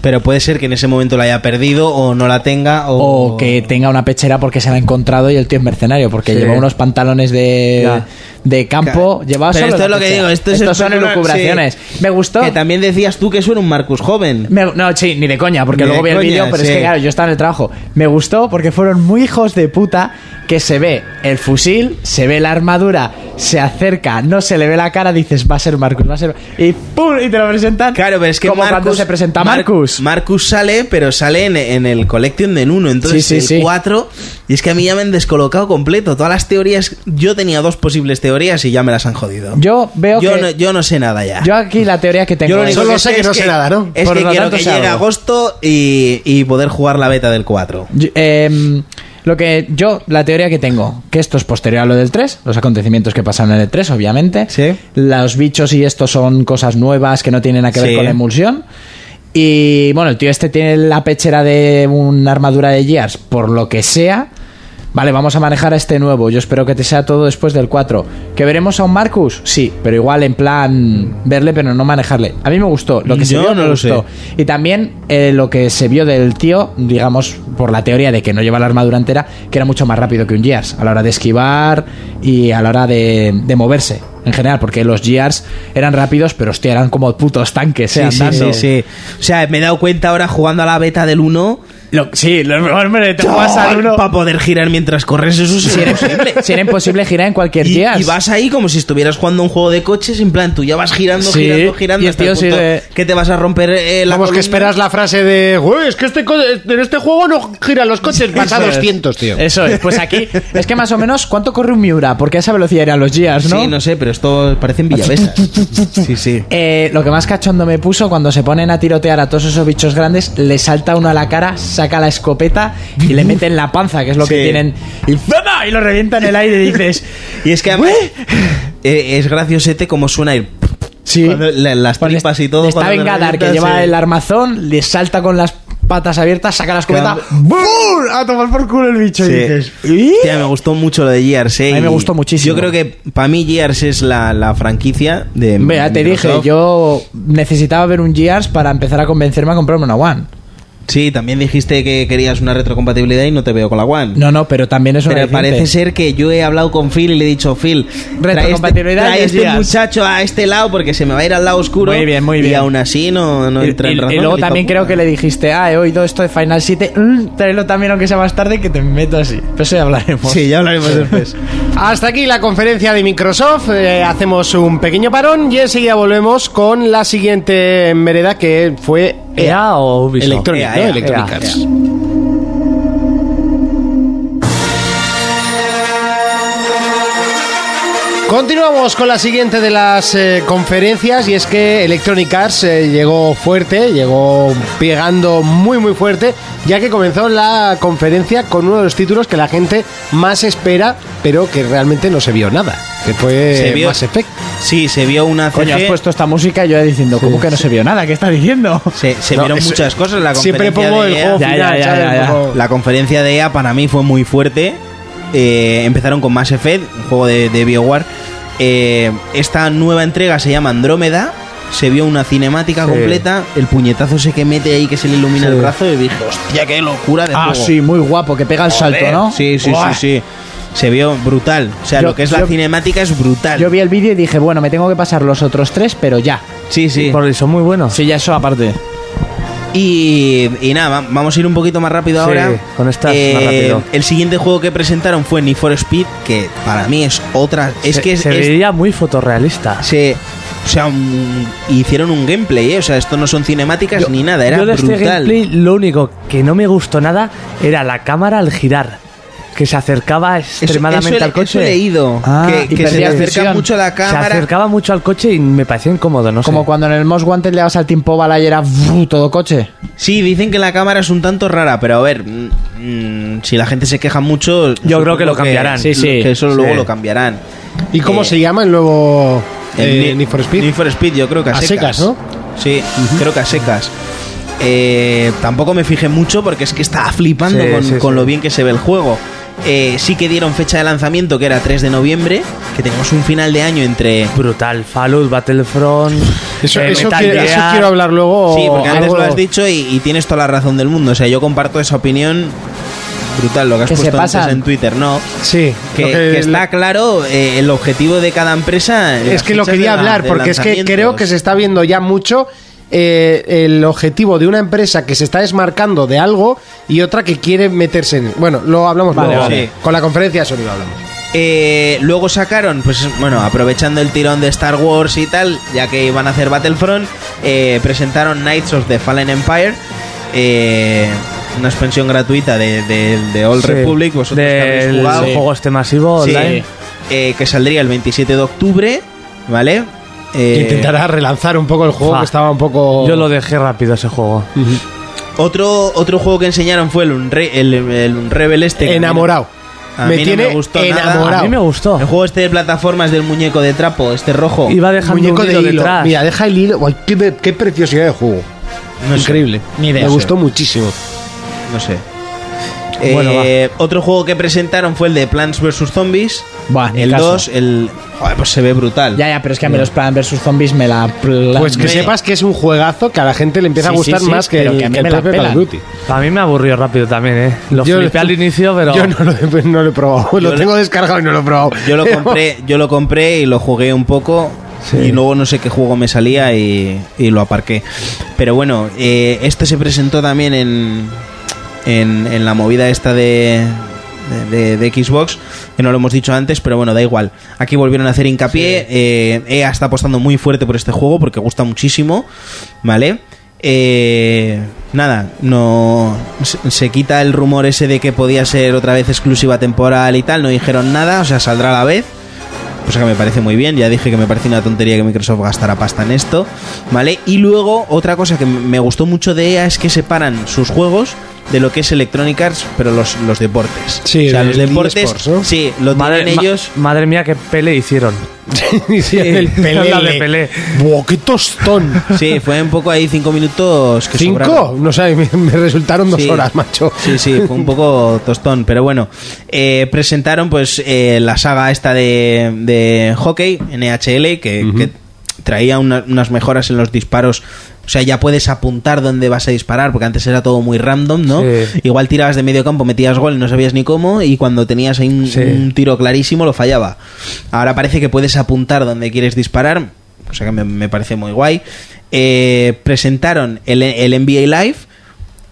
Pero puede ser que en ese momento la haya perdido o no la tenga o,
O que tenga una pechera porque se la ha encontrado y el tío es mercenario, porque
Sí.
lleva unos pantalones de,
Ya.
de campo,
Ca-
llevaba
Pero
solo
esto
la
es lo que
pechera.
digo, esto es
Estos son
espectacular,
elucubraciones.
sí.
Me gustó.
Que también decías tú que eso era un Marcus joven.
Me- no, sí, ni de coña, porque
Ni
luego
de
vi el
coña,
vídeo, pero es
sí.
que claro, yo estaba en el trabajo. Me gustó porque fueron muy hijos de puta que se ve el fusil, se ve la armadura, se acerca, no se le ve la cara, dices, va a ser Marcus, va a ser... Y ¡pum! Y te lo presentan.
Claro, pero es que
Como
Marcus,
cuando se presenta
Mar-
Marcus.
Marcus sale, pero sale en, en el Collection de Nuno. Entonces
Sí, sí,
el
sí.
4. Y es que a mí ya me han descolocado completo. Todas las teorías. Yo tenía dos posibles teorías y ya me las han jodido.
yo veo
Yo
que...
no, yo no sé nada ya.
yo aquí la teoría que tengo
Yo lo
es-
único
Solo sé que
es
no sé nada, ¿no?
Es
Por
que
lo
quiero
tanto,
que
sé
llegue
algo.
agosto y, y poder jugar la beta del 4.
Yo- em, lo que yo, la teoría que tengo, que esto es posterior a lo del 3, los acontecimientos que pasaron en el 3, obviamente.
Sí.
Los bichos y esto son cosas nuevas que no tienen nada que ver
Sí.
con la emulsión. Y bueno, el tío este tiene la pechera de una armadura de Gears, por lo que sea. Vale, vamos a manejar a este nuevo. Yo espero que te sea todo después del 4. ¿Que veremos a un Marcus? Sí, pero igual en plan verle, pero no manejarle. A mí me gustó. Lo que se
Yo
vio
no
me
lo
gustó.
sé.
Y también eh, lo que se vio del tío, digamos, por la teoría de que no lleva la armadura entera, que era mucho más rápido que un Gears a la hora de esquivar y a la hora de, de moverse en general, porque los Gears eran rápidos, pero hostia, eran como putos tanques, eh,
Sí, sí,
andando.
sí, sí. O sea, me he dado cuenta ahora jugando a la beta del 1.
Lo- sí, lo- hombre, te juegas al uno.
Para poder girar mientras corres, eso es
Si era,
imposible.
si era imposible girar en cualquier
Y,
Gears.
y vas ahí como si estuvieras jugando un juego de coches, en plan, tú ya vas girando,
Sí,
girando, girando,
y el
hasta
tío
el punto
sigue-
que te vas a romper eh, la
Vamos, que
columna.
esperas la frase de, güey, es que este co- en este juego no giran los coches, vas a 200, tío.
Eso es, pues aquí es que más o menos cuánto corre un Miura, porque a esa velocidad eran los Gears, ¿no?
Sí, no sé, pero esto parecen villavesas. sí, sí.
Eh, lo que más cachondo me puso cuando se ponen a tirotear a todos esos bichos grandes, le salta uno a la cara, saca la escopeta y le mete en la panza, que es lo que
Sí.
tienen. Y ¡zona! Y lo revienta en el aire y dices.
Y es que además, eh, es graciosete como suena el...
Sí.
Cuando la- las
Cuando
tripas
est-
y todo,
Está
cuando
en
te
Gadar, que
revientas,
lleva
sí.
el armazón, le salta con las patas abiertas, saca la escopeta.
Claro.
¡Bum! A tomar por culo el bicho.
Sí.
Y dices.
Sí, me gustó mucho lo de Gears, eh,
A mí me
y
gustó muchísimo.
Yo creo que para mí Gears es la, la franquicia de.
Vea, te
Microsoft.
dije, yo necesitaba ver un Gears para empezar a convencerme a comprarme una One.
Sí, también dijiste que querías una retrocompatibilidad y no te veo con la One.
No, no, pero también es una
Pero
aliciente.
parece ser que yo he hablado con Phil y le he dicho, Phil, trae este,
Retrocompatibilidad
trae
y
este
Gears.
muchacho a este lado porque se me va a ir al lado oscuro.
Muy bien, muy
Y
bien.
aún así no, no
Y-
entra
y,
en razón.
y luego también creo que le dijiste, ah, he oído esto de Final 7, mm, tráelo también aunque sea más tarde que te meto así. Pero eso ya hablaremos.
Sí, ya hablaremos después.
Eh,
Hasta aquí la conferencia de Microsoft. Eh, hacemos un pequeño parón y enseguida volvemos con la siguiente mereda que fue
ah,
E
¿EA o Ubisoft?
Electronic,
EA,
¿no?
EA,
Electronic
EA.
Arts. Continuamos con la siguiente de las eh, conferencias y es que Electronic Arts eh, llegó fuerte, llegó pegando muy muy fuerte, ya que comenzó la conferencia con uno de los títulos que la gente más espera, pero que realmente no se vio nada. que fue
Se vio-
Mass Effect.
Sí, se vio una
Coño, has
CG,
puesto esta música y yo diciendo, ¿cómo que no se vio nada? ¿Qué está diciendo?
Se, se
No,
vieron
es-
muchas cosas en la
Siempre
conferencia
pongo
de
el
EA.
juego
Ya,
final,
ya, ya,
¿sabes?
ya, ya.
Como-
Ah. La conferencia de EA para mí fue muy fuerte. Eh, empezaron con Mass Effect, un juego de, de BioWare. Eh, esta nueva entrega se llama Andrómeda. Se vio una cinemática
Sí.
completa. El puñetazo ese que mete ahí que se le ilumina el brazo. Y dije, hostia, qué locura de
Ah,
juego".
sí, muy guapo, que pega el salto,
Joder.
¿no?
Sí, sí,
Buah.
sí, sí. Se vio brutal. O sea,
Yo-
lo que es la
yo-
cinemática es brutal.
Yo vi el vídeo y dije, bueno, me tengo que pasar los otros tres, pero ya.
sí, sí.
Por eso muy bueno.
Sí, ya eso aparte.
Y, y nada, va- vamos a ir un poquito más rápido
Sí,
ahora. Eh,
con estas más rápido.
El siguiente juego que presentaron fue Need for Speed, que para mí es otra. Es
Se-
que es-
se
es-
veía muy fotorrealista.
se- o sea, un- hicieron un gameplay, ¿eh? O sea, esto no son cinemáticas ni nada, era
Yo de
brutal.
este gameplay lo único que no me gustó nada era la cámara al girar, que se acercaba
Eso-
extremadamente
eso he-
al coche.
eso he leído.
Ah,
que
y
que se le
perdía
acerca
visión.
mucho la cámara.
Se acercaba mucho al coche y me parecía incómodo, no sé.
Como cuando en el Most Wanted le dabas al Team Pobala y era ¡vuu! todo coche.
Sí, dicen que la cámara es un tanto rara, pero a ver, mm, mm, si la gente se queja mucho.
Yo creo que lo
supongo
cambiarán.
Sí, sí.
Que eso
Sí.
luego lo cambiarán.
¿Y cómo
Eh,
se llama el nuevo
El
eh, Need for Speed?
Need for Speed, yo creo que a,
A secas, ¿no?
Sí, creo que a secas. Eh, tampoco me fijé mucho porque es que estaba flipando
Sí,
con,
sí,
con
sí.
lo bien que se ve el juego. Eh, sí que dieron fecha de lanzamiento que era 3 de noviembre, que tenemos un final de año entre...
Brutal, Fallout, Battlefront.
Eso,
eh,
eso
Metal
quiero, eso
Gear.
quiero hablar luego.
Sí, porque antes
Oh, algo-
lo has dicho y, y tienes toda la razón del mundo. O sea, yo comparto esa opinión brutal, lo que has
Que se
puesto antes
pasan.
en Twitter, ¿no?
Sí,
Que,
lo que-
que está claro eh, el objetivo de cada empresa.
es
las
que lo
fechas
quería
de la-
hablar,
de
porque es que creo que
lanzamientos.
se está viendo ya mucho eh, el objetivo de una empresa que se está desmarcando de algo y otra que quiere meterse en. Bueno, lo hablamos
Vale,
luego.
vale.
Con la conferencia de Sony lo hablamos.
Eh, luego sacaron, pues bueno, aprovechando el tirón de Star Wars y tal, ya que iban a hacer Battlefront, eh, presentaron Knights of the Fallen Empire, eh, una expansión gratuita de, de, de All
Sí,
Republic, vosotros que habéis
del
jugado.
juego este masivo
Sí,
online.
eh, que saldría el 27 de octubre, ¿vale? Eh,
Que intentará relanzar un poco el juego
fa.
que estaba un poco.
Yo lo dejé rápido ese juego.
otro, otro juego que enseñaron fue el, Unre- el, el Unravel este. que a mí no-
enamorado.
a
me
mí no
tiene
me gustó nada.
enamorado.
A mí me gustó.
El juego este de plataformas del muñeco de trapo, este rojo.
Iba dejando
Muñeco
un
de
hilo
hilo.
detrás.
Mira, deja el hilo. Guay, qué, be- qué preciosidad de juego.
No sé,
Increíble.
ni idea.
Me
No sé.
gustó muchísimo.
No sé.
Bueno,
Eh, otro juego que presentaron fue el de Plants vs. Zombies.
Buah, ni
el
caso.
2, el. Joder, pues se ve brutal.
Ya, ya, pero es que a mí los Plan vs Zombies me la. pla-
Pues que
me-
sepas que es un juegazo que a la gente le empieza a
Sí, sí,
gustar
sí,
más que
pero
el,
que a mí
que el
me la
propio Call of
pelan.
Duty.
Para mí me aburrió rápido también, ¿eh? Lo
Yo-
flipé al inicio, pero.
Yo no lo he, pues, no lo he probado. Lo
Yo
tengo descargado y no lo he probado.
Yo lo compré, yo lo compré y lo jugué un poco. Y luego no sé qué juego me salía y, y lo aparqué. Pero bueno, eh, este se presentó también en, en, en la movida esta de, de, de- de Xbox, que no lo hemos dicho antes, pero bueno, da igual. Aquí volvieron a hacer hincapié. eh, EA está apostando muy fuerte por este juego porque gusta muchísimo. ¿Vale? Eh, nada, no se, se quita el rumor ese de que podía ser otra vez exclusiva temporal y tal, no dijeron nada, o sea, saldrá a la vez. Cosa que me parece muy bien, ya dije que me parece una tontería que Microsoft gastara pasta en esto, ¿vale? Y luego, otra cosa que me gustó mucho de EA es que separan sus juegos de lo que es Electronic Arts, pero los, los deportes.
Sí,
o sea,
el-
los
el
deportes,
eSports, ¿no?
sí, lo
Madre,
tienen
ma-
ellos.
madre mía, qué pele hicieron.
el pelele.
La de Pelé.
Buah, qué tostón.
Sí, fue un poco ahí cinco minutos que sobraron.
¿Cinco? No sé, me, me resultaron dos
Sí.
horas, macho.
Sí, sí, fue un poco tostón, pero bueno. Eh, presentaron pues eh, la saga esta de, de hockey, NHL, que, que traía una- unas mejoras en los disparos. O sea, ya puedes apuntar dónde vas a disparar, porque antes era todo muy random, ¿no?
Sí.
Igual tirabas de medio campo, metías gol, no sabías ni cómo, y cuando tenías ahí un,
Sí.
un tiro clarísimo lo fallaba. Ahora parece que puedes apuntar donde quieres disparar, cosa que me, me parece muy guay. Eh, presentaron el, el NBA Live,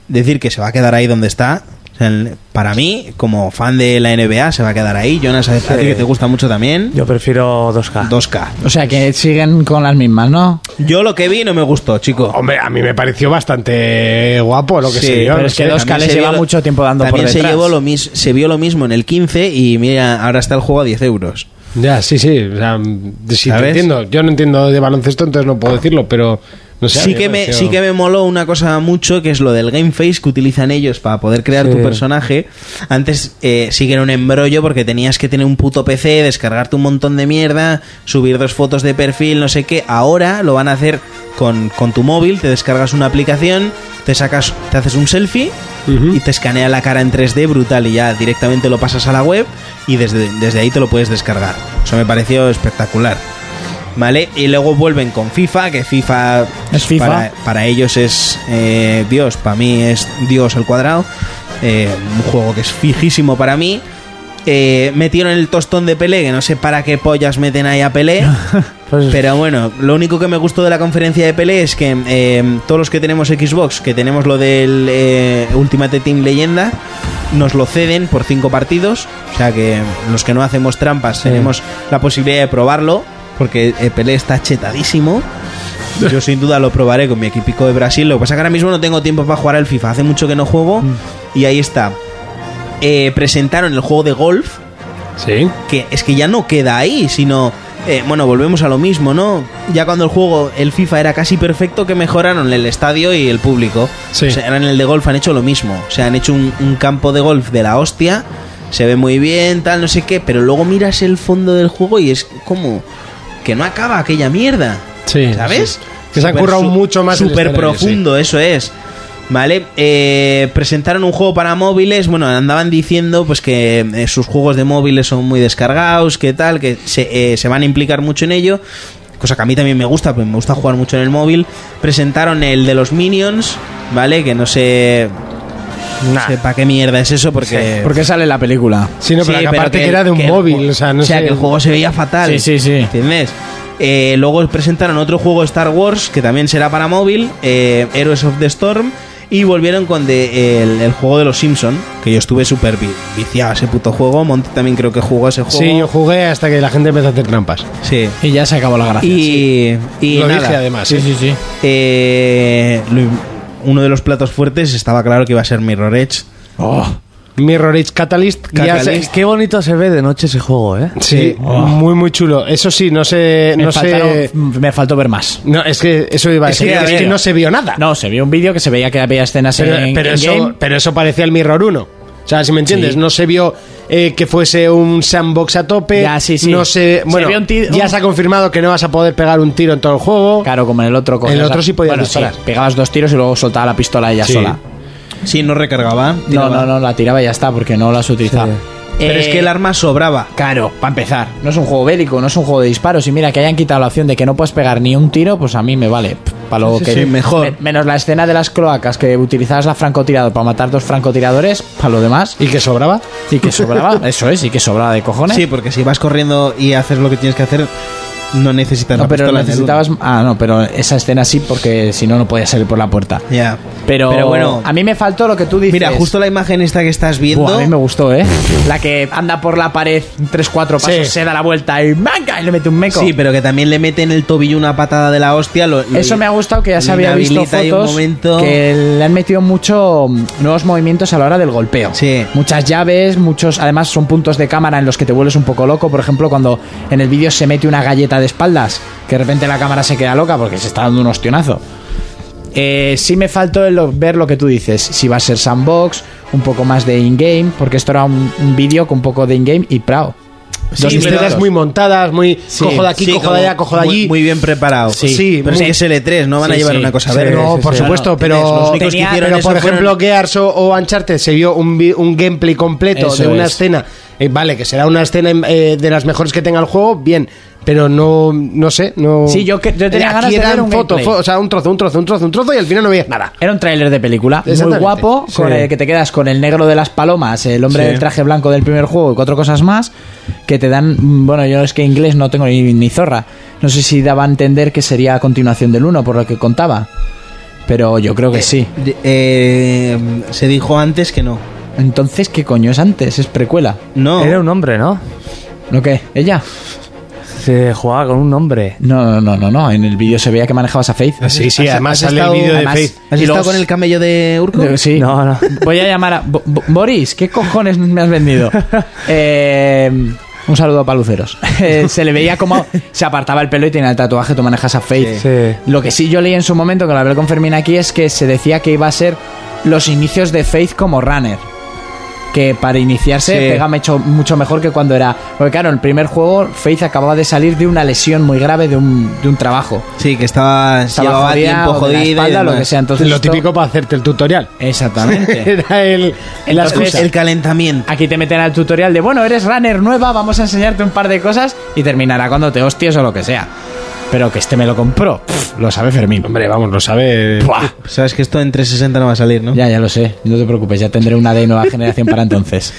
decir que se va a quedar ahí donde está. O sea, el- para mí, como fan de la NBA, se va a quedar ahí. Jonas, a ti que te gusta mucho también.
Yo prefiero 2K.
2K.
O sea, que siguen con las mismas, ¿no?
Yo lo que vi no me gustó, chico.
Hombre, a mí me pareció bastante guapo Ah, lo que
Sí,
se vio.
pero
no
es que
sé.
dos
también
cales
se
lleva
vio lo-
mucho tiempo dando
También
por
se,
detrás.
llevó lo mis- se vio lo mismo en el 15 y mira, ahora está el juego a 10 euros.
Ya, sí, sí. O sea, sí, te
¿Sabes?
entiendo. Yo no entiendo de baloncesto, entonces no puedo decirlo, pero No sé, a
sí,
mí
que me,
pareció-
sí que me moló una cosa mucho, que es lo del game face que utilizan ellos para poder crear
Sí.
tu personaje. Antes eh, sí que era un embrollo porque tenías que tener un puto PC, descargarte un montón de mierda, subir dos fotos de perfil, no sé qué. Ahora lo van a hacer con, con tu móvil, te descargas una aplicación, te sacas, te haces un selfie y te escanea la cara en 3D brutal y ya directamente lo pasas a la web y desde, desde ahí te lo puedes descargar. Eso me pareció espectacular. ¿Vale? Y luego vuelven con FIFA, que FIFA,
Es FIFA.
Para, para ellos es eh, Dios, para mí es Dios al cuadrado. Eh, un juego que es fijísimo para mí. Eh, metieron el tostón de Pelé, que no sé para qué pollas meten ahí a Pelé.
Pues-
pero bueno, lo único que me gustó de la conferencia de Pelé es que eh, todos los que tenemos Xbox, que tenemos lo del eh, Ultimate Team Leyenda, nos lo ceden por cinco partidos. O sea que los que no hacemos trampas tenemos la posibilidad de probarlo, porque eh, Pelé está chetadísimo. Yo sin duda lo probaré con mi equipico de Brasil. Lo que pasa es que ahora mismo no tengo tiempo para jugar al FIFA. Hace mucho que no juego. Y ahí está. Eh, presentaron el juego de golf
Sí.
que es que ya no queda ahí, sino eh, bueno, volvemos a lo mismo, ¿no? Ya cuando el juego, el FIFA era casi perfecto, que mejoraron el estadio y el público.
Sí.
O sea, ahora en el de golf han hecho lo mismo. O sea, han hecho un, un campo de golf de la hostia, se ve muy bien, tal, no sé qué, pero luego miras el fondo del juego y es como que no acaba aquella mierda.
Sí,
¿Sabes?
sí. Que se han
Súper
currado
su-
mucho más el
Súper
escenario, sí.
profundo, eso es. ¿Vale? Eh, presentaron un juego para móviles. Bueno, andaban diciendo pues que eh, sus juegos de móviles son muy descargados, que tal, que se, eh, se van a implicar mucho en ello. Cosa que a mí también me gusta, porque me gusta jugar mucho en el móvil. Presentaron el de los Minions, ¿vale? Que no sé.
Nah.
para qué mierda es eso, porque.
¿Por qué sale la película?
Sí, no, pero
Sí,
que
pero
aparte que
el-
era de un
que el
móvil,
juego-
o sea, no sé.
que el juego se veía fatal.
Sí, sí, sí.
¿Entiendes? Eh, luego presentaron otro juego Star Wars que también será para móvil, eh, Heroes of the Storm. Y volvieron con de- el, el juego de los Simpson, que yo estuve súper vi- viciado a ese puto juego. Monty también creo que jugó a ese juego.
Sí, yo jugué hasta que la gente empezó a hacer trampas.
Sí.
Y ya se acabó la gracia.
Y, y
Lo
nada.
dije además.
Sí,
¿eh?
sí, sí.
Eh, lo- uno de los platos fuertes estaba claro que iba a ser Mirror Edge.
Oh,
Mirror Age Catalyst. que ya se-
Qué bonito se ve de noche ese juego, ¿eh?
Sí,
Oh.
muy, muy chulo. Eso sí, no sé.
me,
No sé.
faltaron- me faltó ver más.
No, es que eso iba a
Es que,
decir.
a
Es que,
ver,
no se vio nada.
No, se vio un vídeo que se veía que había escenas
pero,
en,
pero
en
eso,
game.
pero eso parecía el Mirror 1. O sea, si me entiendes,
Sí.
no se vio eh, que fuese un sandbox a tope.
Ya, sí, sí.
No se.
Se
Bueno,
vio un ti-
ya
un-
se ha confirmado que no vas a poder pegar un tiro en todo el juego.
Claro, como en el otro. cogías
En el otro
la-
sí podías
bueno,
disparar.
pegabas dos tiros y luego soltaba la pistola ella
Sí.
sola.
Sí, no recargaba.
No,
tiraba.
no, no, la tiraba y ya está, porque no la has utilizado.
Pero
Eh,
es que el arma sobraba.
Claro, para empezar. No es un juego bélico, no es un juego de disparos. Y mira, que hayan quitado la opción de que no puedes pegar ni un tiro, pues a mí me vale. Para lo
Sí,
que.
sí, mejor.
me- menos la escena de las cloacas que utilizabas la francotirador para matar dos francotiradores, para lo demás.
¿Y que sobraba?
Y que sobraba, eso es, y que sobraba de cojones.
Sí, porque si vas corriendo y haces lo que tienes que hacer, no necesitas
no,
la
pero
pistola en el
necesitabas. Ah, no, pero esa escena sí, porque si no, no podías salir por la puerta.
uno. Ya.
Pero,
bueno,
a mí me faltó lo que tú dices.
mira, justo la imagen esta que estás viendo.
Buah, a mí me gustó, ¿eh? La que anda por la pared, 3-4
Sí.
pasos, se da la vuelta y ¡manga! Y le mete un meco.
Sí, pero que también le meten el tobillo una patada de la hostia. lo- lo-
Eso me ha gustado que ya se había visto
inhabilita ahí un
fotos
momento.
que le han metido mucho mm, nuevos movimientos a la hora del golpeo.
Sí.
Muchas llaves, muchos. Además, son puntos de cámara en los que te vuelves un poco loco. Por ejemplo, cuando en el vídeo se mete una galleta de espaldas, que de repente la cámara se queda loca porque se está dando un ostionazo. Eh, sí me faltó el lo- ver lo que tú dices, si va a ser sandbox, un poco más de in-game, porque esto era un, un vídeo con un poco de in-game y prao.
Dos
Dos
escenas
minutos.
muy montadas, muy.
Sí.
cojo de aquí,
Sí,
cojo
como
de allá, cojo de
muy-
allí.
Muy, bien preparado.
Sí. Sí,
pero
muy-
es que es L3, no van a
Sí,
llevar
sí.
una cosa
Sí,
verde.
no,
sí,
por
sí.
supuesto,
Claro, tienes- los
pero,
únicos que
tenía-
hicieron
pero
eso
por
fueron-
ejemplo, Gears o, o Uncharted se vio un, vi- un gameplay completo
Eso
de una
es.
escena. Eh, vale, que será una escena eh, de las mejores que tenga el juego, bien, pero no, no sé, no.
Sí, yo que- yo tenía
Aquí
ganas de
eran
ver un
foto,
gameplay.
fo- o sea, un trozo, un trozo, un trozo, un trozo y al final no veías nada.
Era un tráiler de película, muy
Exactamente.
guapo, con
Sí.
el que te quedas con el negro de las palomas, el hombre
Sí.
del traje blanco del primer juego y cuatro cosas más que te dan, mm, bueno, yo es que inglés no tengo ni, ni zorra. No sé si daba a entender que sería a continuación del 1 por lo que contaba. Pero yo creo que sí.
Eh, se dijo antes que no.
Entonces, ¿qué coño es antes? Es precuela.
No.
Era un hombre, ¿no?
¿No qué? ¿Ella?
Se jugaba con un hombre.
No, no, no, no, no. En el vídeo se veía que manejabas a Faith.
Ah, Sí, sí, además
has
sale el
estado-
vídeo de
además-
Faith.
¿Has
y
estado
los-
con el camello de Urco?
Eh, Sí.
No, no.
Voy a llamar a. Bo- Bo- Boris, ¿qué cojones me has vendido? Eh, Un saludo a Paluceros. Eh, se le veía como se apartaba el pelo y tenía el tatuaje, tú manejas a Faith.
Sí.
Lo que sí yo leí en su momento, que lo hablé con Fermín aquí, es que se decía que iba a ser los inicios de Faith como runner. Que para iniciarse
Sí.
pega mecho- mucho mejor que cuando era. Porque claro, en el primer juego Faith acababa de salir de una lesión muy grave de un, de un trabajo.
Sí, que estaba,
Estaba
llevaba
jodida
tiempo
o de la
jodida. y
espalda, lo
demás.
que sea. Entonces
lo
esto-
típico para hacerte el tutorial.
Exactamente.
Era el, la
Entonces,
excusa.
El calentamiento.
Aquí te meten al tutorial de, bueno, eres runner nueva, vamos a enseñarte un par de cosas y terminará cuando te hostias o lo que sea. Pero que este me lo compró, pff, lo sabe Fermín.
Hombre, vamos, lo sabe.
Buah.
Sabes que esto en 360 no va a salir, ¿no?
Ah. Ya, ya lo sé, no te preocupes, ya tendré una de nueva generación para entonces.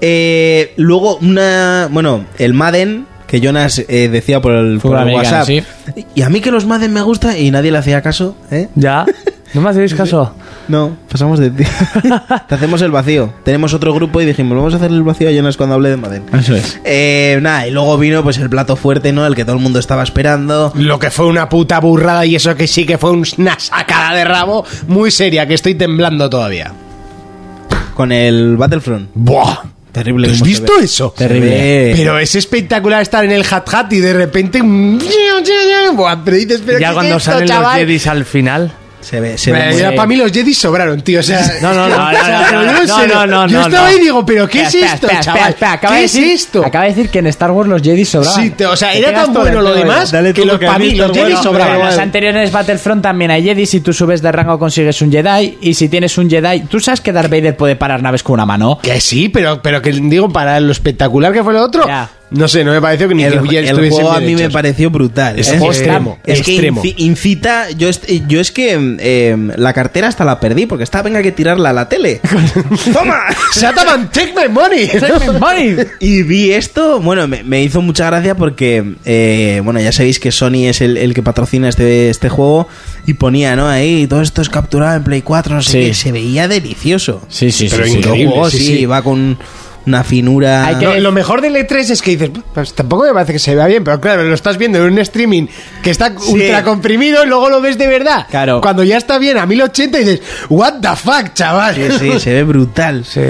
Eh, luego una... Bueno, el Madden, que Jonas eh, decía por el, por
Fútbol
el
americano,
WhatsApp.
sí.
Y a mí que los Madden me gusta y nadie le hacía caso, ¿eh?
¿Ya? ¿No me hacéis caso?
No, pasamos de ti. Te hacemos el vacío. Tenemos otro grupo y dijimos, vamos a hacerle el vacío a Jonas cuando hable de Madden.
Eso es.
Eh, nada, y luego vino pues el plato fuerte, ¿no? El que todo el mundo estaba esperando.
Lo que fue una puta burrada y eso que sí que fue una sacada de rabo muy seria, que estoy temblando todavía.
Con el Battlefront.
¡Buah!
Terrible.
¿Tú has
cómo se
visto
ve.
eso?
Se
Terrible.
ve.
Pero es espectacular estar en el hat hat y de repente un... Buah, pero dices, pero ¿qué
ya
es
cuando
esto,
salen los
chaval?
Jedi al final.
Se ve, se ve muy bien.
para mí los Jedi sobraron, tío. O sea,
No, no, no, no,
o sea, te
no,
lo digo en
no,
serio.
no, no,
Yo
no,
estaba
no.
ahí y digo, pero ¿qué es
Espera,
esto,
espera,
chaval?
espera, espera, acaba
¿Qué
de
es
decir-
esto?
Acaba de decir que en Star Wars los Jedi sobraban.
Sí, te- o sea,
Te
era
pegas
tan
todo el
bueno lo
pelo de-
demás
Dale tú
que
lo
los
que a
para
mí
mí
Star
los
Wars
Jedi
no me
Pero
sobraban.
da
en
igual.
los anteriores Battlefront también hay Jedi. Si tú subes de rango consigues un Jedi. Y si tienes un Jedi, tú sabes que Darth Vader puede parar naves con una mano.
Que sí, pero, pero que digo, para lo espectacular que fue lo otro,
Ya.
no sé, no me pareció que ni
El,
que hubiera-
el
estuviesen
juego a
bien
mí me
hechos.
pareció brutal.
Es
¿eh?
que-
extremo,
Es que
extremo.
inci- incita. Yo es, yo es que eh, la cartera hasta la perdí porque estaba, venga, que tirarla a la tele. ¡Toma!
Shut up and take my money.
Y vi esto, bueno, me, me hizo mucha gracia porque, eh, bueno, ya sabéis que Sony es el, el que patrocina este, este juego y ponía, ¿no? Ahí, todo esto es capturado en Play 4, no sé
Sí.
qué, se veía delicioso.
Sí, sí,
Pero
sí, sí.
El
increíble,
juego
sí,
sí,
sí.
va con una finura...
Hay que-
Lo, lo mejor del E3 es que dices, pues tampoco me parece que se vea bien, pero claro, lo estás viendo en un streaming que está ultra comprimido y luego lo ves de verdad.
Claro.
Cuando ya está bien a 1080 dices, what the fuck, chaval.
Sí, sí, se ve brutal.
Sí.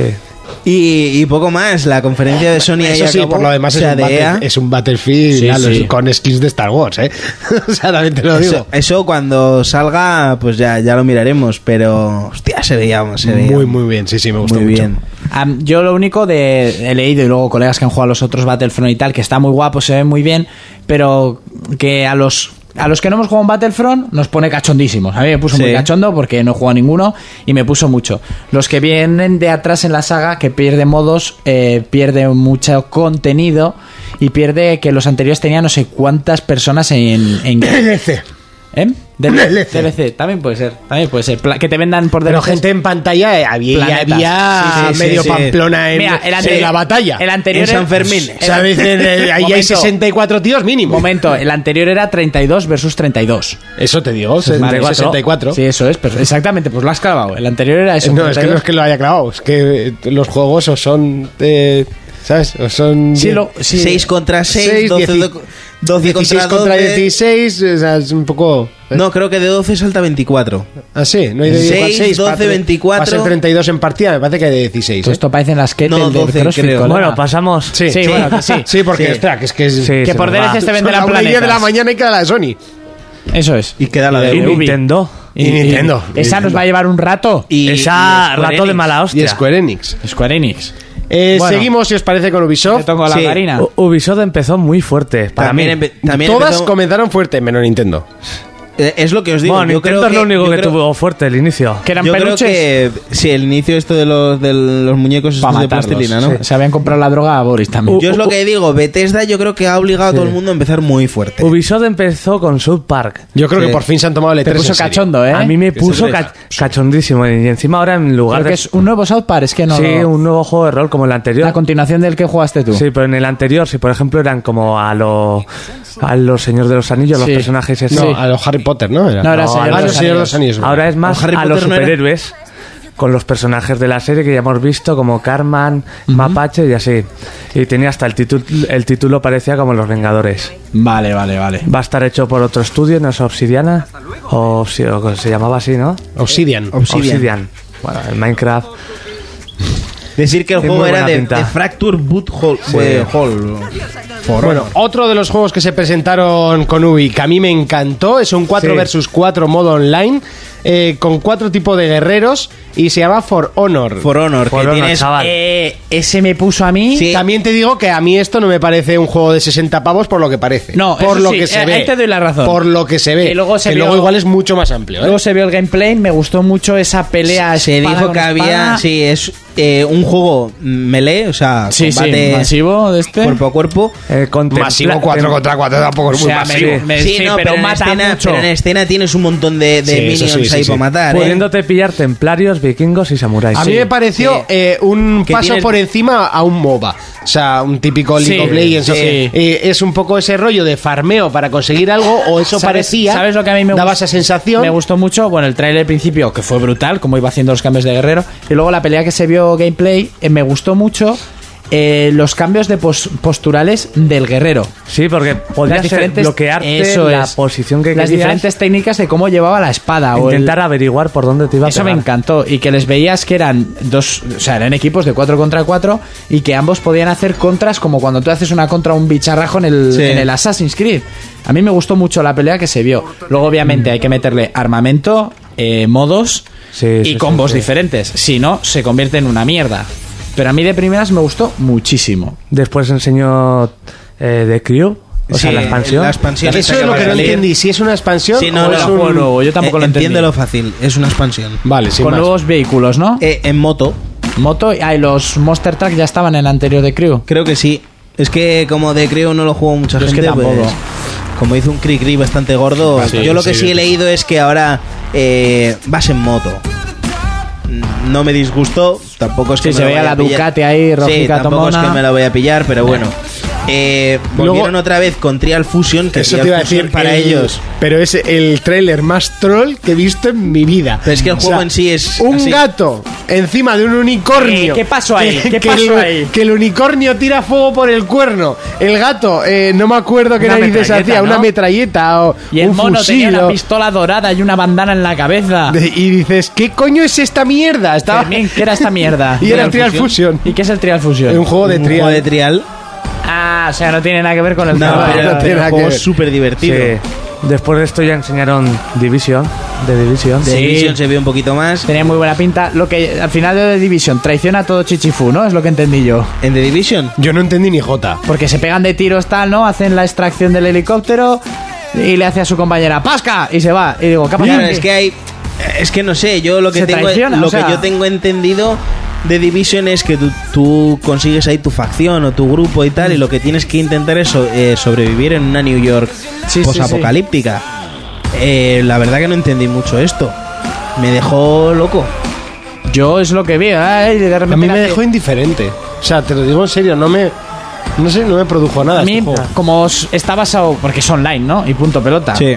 Y, y poco más, la conferencia de Sony ahí
Eso sí,
acabó,
por lo demás
o
es
sea,
un,
de EA.
battle- es un Battlefield
Sí,
a los-
sí.
con skins de Star Wars, ¿eh? o sea, también te lo digo.
Eso, eso cuando salga, pues ya, ya lo miraremos, pero... Hostia, se veía, se veía
muy, muy bien, sí, sí, me gustó
E muy
mucho.
bien.
Am, yo lo único de he leído y luego colegas que han jugado a los otros Battlefront y tal, que está muy guapo, se ve muy bien, pero que a los a los que no hemos jugado en Battlefront nos pone cachondísimos. A mí me puso
Sí.
muy cachondo porque no he jugado ninguno y me puso mucho. Los que vienen de atrás en la saga, que pierde modos, eh, pierde mucho contenido y pierde que los anteriores tenían no sé cuántas personas en... en
DLC.
¿Eh?
DLC.
DLC, también puede ser, también puede ser. Pla- Que te vendan por
Pero
DLC.
gente en pantalla eh, había,
Planetas.
había
Sí, sí, sí,
medio
sí.
Pamplona en,
Mira, el
en
anterior-
la batalla.
El anterior
En San
era-
Fermín.
o sea, dicen, eh, ahí hay
Momento.
64 tíos mínimo.
Momento, el anterior era 32 versus 32.
Eso te digo,
64.
64.
Sí, eso es, pero exactamente, pues lo has clavado. El anterior era eso.
No, es que no
32.
es que lo haya clavado, es que eh, los juegos o son, eh, ¿sabes? O son
Sí, lo- sí.
6 contra 6,
Seis,
12,
dieci-
do- 12
16 contra 16, o sea, es un poco...
No, creo que de 12 salta 24.
Ah, sí, no hay de
Seis,
16,
12,
va a tre-
24.
Va a ser 32 en partida, me parece que hay de 16.
Todo
¿eh?
esto parecen las que
No,
del
12
CrossFit,
creo.
colega.
Bueno,
pues,
pasamos.
Sí,
Pues sí, bueno, que sí.
Sí, porque,
Sí.
ostras, que es que...
Sí,
que
se
por
nos va.
DLCs te
Son
venderán
las una y diez
planetas.
de la mañana y queda la de Sony.
Eso es.
Y queda la
Y
de
Ubi.
Nintendo.
Y Nintendo.
Esa nos va a llevar un rato.
Y-
Esa
y Square
rato de
Enix.
mala
Y
hostia.
Square Enix.
Square Enix.
Eh,
Bueno.
seguimos, si os parece, con
Te
Ubisoft.
toco la
Sí.
marina.
Oh.
U- Ubisoft empezó muy fuerte para
También,
mí.
empe- también
Todas
empezó-
comenzaron fuerte, menos Nintendo.
Eh, Es lo que os digo.
Bueno,
yo creo
Nintendo es lo
que-
único
yo
que
creo-
tuvo fuerte el inicio.
Que eran
yo creo
peluches.
que eh, sí, el inicio esto de los, de los muñecos estos
Para
de
matarlos.
plastilina, ¿no?
Sí. Se habían comprado la droga a Boris también.
Yo es lo que digo, Bethesda yo creo que ha obligado a todo el mundo a empezar muy fuerte.
Ubisoft empezó con South Park.
Yo creo
Sí.
que por fin se han tomado el E3
Te puso
en serio.
cachondo, ¿eh?
A mí me
Que
puso
sorpresa.
ca- cachondísimo. Y encima ahora en lugar
Creo
de...
que es un nuevo South Park, es que no.
Pues sí,
lo-
un nuevo juego de rol como el anterior.
La continuación del que jugaste tú.
Sí, pero en el anterior, si por ejemplo eran como a los a los Señor de los Anillos, los
Sí.
personajes esos.
No, a los Harry Potter, ¿no? Era.
No, era
Ah,
Señor
no,
de los
Señor de los Anillos.
Ahora es más
¿O Harry
a los
Potter no era?
superhéroes con los personajes de la serie que ya hemos visto, como Carman, Mapache y así. Y tenía hasta el título, el título parecía como Los Vengadores.
Vale, vale, vale.
Va a estar hecho por otro estudio, no es Obsidiana, o, Obsi- o se llamaba así, ¿no?
Obsidian.
Obsidian.
Obsidian. Bueno, el Minecraft.
Decir que el
Es
juego
muy
era
buena
de,
pinta.
de Fracture Boot Hall. eh, Hall.
Bueno, otro de los juegos que se presentaron con Ubi que a mí me encantó es un 4
Sí.
versus 4 modo online eh, con cuatro tipos de guerreros y se llama For Honor.
For Honor,
For
que
Honor,
tienes
chaval.
Eh, ese me puso a mí.
Sí.
También te digo que a mí esto no me parece un juego de 60 pavos por lo que parece.
No,
por
eso
lo
sí,
que se
eh,
ve.
ahí te doy la razón.
Por lo que se ve.
Que luego se
que
vio-
luego igual es mucho más amplio. ¿eh?
Luego se vio el gameplay, me gustó mucho esa pelea.
se
espada
dijo
con
que había
espada.
sí es eh, un juego melee o sea
Sí, sí,
combate
masivo de este.
cuerpo a cuerpo
Eh, contempla-
Masivo 4
tem-
contra 4 tampoco es
O
muy
sea,
masivo.
me- me- sí, pero,
en
mata
escena,
mucho.
pero en escena tienes un montón de, de
Sí,
minions
eso sí, sí,
ahí
sí.
para matar ¿eh?
Pudiéndote pillar templarios, vikingos y samuráis.
A mí me pareció
Sí.
eh, un
Que
paso
tienes-
por encima a un MOBA. O sea, un típico League
Sí,
of Legends. o
sí.
que, eh, es un poco ese rollo de farmeo para conseguir algo, o eso
¿Sabes-
parecía.
¿Sabes lo que a mí me
Daba
gustó?
esa sensación.
Me gustó mucho, bueno, el trailer al principio, que fue brutal, como iba haciendo los cambios de guerrero. Y luego la pelea que se vio gameplay, eh, me gustó mucho eh, los cambios de pos- posturales del guerrero.
Sí, porque podías
Las
ser
diferentes,
bloquearte
eso
la
es.
posición que
Las
querías. e
diferentes técnicas de cómo llevaba la espada. o el-
Intentar averiguar por dónde te iba a
Eso me
pegar.
encantó. Y que les veías que eran dos. O sea, eran equipos de 4 contra 4. Y que ambos podían hacer contras como cuando tú haces una contra a un bicharrajo en el,
Sí.
en el Assassin's Creed. A mí me gustó mucho la pelea que se vio. Luego, obviamente, hay que meterle armamento, eh, modos
Sí,
y
sí, sí,
combos
sí.
diferentes. Si no, se convierte en una mierda. Pero a mí de primeras me gustó muchísimo.
Después enseñó eh, The Crew, o sea,
Sí,
la expansión.
la expansión
Eso
esa
es lo
va a
que no
salir.
entendí. Si es una expansión
Sí, no,
o
no,
es
no,
un.
nuevo, yo tampoco lo
Eh,
entendí.
entiéndelo fácil es una expansión
Vale, sin
Con
más.
nuevos vehículos, ¿no?
Eh, en moto
Moto. Ah, y los Monster Truck ya estaban en el anterior de Crew.
creo que sí es que como de creo no lo jugó mucha
Yo es que
gente pues,
tampoco.
como hizo un cri cri bastante gordo
Bastante,
yo lo que
sí.
sí he leído es que ahora eh, vas en moto no me disgustó, tampoco es que me
Sí, se
lo
veía
vaya
la
a pillar.
Ducati ahí,
Sí,
rojita,
tampoco es
tomona.
que me la voy a pillar, pero bueno. Eh, volvieron
Luego-
otra vez con Trial Fusion, que
Eso
Trial
te iba a
Fusion
decir
para
el-
ellos.
Pero es el tráiler más troll que he visto en mi vida.
Pero es que el juego en sí es
Un
así.
gato encima de un unicornio.
Eh, ¿qué pasó ahí? ¿Qué
que
pasó
el,
ahí?
Que el unicornio tira fuego por el cuerno. El gato, eh, no me acuerdo qué
Una
narices
metralleta,
hacía, una
¿no?
metralleta o
Y el
un
mono
fusil.
tenía una
o-
pistola dorada y una bandana en la cabeza.
de- y dices, ¿qué coño es esta mierda? Estaba-
Fermín, ¿qué era esta mierda?
y era
Trial
Trial Fusion.
¿Y qué es el Trial Fusion?
Eh, Un juego de
Un juego de
trial.
trial.
Ah, o sea, no tiene nada que ver con el
No,
trabajo.
pero,
no tiene
pero
nada
el
que
juego
ver.
es súper
Sí.
divertido.
Después de esto ya enseñaron Division, de Division.
The Division se vio un poquito más.
Tenía muy buena pinta. Lo que al final de The Division traiciona a todo Chichifú, ¿no? Es lo que entendí yo.
En The Division.
Yo no entendí ni Jota.
Porque se pegan de tiros tal, ¿no? Hacen la extracción del helicóptero y le hace a su compañera ¡Pasca! Y se va. Y digo, ¿qué ha pasado
Claro,
aquí?
es que hay. Es que no sé, yo lo que
Se
tengo.
traiciona,
lo
o sea.
que yo tengo entendido de Division es que tú, tú consigues ahí tu facción o tu grupo y tal, y lo que tienes que intentar es so- eh, sobrevivir en una New York
Sí, sí,
posapocalíptica. Eh, la verdad que no entendí mucho esto. Me dejó loco.
Yo es lo que vi. ay, de repente
A mí me
hace-
dejó indiferente. O sea, te lo digo en serio, no me. No sé, no me produjo nada.
A mí,
este juego.
como os- está basado... Porque es online, ¿no? Y punto pelota.
Sí.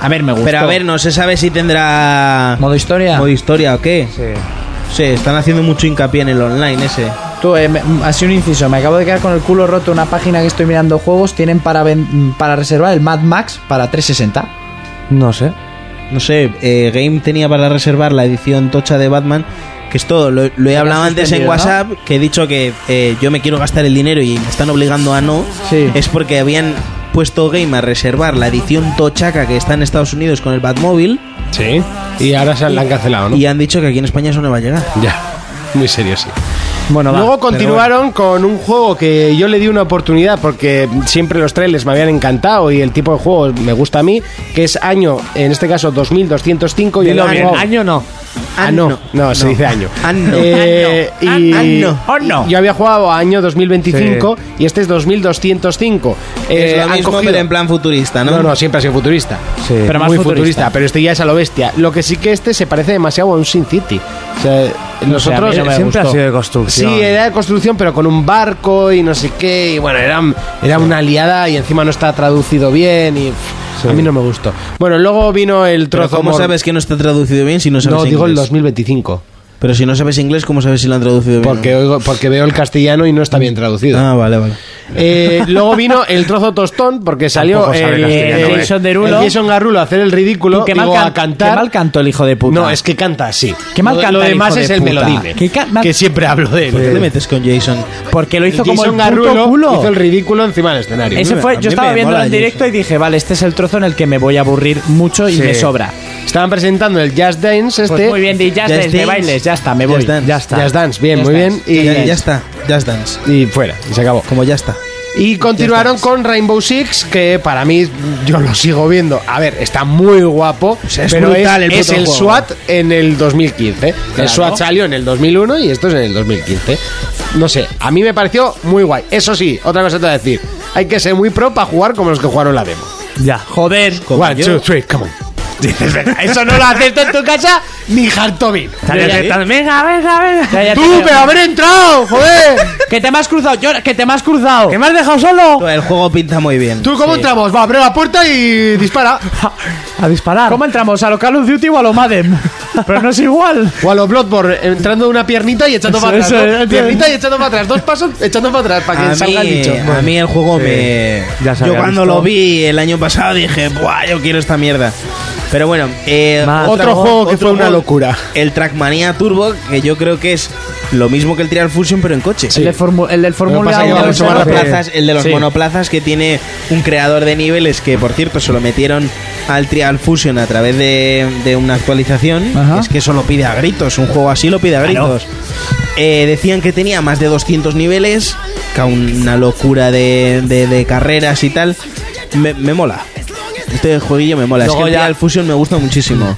A ver, me gustó.
Pero a ver, no se sabe si tendrá
¿Modo historia?
modo historia o qué.
Sí.
Sí, están haciendo mucho hincapié en el online ese.
Tú, eh, me- así un inciso, me acabo de quedar con el culo roto una página que estoy mirando juegos, tienen para, ven- mm, para reservar el Mad Max para 360.
No sé.
No sé, eh, Game tenía para reservar la edición tocha de Batman. Que esto lo, lo he hablado antes en
suspendido,
WhatsApp, que he dicho que eh, yo me quiero gastar el dinero y me están obligando a no.
Sí.
Es porque habían puesto Game a reservar la edición tochaca que está en Estados Unidos con el Batmóvil
Sí. Y ahora se la han cancelado, ¿no?
y han dicho que aquí en España eso no va a llegar.
Ya. Muy serio, sí.
Bueno, va.
Luego continuaron con un juego que yo le di una oportunidad porque siempre los trailers me habían encantado y el tipo de juego me gusta a mí, que es año, en este caso 2205 y el
Dilo bien.
año-
Año no.
Ah, no, no, se dice año.
Ano.
Eh,
Ano.
y-
Ano.
Ano.
Yo había jugado a año 2025 y este es 2205. Eh,
es lo
han
mismo,
cogido-
pero en plan futurista, ¿no?
Ah, No, no, siempre ha sido futurista.
Sí.
Pero más
¿Mm? Muy
futurista.
futurista. pero este ya es a lo bestia. Lo que sí que este se parece demasiado a un Sin City. O sea, nosotros
no me
Siempre
gustó.
ha sido de construcción.
Sí, era de construcción, pero con un barco y no sé qué. Y bueno, era, era una liada y encima no está traducido bien. Y pff,
Sí.
a mí no me gustó. Bueno, luego vino el
Pero
trozo.
¿Cómo
mor-
sabes que no está traducido bien si no sabes
No, digo el
inglés?
2025.
Pero si no sabes inglés, ¿cómo sabes si lo han traducido bien?
Porque, oigo- porque veo el castellano y no está bien traducido.
Ah, vale, vale.
Eh, luego vino el trozo tostón porque salió
Tampoco sabe
el, el
castellano, eh.
Jason Derulo. El Jason Garulo a hacer el ridículo,
Tú, qué
digo,
mal can-
a cantar.
qué mal cantó el hijo de puta.
No, es que canta así.
Qué mal
lo,
canta
lo
el
demás
hijo de
es el
puta.
melodine.
Qué ca- mal-
Que siempre hablo de
¿Por qué te
él.
metes con Jason?
Porque lo hizo como el
Jason
puto
Garulo
culo.
hizo el ridículo encima del escenario.
Ese
me- a
fue,
mí
yo estaba
me
viéndolo
mola
en
Jason.
directo y dije, vale, este es el trozo en el que me voy a aburrir mucho y
Sí.
me sobra.
Estaban presentando el Jazz Dance este.
Pues muy bien, di Este ya
Just
de
Dance.
bailes, ya está, me
Just
voy.
Dance.
Ya está.
Jazz Dance, bien,
Just
muy
Dance.
bien. Y,
ya, ya está, Just Dance.
y fuera, y se acabó.
Como ya está.
Y continuaron con Rainbow Six, que para mí yo lo sigo viendo. A ver, está muy guapo,
es
pero
brutal
es
el
el, es
puto
el
juego.
SWAT en el 2015. El
Claro.
SWAT salió en el 2001 y esto es en el 2015. No sé, a mí me pareció muy guay. Eso sí, otra cosa te voy a decir. Hay que ser muy pro para jugar como los que jugaron la demo.
Ya.
Joder.
One, two, three, come on. Dices, "Venga, eso no lo haces tú en tu casa ni Hartobin.
Dale,
Ya-
dale, venga, venga, venga.
Ya, ya te
¡Tú,
veo.
pero haber entrado! ¡Joder!
Que te me has cruzado, yo, que te me has cruzado.
¿Que me has dejado solo?
El juego pinta muy bien.
¿Tú cómo entramos? Va, abre la puerta y dispara.
A disparar.
¿Cómo entramos? ¿A lo Call of Duty o a lo Madden? Pero no es igual.
O a los Bloodborne, entrando de una piernita y echando
Eso,
para atrás.
eso,
¿no?
eso.
Piernita y echando para atrás. Dos pasos echando para atrás para que
A
salga el
mí,
bicho.
a mí el juego me...
Ya se
Yo
había
cuando
visto.
lo vi el año pasado dije, ¡buah, yo quiero esta mierda! Pero bueno, eh,
Más.
Otro juego que fue una locura.
El Trackmania Turbo, que yo creo que es lo mismo que el Trial Fusion, pero en coche.
El, de Formu- el del Fórmula
pasa que
1.
va
El de
mucho
los
más rápido.
monoplazas, el de los
Sí.
monoplazas que tiene un creador de niveles que, por cierto, se lo metieron al Trial Fusion a través de, de una actualización.
Ajá.
Es que eso lo pide a gritos, un juego así lo pide a gritos. Eh, decían que tenía más de 200 niveles, que aún una locura de, de- de carreras y tal. Me, me mola. Este jueguillo me mola. es
Luego
que el
ya-
Trial Fusion me gusta muchísimo.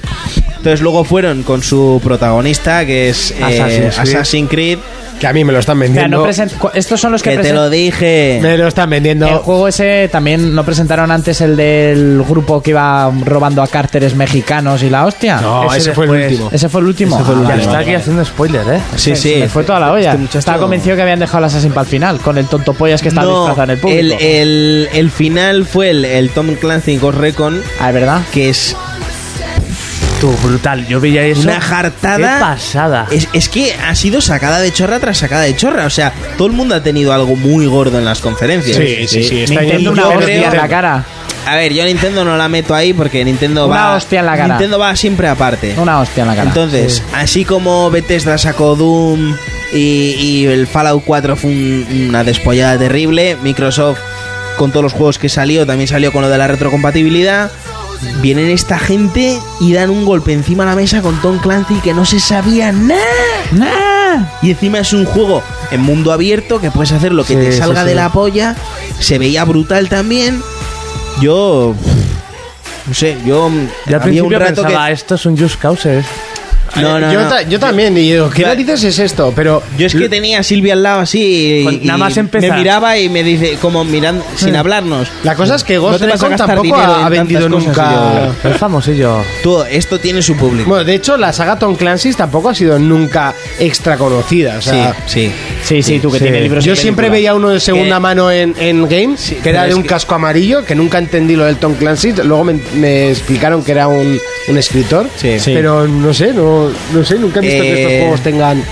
Entonces luego fueron con su protagonista, que es eh,
Assassin's Creed.
Assassin's Creed.
Que a mí me lo están
O sea,
vendiendo.
no present- cu- Estos son los que
Que te
presentan.
lo dije.
me lo están
El
vendiendo.
juego ese también no presentaron antes el del grupo que iba robando a cárteres mexicanos y la hostia.
No, ese,
ese
fue el
después.
último.
Ese fue el último. Ah,
Ya
vale,
está
vale.
aquí haciendo spoiler, ¿eh?
Sí,
Se-
sí.
se me fue toda la olla.
Este muchacho-
Estaba convencido que habían dejado el Assassin para el final, con el tonto pollas que estaba
No,
disfrazado en el público.
el, eh, el- el final fue el, el Tom Clancy Ghost Recon,
Ah, ¿es verdad?
que es
Tú, brutal. Yo veía eso.
una jartada.
Qué pasada.
Es, es que ha sido sacada de chorra tras sacada de chorra. O sea, todo el mundo ha tenido algo muy gordo en las conferencias.
Sí, sí, sí. Está
Nintendo
yendo
una
yo
hostia
creo-
en la cara.
A ver, yo a Nintendo no la meto ahí porque Nintendo
Una
va.
hostia en la cara.
Nintendo va siempre aparte.
Una hostia en la cara.
Entonces, así como Bethesda sacó Doom y, y el Fallout 4 fue un- una despollada terrible, Microsoft con todos los juegos que salió también salió con lo de la retrocompatibilidad. Vienen esta gente y dan un golpe encima de la mesa con Tom Clancy que no se sabía nada.
¡Nah!
Y encima es un juego en mundo abierto que puedes hacer lo que
Sí,
te
sí,
salga
sí.
de la polla. Se veía brutal también. Yo. No sé,
Yo
yo.
al
había un
principio
rato
pensaba, eh,
que.
esto es un Just Cause.
No, no,
yo,
no.
ta- yo también, y digo, ¿qué
Claro.
narices es esto? Pero
Yo es que tenía a Silvia al lado así. y-
Con- nada
y
más empezar.
Me miraba y me dice, como mirando, sin hablarnos.
la cosa es que
No
Ghost
te vas a
Recon
gastar
tampoco
dinero en
ha, ha vendido
tantas cosas,
nunca.
tío.
Es famosillo.
Todo esto tiene su público.
Bueno, de hecho, la saga Tom Clancy's tampoco ha sido nunca extra conocida. O sea,
sí, sí.
Sí, sí, tú que tienes libros.
Yo
y
siempre
películas.
veía uno de segunda
Que-
mano en, en Games,
Sí,
que era
pero
de
es
un
que-
casco amarillo, que nunca entendí lo del Tom Clancy. Luego me, me explicaron que era un, un escritor.
Sí. Sí.
Pero no sé, no, no sé, nunca he visto que
Eh,
estos juegos tengan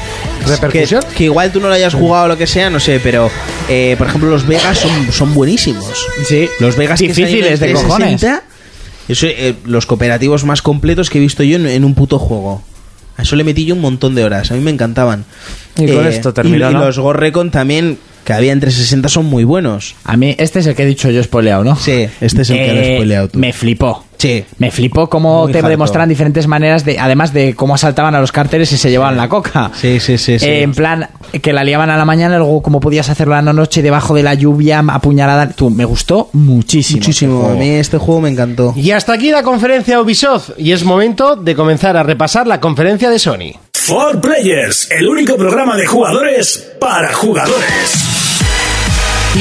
repercusión.
Que, que igual tú no lo hayas jugado o lo que sea, no sé, pero eh, por ejemplo, los Vegas son, son buenísimos.
Sí.
Los Vegas que salieron en
Difíciles de cojones.
360, eso, eh, los cooperativos más completos que he visto yo en, en un puto juego. A eso le metí yo un montón de horas. A mí me encantaban. Eh,
Y con esto terminó,
y- y
¿no?
los Ghost Recon también, que había entre 60, son muy buenos.
A mí, este es el que he dicho yo spoileado, ¿no? Eh,
Sí, este es el que lo
Eh,
he spoileado tú.
Me flipó.
Sí.
Me flipó cómo
Muy
te
hardcore.
demostraban diferentes maneras, de, además de cómo asaltaban a los cárteles y se llevaban la coca.
Sí, sí, sí, sí.
Eh, en plan, que la liaban a la mañana, luego como podías hacerlo a la noche debajo de la lluvia, apuñalada. Tú, me gustó muchísimo.
Muchísimo. A mí este juego me encantó.
Y hasta aquí la conferencia Ubisoft. Y es momento de comenzar a repasar la conferencia de Sony.
For Players, el único programa de jugadores para jugadores.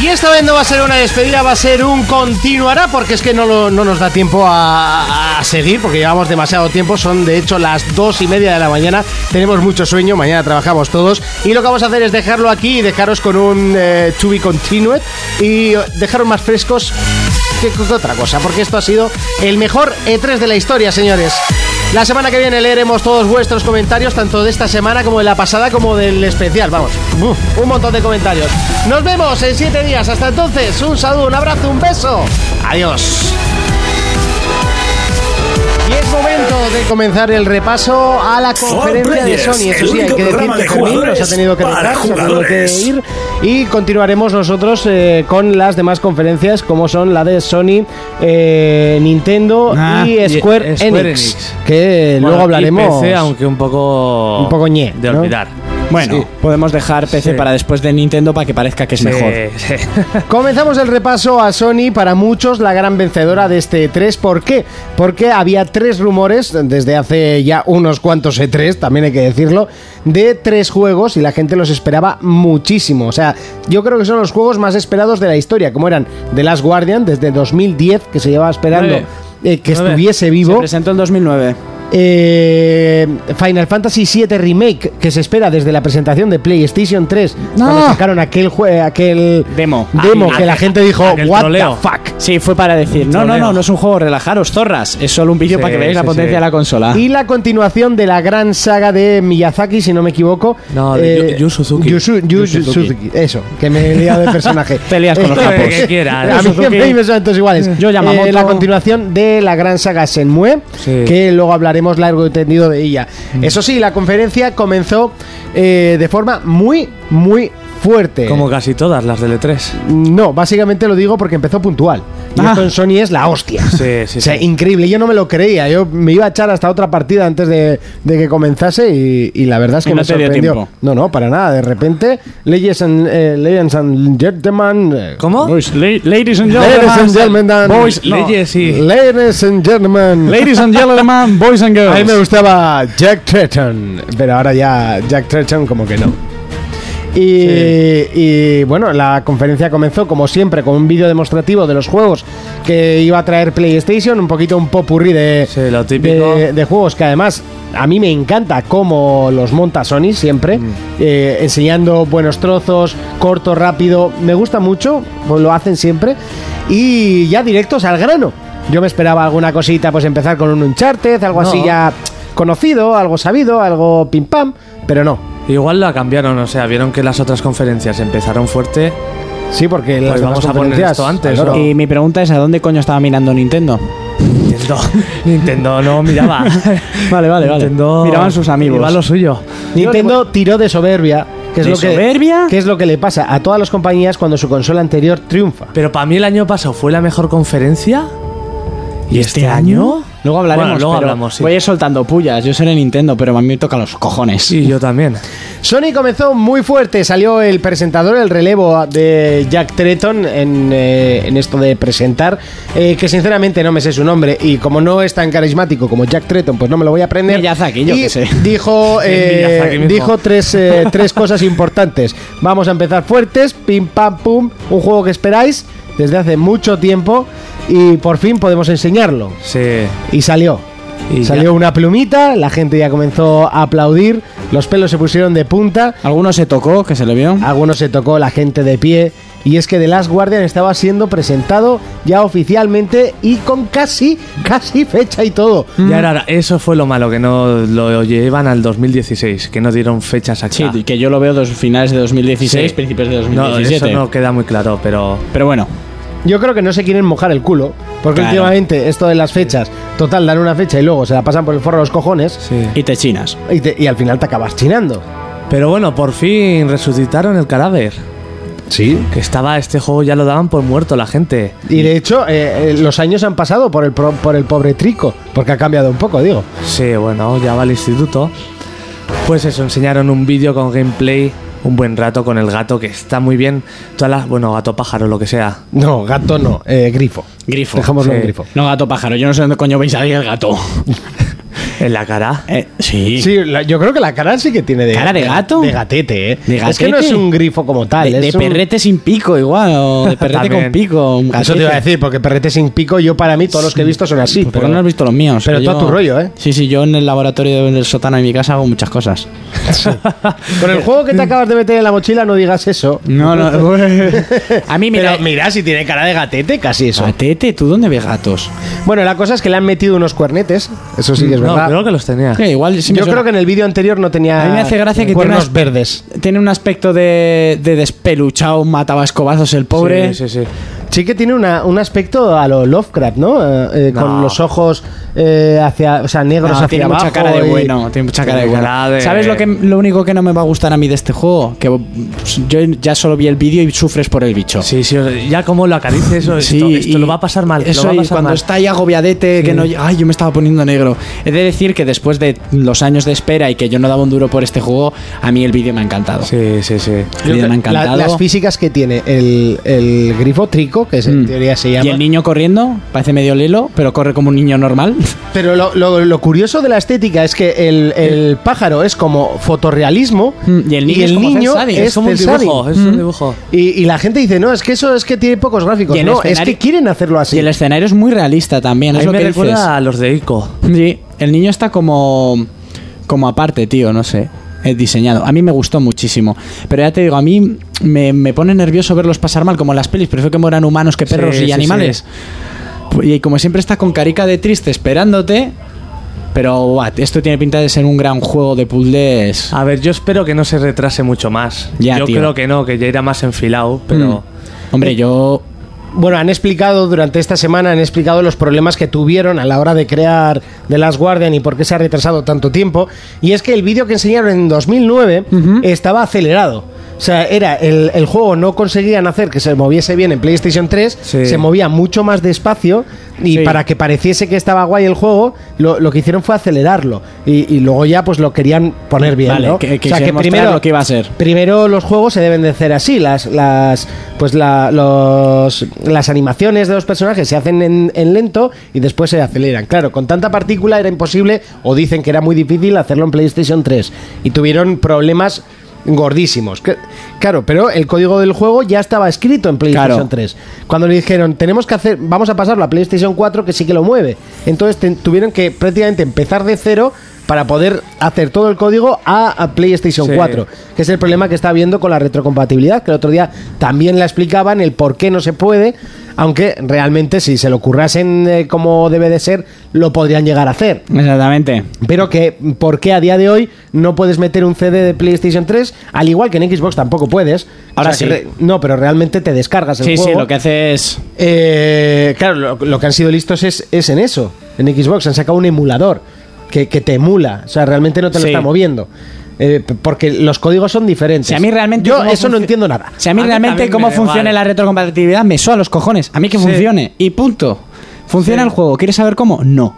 Y esta vez no va a ser una despedida, va a ser un continuará, porque es que no, lo- no nos da tiempo a, a seguir, porque llevamos demasiado tiempo. Son de hecho las dos y media de la mañana. Tenemos mucho sueño, mañana trabajamos todos. Y lo que vamos a hacer es dejarlo aquí y dejaros con un eh, to be continued y eh, dejaros más E frescos que, que otra cosa, porque esto ha sido el mejor E3 de la historia, señores. La semana que viene leeremos todos vuestros comentarios, tanto de esta semana como de la pasada, como del especial. Vamos, uf, un montón de comentarios. Nos vemos en siete días. Hasta entonces, un saludo, un abrazo, un beso. Adiós. Y es momento de comenzar el repaso a la conferencia de
Players,
Sony. Eso
el
sí, hay
único
que decir
programa
que
de
Fermín nos ha
jugadores
tenido que
para
dejar, se ha tenido que
jugadores.
ir. Y continuaremos nosotros eh, con las demás conferencias, como son la de Sony, eh, Nintendo
Ah,
y
y-
Square,
Square
Enix,
Enix.
Que
Bueno,
luego
y
hablaremos.
PC, aunque un poco.
Un poco ñe,
De
¿no?
olvidar.
Bueno, podemos dejar PC
Sí.
para después de Nintendo para que parezca que es mejor.
Sí, sí.
Comenzamos el repaso a Sony, para muchos la gran vencedora de este E3. ¿Por qué? Porque había tres rumores, desde hace ya unos cuantos E3, también hay que decirlo, de tres juegos y la gente los esperaba muchísimo. O sea, yo creo que son los juegos más esperados de la historia, como eran The Last Guardian desde 2010, que se llevaba esperando
Nueve.
eh, que
Nueve.
estuviese
Se
vivo.
presentó en 2009.
Eh, Final Fantasy VII Remake, que se espera desde la presentación de PlayStation 3, cuando sacaron aquel, jue- aquel
Demo.
demo
Ah,
que la
aquel-
gente dijo,
aquel
what
troleo".
the fuck.
Sí, fue para decir, no, no, no, no es un juego, relajaros, zorras. Es solo un vídeo
Sí,
para que veáis la
sí,
potencia
sí.
de la consola.
Y la continuación de la gran saga de Miyazaki, si no me equivoco. eh,
No, de Yu- Yu Suzuki.
Yu Su- Yu
Yu Suzuki.
Suzuki, Eso, que me he liado de personaje.
Peleas con los
Eh,
japos.
pues,
Que quieras.
A mí
Suzuki.
siempre me suenan todos iguales. Eh,
Yo, Yamamoto.
la continuación de la gran saga Senmue,
Sí. Mm.
que luego hablaremos largo y tendido de ella. Eso sí, la conferencia comenzó eh, de forma muy, muy fuerte.
Como casi todas las del E3.
No, básicamente lo digo porque empezó puntual. Y
Ah.
esto en Sony es la hostia.
Sí, sí,
O sea,
sí.
increíble. Yo no me lo creía. Yo me iba a echar hasta otra partida antes de, de que comenzase y, y la verdad es que
Y no
me
te dio
sorprendió.
tiempo.
No, no, para nada. De repente, Legends and, eh, Legends and Gentlemen. eh,
¿Cómo?
Boys, la- ladies and
Ladies and
gentlemen,
gentlemen.
boys, no.
Leyes y.
Ladies and Gentlemen.
ladies and gentlemen, boys and
A mí me
girls.
gustaba Jack Tretton, pero ahora ya Jack Tretton como que no. Y, y, bueno, la conferencia comenzó como siempre con un vídeo demostrativo de los juegos que iba a traer PlayStation, un poquito un popurrí de,
Sí, lo típico.
de, de juegos que además a mí me encanta cómo los monta Sony siempre,
Mm.
eh, enseñando buenos trozos, corto, rápido, me gusta mucho, pues lo hacen siempre, y ya directos al grano. Yo me esperaba alguna cosita, pues empezar con un Uncharted, algo así ya conocido, algo sabido, algo pim pam, pero no.
Igual la cambiaron, o sea, vieron que las otras conferencias empezaron fuerte.
Sí, porque las
Pues vamos
demás
a poner
conferencias,
esto antes,
al oro.
¿no?
Y mi pregunta es, ¿a dónde coño estaba mirando Nintendo?
Nintendo, Nintendo no miraba.
Vale, vale, vale.
Nintendo
Miraban sus amigos.
Iba a lo suyo.
Nintendo tiró de soberbia. Que es
¿De
lo que,
soberbia?
Que es lo que le pasa a todas las compañías cuando su consola anterior triunfa.
Pero para mí el año pasado fue la mejor conferencia. ¿Y este año?
Luego hablaremos,
Bueno, luego
pero
hablamos, sí.
voy a ir soltando pullas. Yo seré Nintendo, pero a mí me toca los cojones.
Sí, yo también.
Sony comenzó muy fuerte, salió el presentador, el relevo de Jack Tretton en, eh, en esto de presentar, eh, que sinceramente no me sé su nombre y como no es tan carismático como Jack Tretton, pues no me lo voy a aprender.
Miyazaki, yo
Y
qué sé.
Dijo, eh,
Miyazaki mismo.
dijo tres, eh, tres cosas importantes. Vamos a empezar fuertes, pim pam pum, un juego que esperáis desde hace mucho tiempo y por fin podemos enseñarlo.
Sí.
Y salió.
Y
salió
ya.
una plumita, la gente ya comenzó a aplaudir, los pelos se pusieron de punta,
Alguno se tocó, que se le vio.
Ah,
algunos se tocó la gente de pie. Y es que The Last Guardian estaba siendo presentado ya oficialmente y con casi, casi fecha y todo.
Mm.
Ya era, eso fue lo malo, que no lo llevan al 2016, que no dieron fechas aquí.
Sí, que yo lo veo dos finales de 2016, principios de 2017.
ah. No, eso no queda muy claro, pero
Pero bueno,
Yo creo que no se quieren mojar el culo, porque
Claro.
últimamente esto de las fechas, total, dan una fecha y luego se la pasan por el forro a los cojones
sí.
y te chinas.
y, te- y al final te acabas chinando.
Pero bueno, por fin resucitaron el cadáver.
Sí.
Que estaba este juego ya lo daban por muerto la gente.
Y de hecho, eh, eh, los años han pasado por el, pro- por el pobre Trico, porque ha cambiado un poco, digo.
Sí, bueno, ya va al instituto. Pues eso, enseñaron un vídeo con gameplay un buen rato con el gato que está muy bien. Todas las, bueno, gato pájaro, lo que sea.
No, gato no, eh, grifo.
Grifo.
Dejémoslo en
sí.
grifo.
No, gato pájaro. Yo no sé dónde coño veis ahí el gato.
En la cara.
Eh, sí.
Sí, la- yo creo que la cara sí que tiene de
¿Cara de gato?
De gatete, ¿eh?
¿De
Es que no
gatete?
es un grifo como tal.
de, de
es un-
perrete sin pico, igual. O de perrete
También.
con pico. un
Eso te iba a decir, porque perrete sin pico, yo para mí todos los que he visto son así.
Pues porque no has visto los míos.
pero
que
tú a
yo-
tu rollo, ¿eh?
Sí, sí, yo en el laboratorio del sótano de mi casa hago muchas cosas.
Con el juego que
Mm.
te acabas de meter en la mochila no digas eso.
No, no. a mí, Ah. mira.
Pero mira si tiene cara de gatete, casi eso.
Gatete, ¿tú dónde ves gatos?
Bueno, la cosa es que le han metido unos cuernetes, eso sí que es
No,
verdad. Ah.
Creo que los tenía.
Que Eh, igual sí me
Yo
suena.
creo que en el vídeo anterior no tenía.
A mí me hace gracia que
cuernos
tengas-
verdes.
Tiene un aspecto de, de despeluchado, mataba escobazos el pobre.
Sí, sí, sí.
Sí que tiene una- un aspecto a lo Lovecraft, ¿no? Eh, eh, Con
No.
los ojos eh, hacia, o sea,
No,
negros hacia
Ah, tiene
abajo.
mucha cara de
y-
bueno, tiene mucha cara de
Tiene
bueno.
cara de-
¿Sabes lo que lo único que no me va a gustar a mí de este juego? Que pues, yo ya solo vi el vídeo y sufres por el bicho.
Sí, sí, o sea, ya como lo acarice eso,
Sí,
Pues esto, esto
y-
lo va a pasar mal.
Eso,
lo va a
y
pasar
cuando
mal.
está ahí agobiadete, que no. Ay, yo me estaba poniendo negro. He de decir que después de los años de espera y que yo no daba un duro por este juego, a mí el vídeo me ha encantado.
Sí, sí, sí.
El vídeo me ha
La-
encantado.
las físicas que tiene el, el grifo trico, que es- en
Mm.
teoría se llama.
Y el niño corriendo, parece medio lelo, pero corre como un niño normal.
Pero lo, lo- lo curioso de la estética es que el, el pájaro es como fotorrealismo
Mm, y el niño es como cel shading,
es
Es como un
cel shading.
dibujo, es un dibujo.
Y, y la gente dice, no, es que eso es que tiene pocos gráficos.
Y el
No, es
escenario-
que quieren hacerlo así.
Y el escenario es muy realista también.
A
Es
mí
lo
me
que
recuerda
dices.
a los de Ico.
Sí, el niño está como como aparte, tío, no sé. eh, Diseñado. A mí me gustó muchísimo. Pero ya te digo, a mí me, me pone nervioso verlos pasar mal, como en las pelis. Prefiero que mueran humanos que perros
Sí,
y
sí,
animales. Pu- Y como siempre está con carica de triste esperándote. Pero buah, esto tiene pinta de ser un gran juego de puzzles.
A ver, yo espero que no se retrase mucho más.
Ya,
yo
tío.
creo que no, que ya irá más enfilado, pero.
Mm. Hombre, yo.
Bueno, han explicado durante esta semana, han explicado los problemas que tuvieron a la hora de crear The Last Guardian y por qué se ha retrasado tanto tiempo. Y es que el vídeo que enseñaron en 2009 estaba acelerado. O sea, era el, el juego no conseguían hacer que se moviese bien en PlayStation 3,
Sí.
se movía mucho más despacio y
Sí.
para que pareciese que estaba guay el juego, lo, lo que hicieron fue acelerarlo y, y luego ya pues lo querían poner bien.
Vale,
¿no?
que- que quisieron mostrar lo que iba a ser.
Primero los juegos se deben de hacer así, las las pues la- los- las animaciones de los personajes se hacen en, en lento y después se aceleran. Claro, con tanta partícula era imposible o dicen que era muy difícil hacerlo en PlayStation 3 y tuvieron problemas gordísimos. Que- Claro, pero el código del juego ya estaba escrito en PlayStation
Claro.
3. Cuando le dijeron, "Tenemos que hacer, vamos a pasarlo a PlayStation 4 que sí que lo mueve." Entonces ten- tuvieron que prácticamente empezar de cero para poder hacer todo el código a, a PlayStation
Sí.
4 que es el problema que está habiendo con la retrocompatibilidad, que el otro día también la explicaban, el por qué no se puede, aunque realmente si se lo currasen eh, como debe de ser, lo podrían llegar a hacer.
Exactamente.
Pero que, ¿por qué a día de hoy no puedes meter un CD de PlayStation 3? Al igual que en Xbox tampoco puedes.
Ahora
que
sí.
re- no, pero realmente te descargas el
Sí,
juego.
sí, lo que hace es.
Eh, claro, lo, lo que han sido listos es, es en eso. En Xbox han sacado un emulador que, que te emula. O sea, realmente no te lo
Sí.
está moviendo. Eh, p- porque los códigos son diferentes.
Si a mí realmente
Yo
cómo
eso no
func-
entiendo nada.
Si a mí
A mí
realmente
también
cómo
me da
funciona
igual.
la retrocompatibilidad me suena a los cojones. A mí que
Sí.
funcione y punto. ¿Funciona el juego? ¿Quieres saber cómo? No.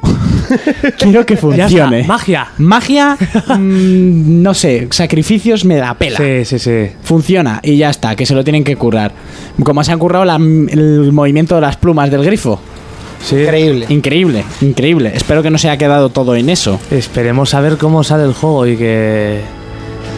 Quiero que
Ya está,
funcione.
magia.
Magia, mm, no sé, sacrificios me da pela.
Sí, sí, sí.
Funciona y ya está, que se lo tienen que currar. Como se han currado la- el movimiento de las plumas del grifo.
sí.
Increíble.
Increíble, increíble. Espero que no se haya quedado todo en eso.
Esperemos a ver cómo sale el juego y que.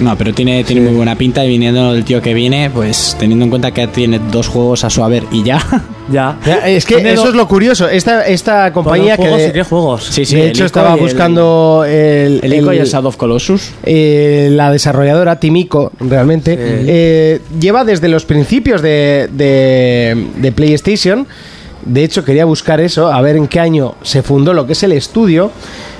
No, pero tiene, tiene muy buena pinta y viniendo el tío que viene, pues teniendo en cuenta que tiene dos juegos a su haber y ya.
Ya.
Ya, Es que
Tiene
eso
do-
es lo curioso. Esta, esta
todos
compañía que.
juegos y qué
De,
juegos.
Sí, sí,
de
el
hecho,
Ico
estaba
y el-
buscando el,
El Ico y
el-
el Shadow of Colossus.
eh, la desarrolladora Timico, realmente, eh, lleva desde los principios de, de- de PlayStation. De hecho, quería buscar eso, a ver en qué año se fundó lo que es el estudio.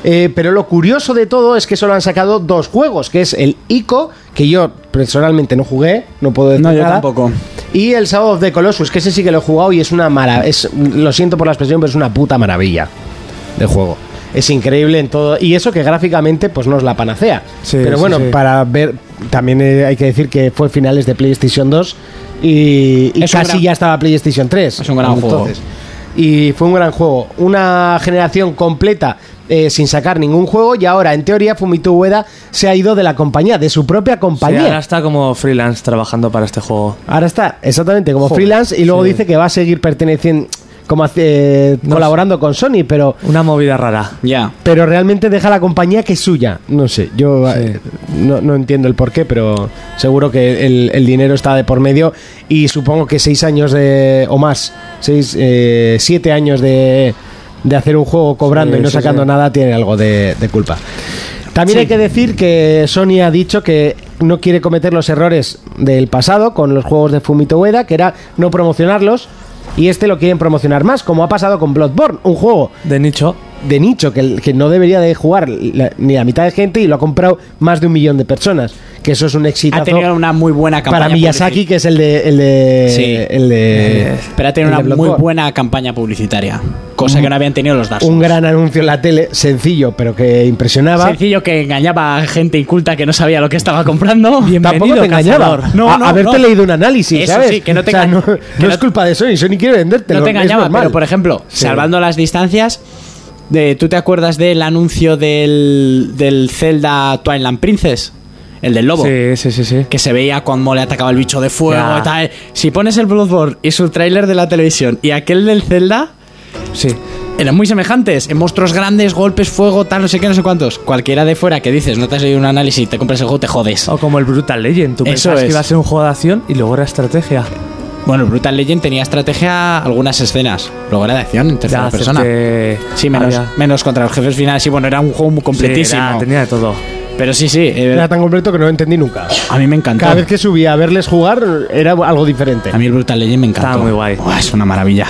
Eh, pero lo curioso de todo es que solo han sacado dos juegos, que es el ICO, que yo personalmente no jugué, no puedo decir
No, yo
nada.
tampoco.
Y el Shadow of the Colossus, que ese sí que lo he jugado y es una maravilla. Lo siento por la expresión, pero es una puta maravilla de juego. Es increíble en todo. Y eso que gráficamente, pues no es la panacea.
Sí,
pero
sí,
bueno,
sí.
para ver. También eh, hay que decir que fue finales de PlayStation 2 y, y
Es un
casi
gran-
ya estaba PlayStation 3.
Es un gran juego.
Y fue un gran juego. Una generación completa eh, sin sacar ningún juego. Y ahora, en teoría, Fumito Ueda se ha ido de la compañía, de su propia
Sí,
compañía.
ahora está como freelance trabajando para este juego.
Ahora está exactamente como freelance y luego dice que va a seguir perteneciendo, como hace- eh,
No
colaborando con Sony, pero
Una movida rara.
Ya.
pero realmente deja la compañía que es suya. No sé, yo eh, no, no entiendo el porqué, pero seguro que el, el dinero está de por medio y supongo que seis años de, o más, seis, eh, siete años de, de hacer un juego cobrando
Sí,
y no
sí,
sacando
sí.
nada tiene algo de, de culpa. También hay que decir que Sony ha dicho que no quiere cometer los errores del pasado con los juegos de Fumito Ueda, que era no promocionarlos, y este lo quieren promocionar más, como ha pasado con Bloodborne, un juego
De nicho.
de nicho, que, que no debería de jugar la- ni la mitad de gente y lo ha comprado más de un millón de personas. Que eso es un éxito
Ha tenido una muy buena campaña.
para Miyazaki,
publici-
que es el de. El de,
Sí. Eh,
el de
Pero ha tenido
el de
una
Blood
muy
Core.
buena campaña publicitaria. Cosa que no habían tenido los Dark Souls.
Un gran anuncio en la tele, sencillo, pero que impresionaba.
Sencillo que engañaba a gente inculta que no sabía lo que estaba comprando.
Tampoco te engañaba.
No,
A-
no,
haberte
no.
leído un análisis,
Eso
¿sabes?
sí, que no
O
te
sea,
enga-
no,
que
no
no-
es culpa de Sony, Sony quiere venderte.
no te engañaba, pero por ejemplo,
Sí.
salvando las distancias, de, ¿tú te acuerdas del anuncio del, del Zelda Twilight Princess? El del lobo.
Sí, sí, sí, sí.
Que se veía cuando le atacaba el bicho de fuego
Ya.
y tal. Si pones el Bloodborne y su tráiler de la televisión y aquel del Zelda,
Sí.
eran muy semejantes. En monstruos grandes, golpes, fuego, tal, no sé qué, no sé cuántos. Cualquiera de fuera que dices, no te has leído un análisis, te compras el juego, te jodes.
O como el Brutal Legend. Tú
Eso
pensabas
es.
que iba a ser un juego de acción y luego era estrategia.
Bueno, Brutal Legend tenía estrategia algunas escenas. Luego era de acción en tercera
Ya,
persona.
hacerte-
Sí, menos,
había-
menos contra los jefes finales. Sí, bueno, era un juego muy completísimo.
Sí, era- tenía de todo.
Pero sí, sí, eh,
Era tan completo que no lo entendí nunca.
a mí me encantó.
Cada vez que subía a verles jugar era algo diferente.
A mí el Brutal Legend me encantó.
Estaba muy guay.
Buah, es una maravilla.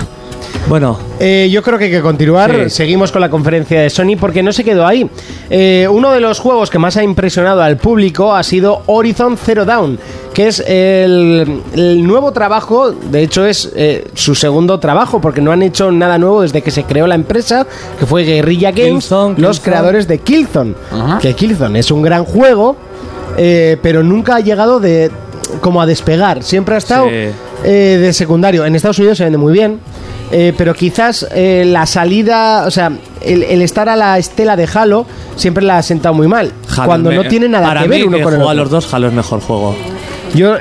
Bueno,
Eh, yo creo que hay que continuar.
Sí.
Seguimos con la conferencia de Sony porque no se quedó ahí. Eh, uno de los juegos que más ha impresionado al público ha sido Horizon Zero Dawn, que es el, el nuevo trabajo, de hecho es eh, su segundo trabajo porque no han hecho nada nuevo desde que se creó la empresa, que fue Guerrilla Games,
Killzone,
los
Killzone.
creadores de Killzone.
Ajá.
Que Killzone es un gran juego, eh, pero nunca ha llegado de como a despegar. Siempre ha estado
Sí.
eh, de secundario. En Estados Unidos se vende muy bien, eh, pero quizás eh, la salida, o sea, el, el estar a la estela de Halo siempre la ha sentado muy mal.
Halo
cuando
me-
no tiene nada
para
que ver
mí,
uno con el
juego
otro.
a los dos, Halo es mejor juego.
Yo eh,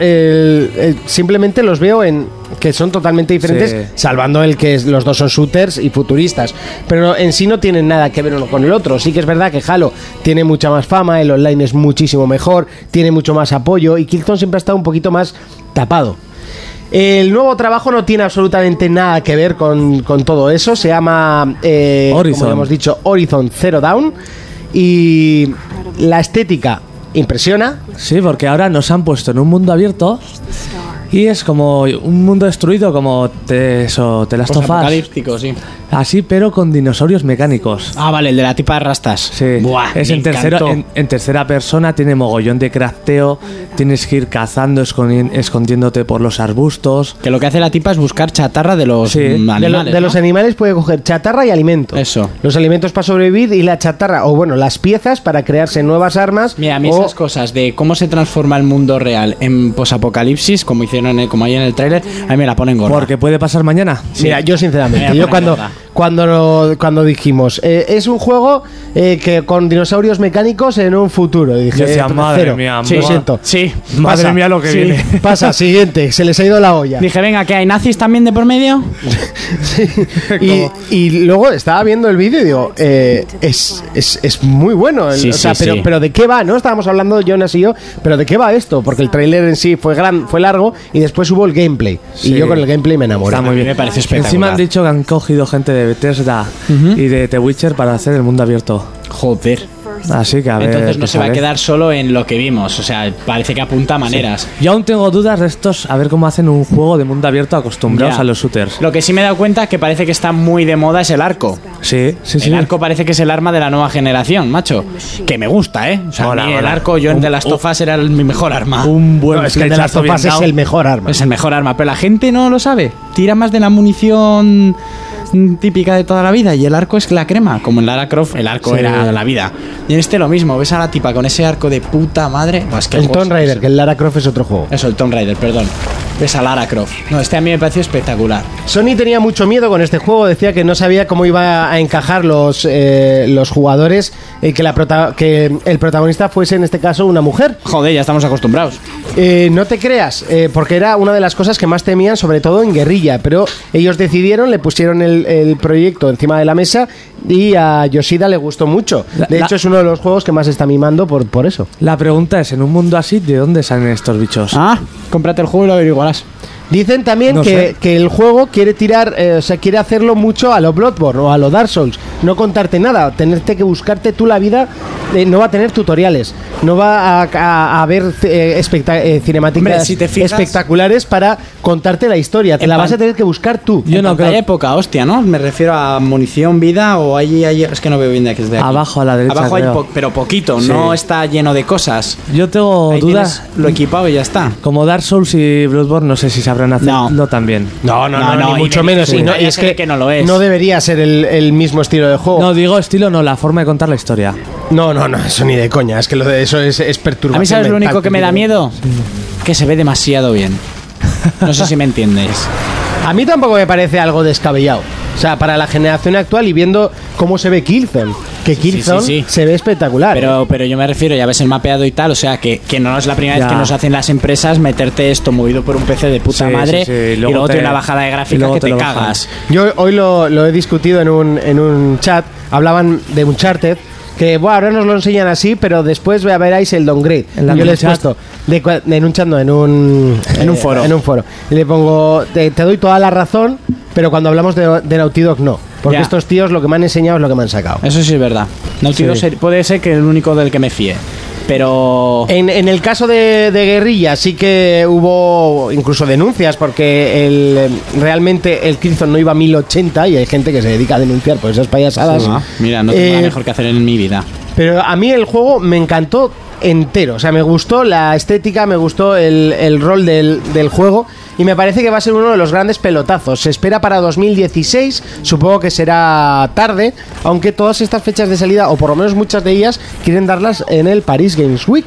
eh, simplemente los veo en que son totalmente diferentes,
Sí.
salvando el que es- los dos son shooters y futuristas. Pero en sí no tienen nada que ver uno con el otro. Sí que es verdad que Halo tiene mucha más fama, el online es muchísimo mejor, tiene mucho más apoyo y Killzone siempre ha estado un poquito más tapado. El nuevo trabajo no tiene absolutamente nada que ver con, con todo eso. Se llama, eh, como
Horizon.
ya hemos dicho, Horizon Zero Down. Y la estética impresiona,
Sí, porque ahora nos han puesto en un mundo abierto y es como un mundo destruido, como te, eso, te
Pues
las tofas.
Apocalíptico, sí.
Así, pero con dinosaurios mecánicos.
Ah, vale, el de la tipa de rastas.
Sí,
Buah,
es
me
en tercera,
encantó.
en, en tercera persona, tiene mogollón de crafteo, tienes que ir cazando, escondi- escondiéndote por los arbustos.
Que lo que hace la tipa es buscar chatarra de los
Sí.
mm,
De
De,
lo-
lo-
animales,
de
¿no?
los animales puede coger chatarra y alimento.
Eso.
Los alimentos para sobrevivir y la chatarra, o bueno, las piezas para crearse nuevas armas.
Mira, a mí
o-
esas cosas de cómo se transforma el mundo real en posapocalipsis, como hicieron en el- como hay en el tráiler, a mí me la ponen gorda.
Porque puede pasar mañana.
Mira, yo sinceramente,
Mira,
yo
buena
cuando,
mierda.
cuando, lo- cuando dijimos, eh, es un juego eh, que con dinosaurios mecánicos en un futuro. Y dije,
Yo decía,
eh,
madre
cero,
mía,
lo
madre-
siento.
Sí.
Madre
Pasa.
mía lo que
Sí.
viene.
Pasa, siguiente, se les ha ido la olla.
Dije, venga, que hay nazis también de por medio.
Y, y luego estaba viendo el vídeo y digo, eh, es, es- es muy bueno. El-
Sí,
o
sí,
sea, pero,
sí.
pero ¿de qué va? ¿No? Estábamos hablando Jonas y yo, pero ¿de qué va esto? Porque el tráiler en sí fue gran, fue largo y después hubo el gameplay. Y
Sí.
yo con el gameplay me enamoré.
Está muy bien.
Pues me parece
Encima
espectacular.
han dicho que han cogido gente de Bethesda y de The Witcher para hacer el mundo abierto.
Joder.
Así que a ver.
Entonces no
qué
se va a
sale.
quedar solo en lo que vimos. O sea, parece que apunta a maneras.
Yo aún tengo dudas de estos, a ver cómo hacen un juego de mundo abierto acostumbrados
Ya.
a los shooters.
Lo que sí me he dado cuenta es que parece que está muy de moda es el arco.
Sí, sí, sí.
El arco parece que es el arma de la nueva generación, macho. Que me gusta, ¿eh? O sea, a
Mola,
mí el
mola.
arco, yo en de las tofas era el- mi mejor arma.
Un buen
No, es que el de las
flechazo bien
tofas es
dado.
el mejor arma.
Es el mejor arma, pero la gente no lo sabe. Tira más de la munición mm, típica de toda la vida y el arco es la crema. Como en Lara Croft, el arco
Sí.
era la vida. Y en este lo mismo, ves a la tipa con ese arco de puta madre. Buah, es que
El
juego
Tomb
es-
Raider, que el Lara Croft es otro juego.
Eso, el Tomb Raider, perdón. Ves a Lara Croft. No, este a mí me pareció espectacular.
Sony tenía mucho miedo con este juego, decía que no sabía cómo iba a encajar los, eh, los jugadores y que, la prota- que el protagonista fuese en este caso una mujer.
Joder, ya estamos acostumbrados.
Eh, no te creas, eh, porque era una de las cosas que más temían, sobre todo en guerrilla, pero ellos decidieron, le pusieron el, el proyecto encima de la mesa y a Yoshida le gustó mucho.
La-
De
la-
hecho, es uno de los juegos que más está mimando por, por eso.
La pregunta es, en un mundo así, ¿de dónde salen estos bichos?
Ah, cómprate el juego y lo averiguarás.
Dicen también
No
que,
sé.
que el juego quiere tirar, eh, o sea, quiere hacerlo mucho a lo Bloodborne o a lo Dark Souls. No contarte nada, tenerte que buscarte tú la vida. eh, no va a tener tutoriales, no va a, a- a haber eh, especta- eh, cinemáticas
Hombre, si te fijas-
espectaculares para contarte la historia. Te
En
la
pan-
vas a tener que buscar tú.
Yo no creo.
creo-
época, hostia, ¿no? Me refiero a munición, vida o ahí, ahí es que no veo bien de aquí. desde aquí.
Abajo a la derecha,
Abajo hay
creo.
po- pero poquito,
Sí.
no está lleno de cosas.
Yo tengo
Ahí
dudas.
tienes lo equipado y ya está.
Como Dark Souls y Bloodborne, no sé si sabrán hacerlo
No.
también.
No,
no, no,
ni
y
mucho
me-
menos.
sí.
y no,
Ya
y es
sé
que,
que no lo es.
No debería ser el, el mismo estilo de juego.
No, digo estilo, no, la forma de contar la historia.
No, no, no, eso ni de coña. Es que lo de eso es, es perturbación.
A mí, ¿sabes lo
mental
único que me da
tiene.
miedo? Que se ve demasiado bien. No sé si me entiendes.
A mí tampoco me parece algo descabellado. O sea, para la generación actual y viendo cómo se ve Killzone, que Killzone
sí, sí.
se ve espectacular.
Pero, pero yo me refiero, ya ves el mapeado y tal, o sea, que, que no es la primera vez
Ya.
que nos hacen las empresas meterte esto movido por un PC de puta
Sí,
madre
sí, sí, y
y luego,
luego
tiene
te-
una bajada de
y
gráfica
luego
que
te
te
lo bajan.
cagas.
Yo hoy lo, lo he discutido en un, en un chat, hablaban de Uncharted, que bueno, ahora nos lo enseñan así, pero después ve- veréis el downgrade.
En la
Yo les he
Uncharted.
puesto, de, cua- en un chat no, en un,
En un
eh,
foro.
En un foro. Y le pongo, te, te doy toda la razón, pero cuando hablamos de, de Naughty Dog no. Porque
Ya.
estos tíos lo que me han enseñado es lo que me han sacado.
Eso sí es verdad. Naughty
Sí.
Dog ser- puede ser que el único del que me fíe. Pero.
En, en el caso de, de Guerrilla sí que hubo incluso denuncias porque el, eh, realmente el Killzone no iba a 1080 y hay gente que se dedica a denunciar por esas payasadas.
Ah, mira, no tengo
Eh,
nada mejor que hacer en mi vida.
Pero a mí el juego me encantó entero. O sea, me gustó la estética, me gustó el, el rol del, del juego. Y me parece que va a ser uno de los grandes pelotazos. Se espera para 2016, supongo que será tarde, aunque todas estas fechas de salida, o por lo menos muchas de ellas, quieren darlas en el Paris Games Week,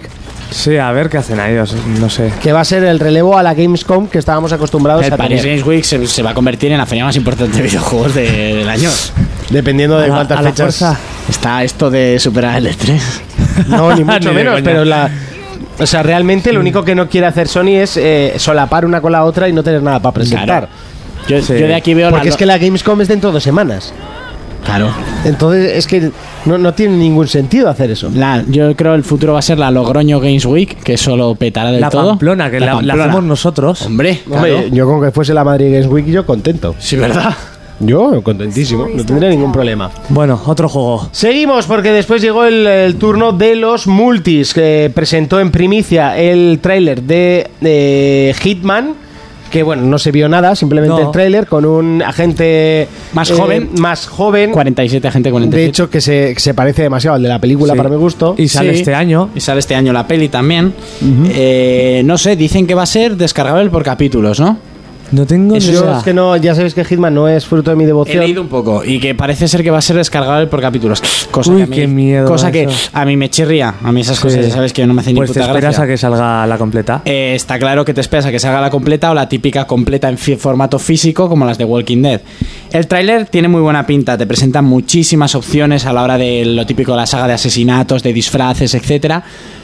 Sí, a ver qué hacen a ellos, no sé.
que va a ser el relevo a la Gamescom que estábamos acostumbrados
El
a
Paris
tener.
Games Week se, se va a convertir en la feria más importante de videojuegos de- del año.
Dependiendo de
A la-
cuántas
a la
fechas.
fuerza.
Está esto de superar el E3.
No, ni
Ni
mucho
de
menos,
coña.
pero la. O sea, realmente lo único que no quiere hacer Sony es eh, solapar una con la otra y no tener nada para presentar.
Claro. Yo,
Sí.
yo de aquí veo
Porque
la.
es que la Gamescom es dentro de dos semanas.
Claro.
Entonces es que no, no tiene ningún sentido hacer eso.
La- yo creo el futuro va a ser la Logroño Games Week, que solo petará del
La
todo.
Pamplona, que la, la
Pamplona.
hacemos nosotros.
Hombre,
Hombre,
claro.
yo con que fuese la Madrid Games Week yo contento.
Sí, ¿verdad?
Yo contentísimo, no tendría ningún problema.
Bueno, otro juego.
Seguimos porque después llegó el, el turno de los multis que presentó en primicia el tráiler de, eh, Hitman que bueno no se vio nada simplemente
No.
el tráiler con un agente eh,
Más joven.
más joven
47 gente, 47.
de hecho que se, que se parece demasiado al de la película
Sí.
para mi gusto
Y sale
Sí.
este año.
Y sale este año la peli también. Eh, no sé, dicen que va a ser descargable por capítulos, ¿no?
No tengo ni
Yo
idea.
es que no, ya sabéis que Hitman no es fruto de mi
He
devoción.
leído un poco y que parece ser que va a ser descargable por capítulos. Cosa
Uy,
que a mí,
qué miedo
Cosa que
eso.
a mí me chirría. A mí esas cosas,
Sí.
ya sabes que no me hacen
Pues
ni
te
puta
esperas
gracia.
a que salga la completa.
Eh, está claro que te esperas a que salga la completa o la típica completa en fi- formato físico como las de Walking Dead. El tráiler tiene muy buena pinta, te presenta muchísimas opciones a la hora de lo típico de la saga de asesinatos, de disfraces, etcétera.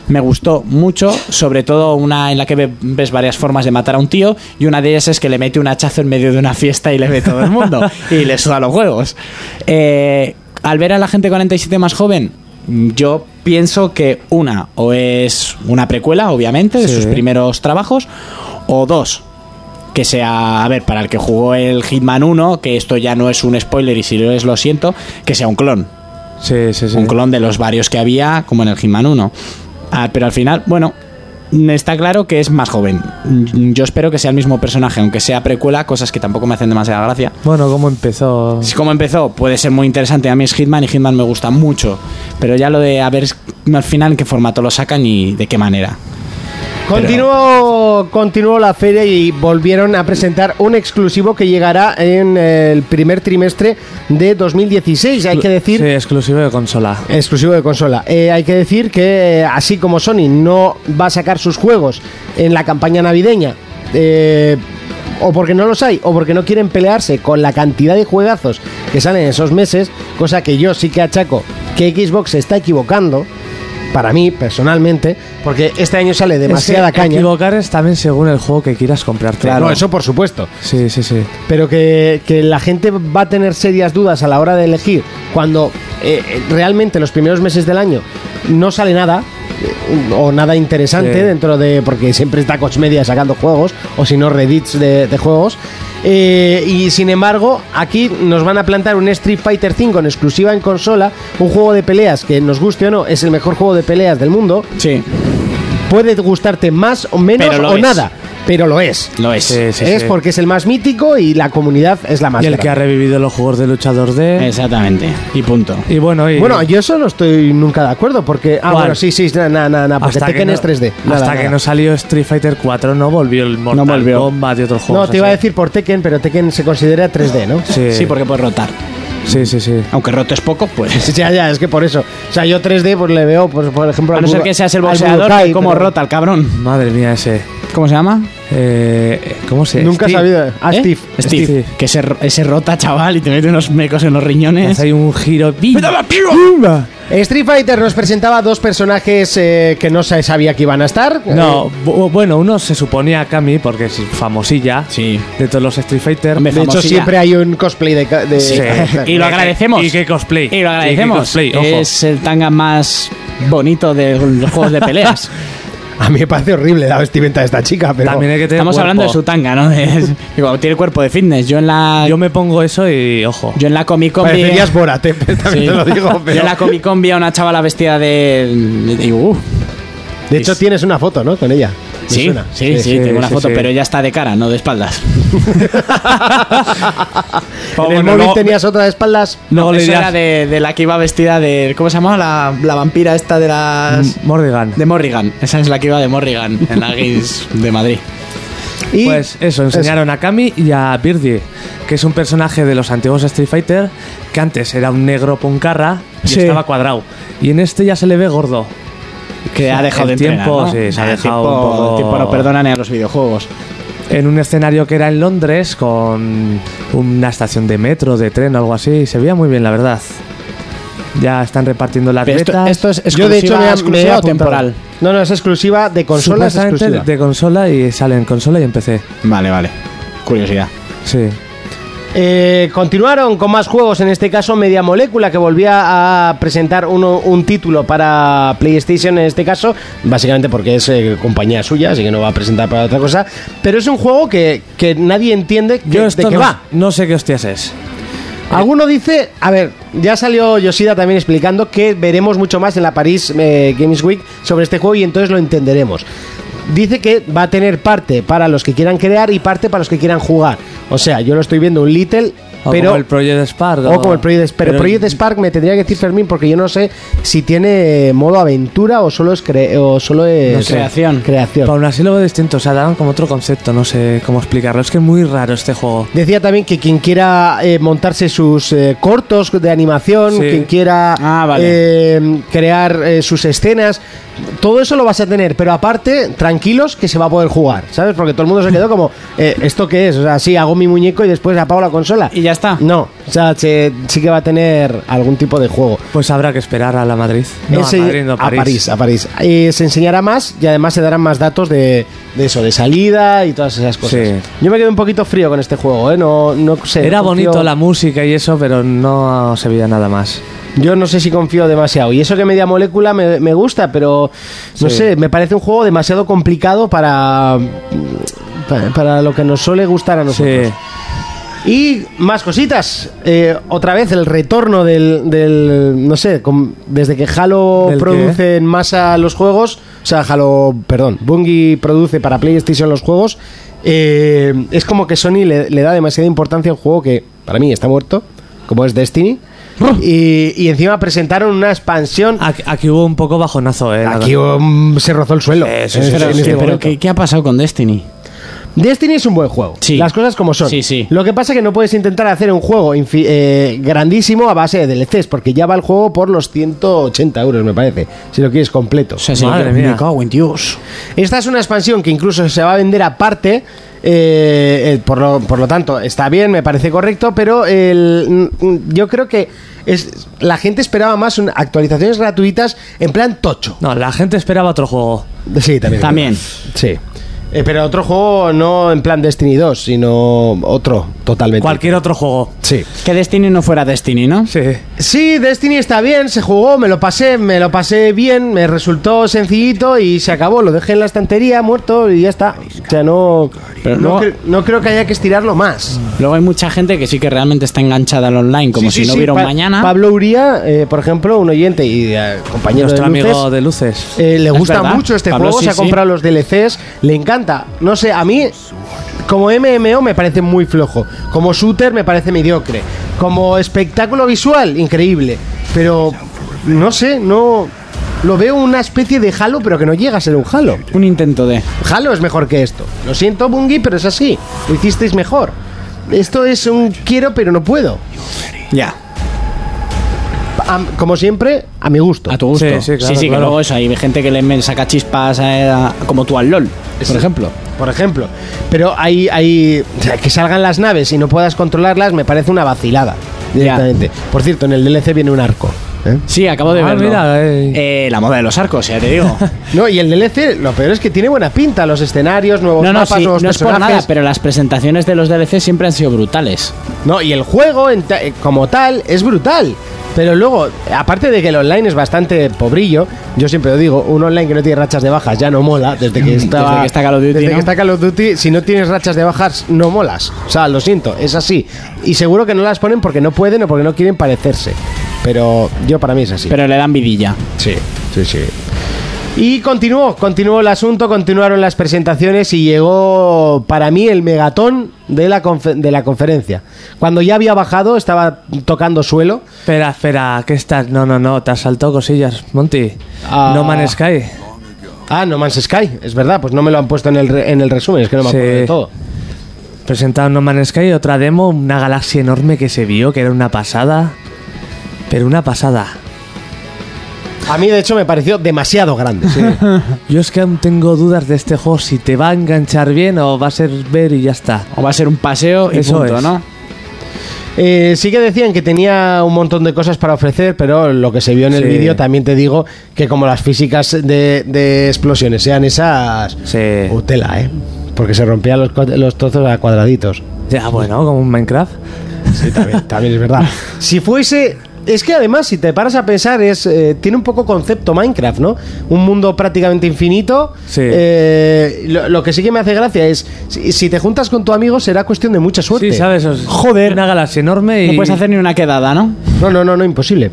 Me gustó mucho, sobre todo una en la que ve- ves varias formas de matar a un tío y una de ellas es que le mete un hachazo en medio de una fiesta y le ve todo el mundo y le suda los huevos. Eh, al ver a la gente 47 más joven, yo pienso que una o es una precuela, obviamente, de
Sí.
sus primeros trabajos, o dos. Que sea, a ver, para el que jugó el Hitman 1, que esto ya no es un spoiler y si lo es, lo siento, que sea un clon.
sí, sí, sí.
Un clon de los varios que había, como en el Hitman 1. Ah, pero al final, bueno, mm, está claro que es más joven. Mm, Yo espero que sea el mismo personaje, aunque sea precuela, cosas que tampoco me hacen demasiada gracia.
Bueno, ¿cómo empezó?
Sí, Como empezó, puede ser muy interesante. A mí es Hitman y Hitman me gusta mucho. Pero ya lo de a ver al final en qué formato lo sacan y de qué manera.
Continuó, continuó la feria y volvieron a presentar un exclusivo que llegará en el primer trimestre de 2016. Hay que decir
Sí, exclusivo de consola.
Exclusivo de consola. Eh, hay que decir que eh, así como Sony no va a sacar sus juegos en la campaña navideña, eh, o porque no los hay, o porque no quieren pelearse con la cantidad de juegazos que salen en esos meses, cosa que yo sí que achaco que Xbox se está equivocando, para mí personalmente, porque este año sale demasiada
Es que
caña.
Equivocar es también según el juego que quieras comprarte.
No, eso por supuesto.
Sí, sí, sí.
Pero que, que la gente va a tener serias dudas a la hora de elegir cuando eh, eh, realmente los primeros meses del año no sale nada. o nada interesante
Sí.
dentro de. porque siempre está Coach Media sacando juegos, o si no, Reddits de, de juegos. Eh, y sin embargo, aquí nos van a plantar un Street Fighter V en exclusiva en consola, un juego de peleas que nos guste o no, es el mejor juego de peleas del mundo.
Sí,
Puede gustarte más o menos
Pero lo
o
es.
nada, pero lo es.
lo es.
Sí, sí,
es
sí.
porque es el más mítico y la comunidad es la más
Y el
grande.
que ha revivido los juegos de lucha 2D.
Exactamente. Y punto.
Y bueno, y
Bueno, yo eso no estoy nunca de acuerdo porque. Ah,
¿Cuál?
bueno, sí, sí, na, na, na, na, porque Tekken
no-
es 3D.
hasta
Nada,
que
nada.
no salió Street Fighter 4 no volvió el Mortal
volvió.
Kombat y otros
No,
juegos.
te iba a
así.
decir por Tekken, pero Tekken se considera 3D, ¿no?
Sí,
Sí, porque puedes rotar.
sí, sí, sí.
Aunque rotes poco, pues.
Ya, ya, es que por eso. O sea, yo 3D pues le veo, pues, por ejemplo...
A
al
no ser
Budo-
que seas el
al
boxeador,
Budokai,
que como
pero
rota el cabrón.
Madre mía, ese.
¿Cómo se llama?
Eh, ¿Cómo se
Nunca he sabido... Ah,
¿Eh?
Steve.
Steve.
Steve.
Que se, ese rota, chaval, y te mete unos mecos en los riñones.
Hay un giro.
¡Pimba!
Street Fighter nos presentaba dos personajes eh, que no se sabía que iban a estar. Eh,
No, bu- bueno, uno se suponía Kami porque es famosilla
Sí.
de todos los Street Fighter.
Eh,
Hombre,
de hecho,
famosilla.
siempre hay un cosplay de... ca- de-
Sí.
Y lo agradecemos.
Y qué cosplay.
Y lo
Y qué
agradecemos.
cosplay, ojo.
es el tanga más bonito de los juegos de peleas.
A mí me parece horrible la vestimenta de esta chica, pero...
También hay que tener
Estamos hablando de
cuerpo.
su tanga, ¿no? De- digo, tiene cuerpo de fitness. Yo en la.
Yo
Yo,
me pongo eso y ojo.
en la Comic Con. vi-
Parecerías Borat, eh, también
Sí.
te lo digo,
Yo
pero...
en la Comic Con vi a una chavala vestida de. de- digo, "Uh".
De hecho, tienes una foto, ¿no? Con ella. Me
Sí,
suena.
sí, sí,
Sí, sí,
tengo una
sí,
foto,
sí.
pero ya está de cara, no de espaldas.
En el
bueno,
móvil
luego-
tenías otra de espaldas...
Luego le
eso
dirás-
era de, de la que iba vestida de. ¿Cómo se llamaba? La, la vampira esta de las.
M- Mordigan.
De Morrigan. Esa es la que iba de Morrigan en la Games de Madrid.
Y
Pues
eh,
eso, enseñaron a Kami y a Birdie, que es un personaje de los antiguos Street Fighter, que antes era un negro puncarra y
Sí.
estaba cuadrado. Y en este ya se le ve gordo.
Que ha dejado
El
de
tiempo,
entrenar, ¿no?
sí, se ha
El
dejado
tiempo-
un poco-
El tiempo no perdona ni a los videojuegos.
En un escenario que era en Londres, con una estación de metro, de tren o algo así, y se veía muy bien, la verdad. Ya están repartiendo las
Pero esto,
betas.
esto es exclusiva,
Yo de hecho me, he- me he
exclusiva o
apuntado.
temporal.
No, no, es exclusiva de consola, es
Supuestamente
exclusiva.
de consola y salen consola y empecé.
Vale, vale. Curiosidad.
Sí.
Eh, continuaron con más juegos, en este caso Media Molécula, que volvía a presentar uno, un título para PlayStation en este caso, básicamente porque es eh, compañía suya, así que no va a presentar para otra cosa, pero es un juego que, que nadie entiende que-
Yo
de
esto
qué
no,
va.
no sé qué hostias es.
Alguno dice, a ver, ya salió Yoshida también explicando que veremos mucho más en la París eh, Games Week sobre este juego y entonces lo entenderemos. Dice que va a tener parte para los que quieran crear y parte para los que quieran jugar. O sea, yo lo estoy viendo un Little,
O
pero...
como el Project Spark.
o como el Project Spark. Pero Project Spark me tendría que decir Fermín porque yo no sé si tiene modo aventura o solo es, cre- o solo es
No sé.
Creación.
creación.
Pero aún así lo veo distinto, o sea, daban como otro concepto, no sé cómo explicarlo. Es que es muy raro este juego.
Decía también que quien quiera eh, montarse sus eh, cortos de animación,
Sí.
quien quiera
Ah, vale.
eh, crear eh, sus escenas, todo eso lo vas a tener, pero aparte, tranquilos que se va a poder jugar, ¿sabes? Porque todo el mundo se quedó como, eh, ¿esto qué es? O sea, sí, hago mi muñeco y después apago la consola.
Y ya está.
No, o sea, se- sí que va a tener algún tipo de juego.
Pues habrá que esperar a la Madrid.
Ense-
a Madrid, no, a París.
a París. Eh, se enseñará más y además se darán más datos de, de eso, de salida y todas esas cosas.
Sí.
Yo me quedé un poquito frío con este juego, ¿eh? No, no sé.
Era
no confío-
bonito la música y eso, pero no se veía nada más.
Yo no sé si confío demasiado. Y eso que media molécula me, me gusta, pero no
Sí.
sé, me parece un juego demasiado complicado para, para, para lo que nos suele gustar a nosotros.
Sí.
Y más cositas. Eh, otra vez el retorno del, del- no sé, com- desde que Halo
¿Del
produce en masa los juegos, o sea, Halo, perdón, Bungie produce para PlayStation los juegos, eh, es como que Sony le, le da demasiada importancia a un juego que para mí está muerto, como es Destiny. Y, y encima presentaron una expansión.
Aquí, aquí hubo un poco bajonazo, eh. la
Aquí
verdad.
um, se rozó el suelo.
Sí,
en
sí,
este-
Pero,
en este
pero
momento.
¿qué, qué ha pasado con Destiny?
Destiny es un buen juego.
Sí.
Las cosas como son.
Sí, sí.
Lo que pasa es que no puedes intentar hacer un juego infi- eh, grandísimo a base de DLCs, porque ya va el juego por los 180 euros, me parece, si lo quieres completo.
O sea, si
Madre
lo
mía.
Me cago en Dios.
Esta es una expansión que incluso se va a vender aparte. eh, eh, por, lo, por lo tanto, está bien, me parece correcto, pero el- mm, mm, yo creo que es, la gente esperaba más un- actualizaciones gratuitas en plan tocho.
No, la gente esperaba otro juego.
Sí, también.
También.
Sí. Eh, pero otro juego no en plan Destiny 2, sino otro totalmente.
Cualquier otro juego.
Sí.
Que Destiny no fuera Destiny, ¿no?
Sí.
Sí, Destiny está bien, se jugó, me lo pasé, me lo pasé bien, me resultó sencillito y se acabó. Lo dejé en la estantería, muerto y ya está. O sea, no,
Pero
no,
luego-
cre- no creo que haya que estirarlo más.
Luego hay mucha gente que sí que realmente está enganchada al online, como
Sí,
si
sí,
no
sí,
hubiera un
Pa-
mañana.
Pablo Uría, eh, por ejemplo, un oyente y eh, compañero
Nuestro
de luces,
amigo de luces.
eh, le
Es
gusta
verdad.
mucho este
Pablo,
juego,
sí,
se ha
sí.
comprado los DLCs, le encanta. No sé, a mí como MMO me parece muy flojo, como shooter me parece mediocre, como espectáculo visual increíble, pero no sé, no lo veo una especie de Halo, pero que no llega a ser un Halo.
Un intento de.
Halo es mejor que esto. Lo siento, Bungie, pero es así. Lo hicisteis mejor. Esto es un quiero pero no puedo.
Ya.
A- como siempre, a mi gusto.
A tu gusto.
Sí, sí, claro,
que
claro.
luego eso, hay gente que le men- saca chispas eh, a- como tú al LOL, por ejemplo.
Por ejemplo. Pero hay, hay o sea, que salgan las naves y no puedas controlarlas me parece una vacilada. Directamente. Por cierto, en el DLC viene un arco. ¿eh?
Sí, acabo de
Ah,
verlo.
mira, eh.
Eh, la moda de los arcos, ya te digo.
No, y el DLC, lo peor es que tiene buena pinta, los escenarios, nuevos
no, no,
mapas,
sí,
nuevos
no es por
personajes.
nada, pero las presentaciones de los DLC siempre han sido brutales.
No, y el juego en ta- eh, como tal es brutal. Pero luego, aparte de que el online es bastante pobrillo, yo siempre lo digo, un online que no tiene rachas de bajas ya no mola. Desde que, estaba-
Desde que está Call of Duty,
desde que
¿no?
está Call of Duty, si no tienes rachas de bajas, no molas. O sea, lo siento, es así. Y seguro que no las ponen porque no pueden o porque no quieren parecerse. Pero yo para mí es así.
Pero le dan vidilla.
Sí, sí, sí. Y continuó, continuó el asunto, continuaron las presentaciones y llegó para mí el megatón de la, confe- de la conferencia. Cuando ya había bajado, estaba tocando suelo.
Espera, espera, ¿qué estás? No, no, no, te has saltado cosillas, Monty.
Ah.
No Man's Sky.
Ah, No Man's Sky, es verdad, pues no me lo han puesto en el, re- en el resumen, es que no me
Sí.
acuerdo de todo.
Presentaron No Man's Sky, otra demo, una galaxia enorme que se vio, que era una pasada. Pero una pasada.
A mí, de hecho, me pareció demasiado grande.
Yo es que aún tengo dudas de este juego, si te va a enganchar bien o va a ser ver y ya está.
O va a ser un paseo y
Eso
punto,
es.
¿no?
Eh, sí que decían que tenía un montón de cosas para ofrecer, pero lo que se vio en el
Sí.
vídeo también te digo que como las físicas de, de explosiones sean esas,
Sí.
utela, ¿eh? Porque se rompían los, cua- los trozos a cuadraditos.
Ya, bueno, como un Minecraft.
Sí, también, también es verdad. Si fuese... Es que además, si te paras a pensar, es eh, tiene un poco concepto Minecraft, ¿no? Un mundo prácticamente infinito.
Sí.
Eh, lo, lo que sí que me hace gracia es, si, si te juntas con tu amigo será cuestión de mucha suerte.
Sí, ¿sabes? Os-
Joder.
Una galaxia enorme y...
No puedes hacer ni una quedada, ¿no?
No, no, no, no, imposible.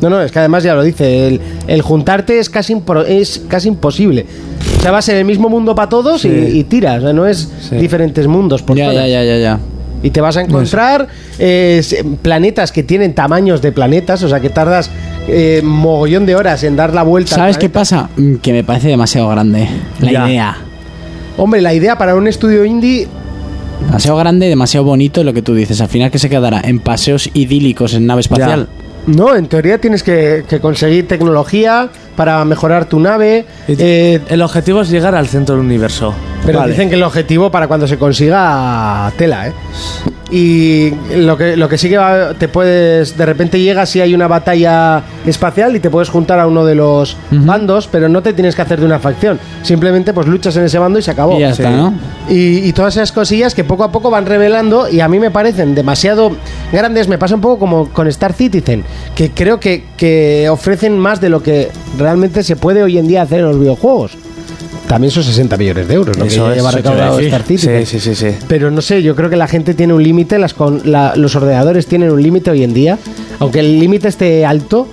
No, no, es que además ya lo dice, el, el juntarte es casi, impro- es casi imposible. O sea, vas en el mismo mundo para todos y,
Sí.
y tiras, o sea, no es
Sí.
diferentes mundos por
Ya, ya,
zonas.
ya, ya, ya.
Y te
Pues
vas a encontrar eh, se- planetas que tienen tamaños de planetas, o sea, que tardas eh, mogollón de horas en dar la vuelta. al
¿Sabes qué
planeta.
pasa? Mm, Que me parece demasiado grande. La
Ya.
idea.
Hombre, la idea para un estudio indie
Demasiado grande, demasiado bonito lo que tú dices. Al final, que se quedará? ¿En paseos idílicos en nave espacial?
No, en teoría tienes que, que conseguir tecnología para mejorar tu nave.
Y-
eh,
El objetivo es llegar al centro del universo.
Pero
Vale.
dicen que el objetivo para cuando se consiga tela, ¿eh? Y lo que, lo que sí que va- te puedes. De repente llegas y hay una batalla espacial y te puedes juntar a uno de los bandos, pero no te tienes que hacer de una facción. Simplemente pues luchas en ese bando y se acabó.
Y ya está, ¿no?
Y, y todas esas cosillas que poco a poco van revelando y a mí me parecen demasiado grandes. Me pasa un poco como con Star Citizen, que creo que, que ofrecen más de lo que realmente se puede hoy en día hacer en los videojuegos. También son 60 millones de euros, lo que
Eso
ya
es,
lleva
eso te iba a
recaudado
decir.
Star Citizen.
Sí, sí, sí, sí.
Pero no sé, yo creo que la gente tiene un límite, las con- la- los ordenadores tienen un límite hoy en día, aunque el límite esté alto,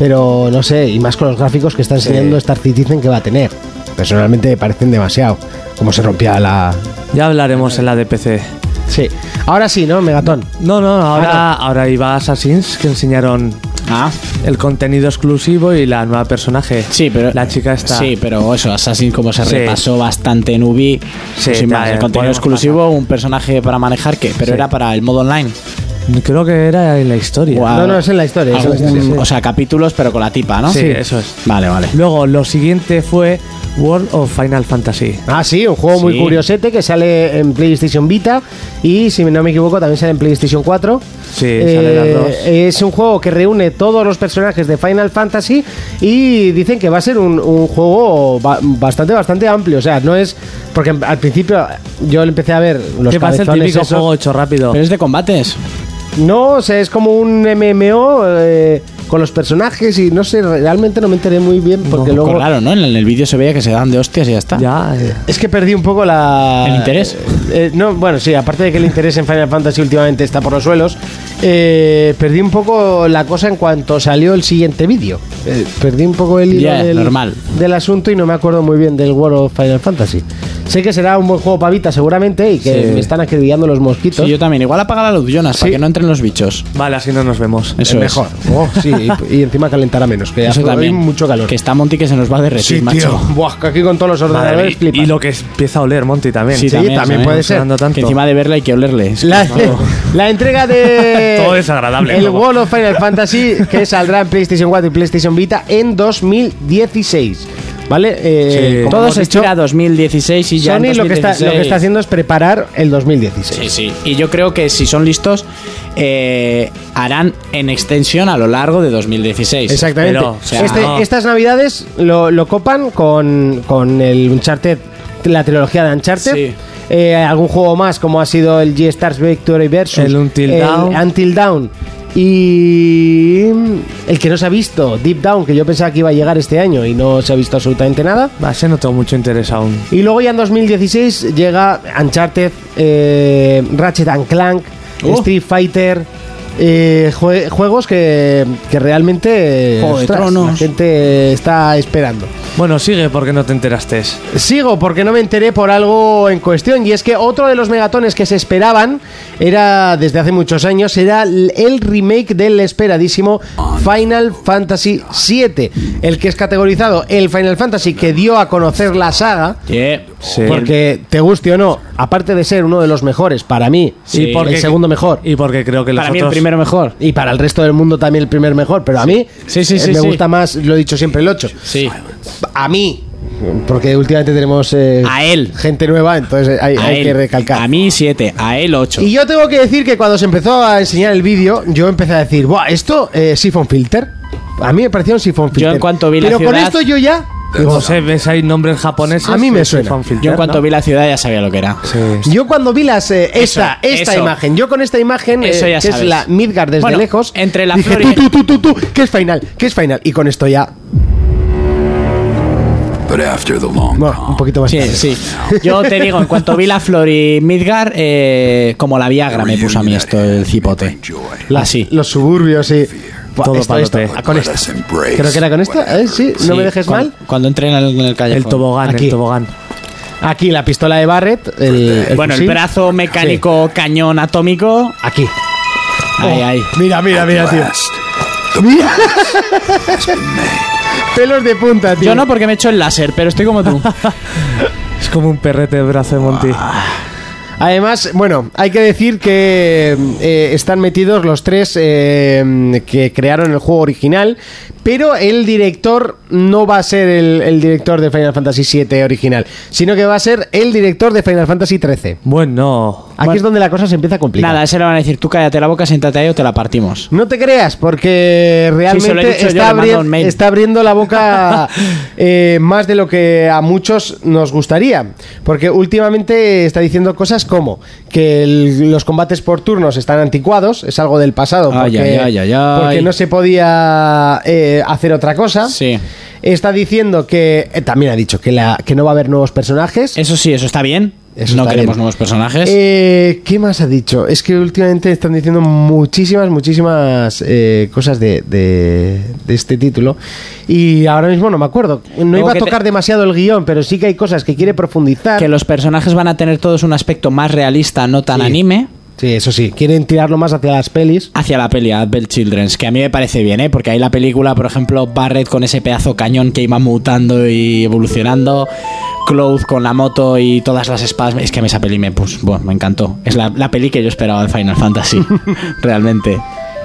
pero no sé, y más con los gráficos que está enseñando Star Citizen que va a tener. Personalmente me parecen demasiado, como se rompía la...
Ya hablaremos en la de PC.
Sí, ahora sí, ¿no? Megatón.
No, no, ahora,
Ah,
ahora iba a Assassin's que enseñaron
Ah.
el contenido exclusivo y la nueva personaje.
Sí, pero.
La chica está.
Sí, pero eso, Assassin como se
Sí.
repasó bastante en Ubi. pues
Sí,
sin más,
ya,
el
ya,
contenido
podemos
exclusivo, un personaje para manejar que, pero
Sí.
era para el modo online.
Creo que era en la historia.
Guau.
No, no, es en la
ah,
historia. es en la
Algún-
historia, sí.
O sea, capítulos, pero con la tipa, ¿no?
Sí, eso es.
Vale, vale.
Luego, lo siguiente fue World of Final Fantasy.
Ah, sí, un juego muy
Sí.
curiosete que sale en PlayStation Vita y, si no me equivoco, también sale en PlayStation 4.
Sí, sale las dos.
Es un juego que reúne todos los personajes de Final Fantasy y dicen que va a ser un, un juego ba- bastante, bastante amplio. O sea, no es... Porque al principio yo lo empecé a ver los
¿Qué pasa el
cabezones
típico
esos.
juego hecho rápido?
Pero es de combates.
No, o sea, es como un MMO eh, con los personajes y no sé, realmente no me enteré muy bien porque
Un poco
luego...
raro, ¿no? En el vídeo se veía que se daban de hostias y ya está.
Ya, eh,
Es que perdí un poco la...
¿El interés?
Eh, no, bueno, sí, aparte de que el interés en Final Fantasy últimamente está por los suelos, eh, perdí un poco la cosa en cuanto salió el siguiente vídeo. Eh, perdí un poco el hilo
Ya,
del,
normal.
del asunto y no me acuerdo muy bien del World of Final Fantasy. Sé que será un buen juego pavita seguramente y que
Sí.
me están acribillando los mosquitos.
Sí, yo también. Igual apaga la luz, Jonas, para que no entren los bichos.
Vale, así no nos vemos.
Eso es.
mejor. Oh, sí, y, y encima calentará menos, que
Eso
hace
también.
hoy mucho calor.
Que está Monty que se nos va a derretir,
sí,
macho.
tío. Buah, que aquí con todos los
Madre
ordenadores
mía, y,
flipas.
y lo que empieza a oler, Monty, también.
Sí,
Sí, también,
también ¿eh?
puede
está
ser.
dando tanto.
Que encima de verla hay que olerle. Es que
La, la entrega de.
Todo desagradable,
El
todo.
World of Final Fantasy que saldrá en PlayStation 4 y PlayStation Vita en 2016. ¿Vale? Eh,
Sí.
como
Todo
hemos
se
dicho,
estira a 2016 y ya en
Sony lo que, está, lo que
2016.
está haciendo es preparar el 2016.
Sí, sí. Y yo creo que si son listos, eh, harán en extensión a lo largo de 2016.
Exactamente.
Pero, o sea,
Este-
no.
Estas navidades lo, lo copan con, con el Uncharted, la trilogía de Uncharted.
Sí.
Eh, algún juego más como ha sido el G-Stars Victory versus
El Until Dawn.
Until Dawn. Y el que no se ha visto, Deep Down, que yo pensaba que iba a llegar este año y no se ha visto absolutamente nada.
Va, ese no tengo mucho interés aún.
Y luego ya en 2016 llega Uncharted, eh, Ratchet and Clank,
Oh.
Street Fighter, eh, jue- juegos que, que realmente eh,
Juego de Tronos.
la gente está esperando.
Bueno, sigue porque no te enteraste.
Sigo porque no me enteré por algo en cuestión y es que otro de los megatones que se esperaban era desde hace muchos años era l- el remake del esperadísimo Final Fantasy VII, el que es categorizado el Final Fantasy que dio a conocer la saga.
Yeah.
Sí.
Porque te guste o no, aparte de ser uno de los mejores para mí,
Sí,
y
porque-
el segundo mejor
Y porque creo que los
Para mí el
otros-
primero mejor.
y para el resto del mundo también el primer mejor, pero a mí
Sí, sí,
eh,
sí,
me
sí.
gusta más, lo he dicho siempre, el 8.
Sí.
A mí, porque últimamente tenemos eh,
A él.
gente nueva, entonces hay,
A
hay
él.
que recalcar.
A mí 7, a él 8.
Y yo tengo que decir que cuando se empezó a enseñar el vídeo, yo empecé a decir, Buah, esto eh, siphon filter. A mí me parecía un siphon filter.
en cuanto vi la
Pero con
ciudad-
esto yo ya... digo,
No sé, ves ahí nombres japoneses.
A mí me
que
suena.
son filter,
Yo en cuanto
¿no?
vi la ciudad ya sabía lo que era.
Sí.
Yo cuando vi las, eh, esta, esta
Pues eso.
imagen, yo con esta imagen, eh,
Eso ya
que es
sabes.
la Midgard desde
Bueno,
lejos,
entre la
dije,
flor y-
tú, tú, tú, tú, tú, que es final, que es final. Y con esto ya,
But after the long
bueno, un poquito más
Sí,
tarde.
sí. Yo te digo, en cuanto vi la flor y Midgar, eh, como la Viagra me puso a mí esto el cipote. Así.
Los suburbios, sí. Buah,
Todo
esto,
palote.
esto, ah, con esta.
Let's embrace
Creo que era con esta, ¿eh? Sí, no
Sí,
me dejes
cuan-
mal.
Cuando entré en el, en el callejón.
El tobogán,
Aquí.
el tobogán.
Aquí la pistola de Barrett, el, el
Bueno, el
fusil.
brazo mecánico cañón atómico.
Aquí. Oh.
Ahí, ahí.
Mira, mira, mira, tío.
last.
Pelos de punta, tío.
Yo no porque me echo el láser, pero estoy como tú.
Es como un perrete de brazo de Monty.
Además, bueno, hay que decir que eh, están metidos los tres eh, que crearon el juego original, pero el director no va a ser el, el director de Final Fantasy VII original, sino que va a ser el director de Final Fantasy XIII.
Bueno.
Aquí es donde la cosa se empieza a complicar.
Nada, ese le van a decir, tú cállate la boca, siéntate ahí o te la partimos.
No te creas, porque
Sí, se lo he
realmente
dicho yo,
está,
le mando
abri-
un mail.
está abriendo la boca eh, más de lo que a muchos nos gustaría. Porque últimamente está diciendo cosas como que el- los combates por turnos están anticuados, es algo del pasado,
Ay,
porque,
ay, ay, ay, ay.
porque no se podía eh, hacer otra cosa.
Sí.
Está diciendo que, eh, también ha dicho que, la, que no va a haber nuevos personajes.
Eso sí, eso está bien.
Eso
no
está
queremos
bien.
nuevos personajes.
Eh, ¿Qué más ha dicho? Es que últimamente están diciendo muchísimas, muchísimas eh, cosas de, de- de este título. Y ahora mismo no me acuerdo. No iba a
que te-
tocar demasiado el guión, pero sí que hay cosas que quiere profundizar.
que los personajes van a tener todos un aspecto más realista, no tan
Sí.
anime.
Sí, eso sí. Quieren tirarlo más hacia las pelis.
hacia la peli Advent Children's, que a mí me parece bien, ¿eh? porque ahí la película, por ejemplo, Barrett con ese pedazo cañón que iba mutando y evolucionando, Cloud con la moto y todas las espadas, es que a mí esa peli me, pues, bueno, me encantó. Es la, la peli que yo esperaba de Final Fantasy, realmente.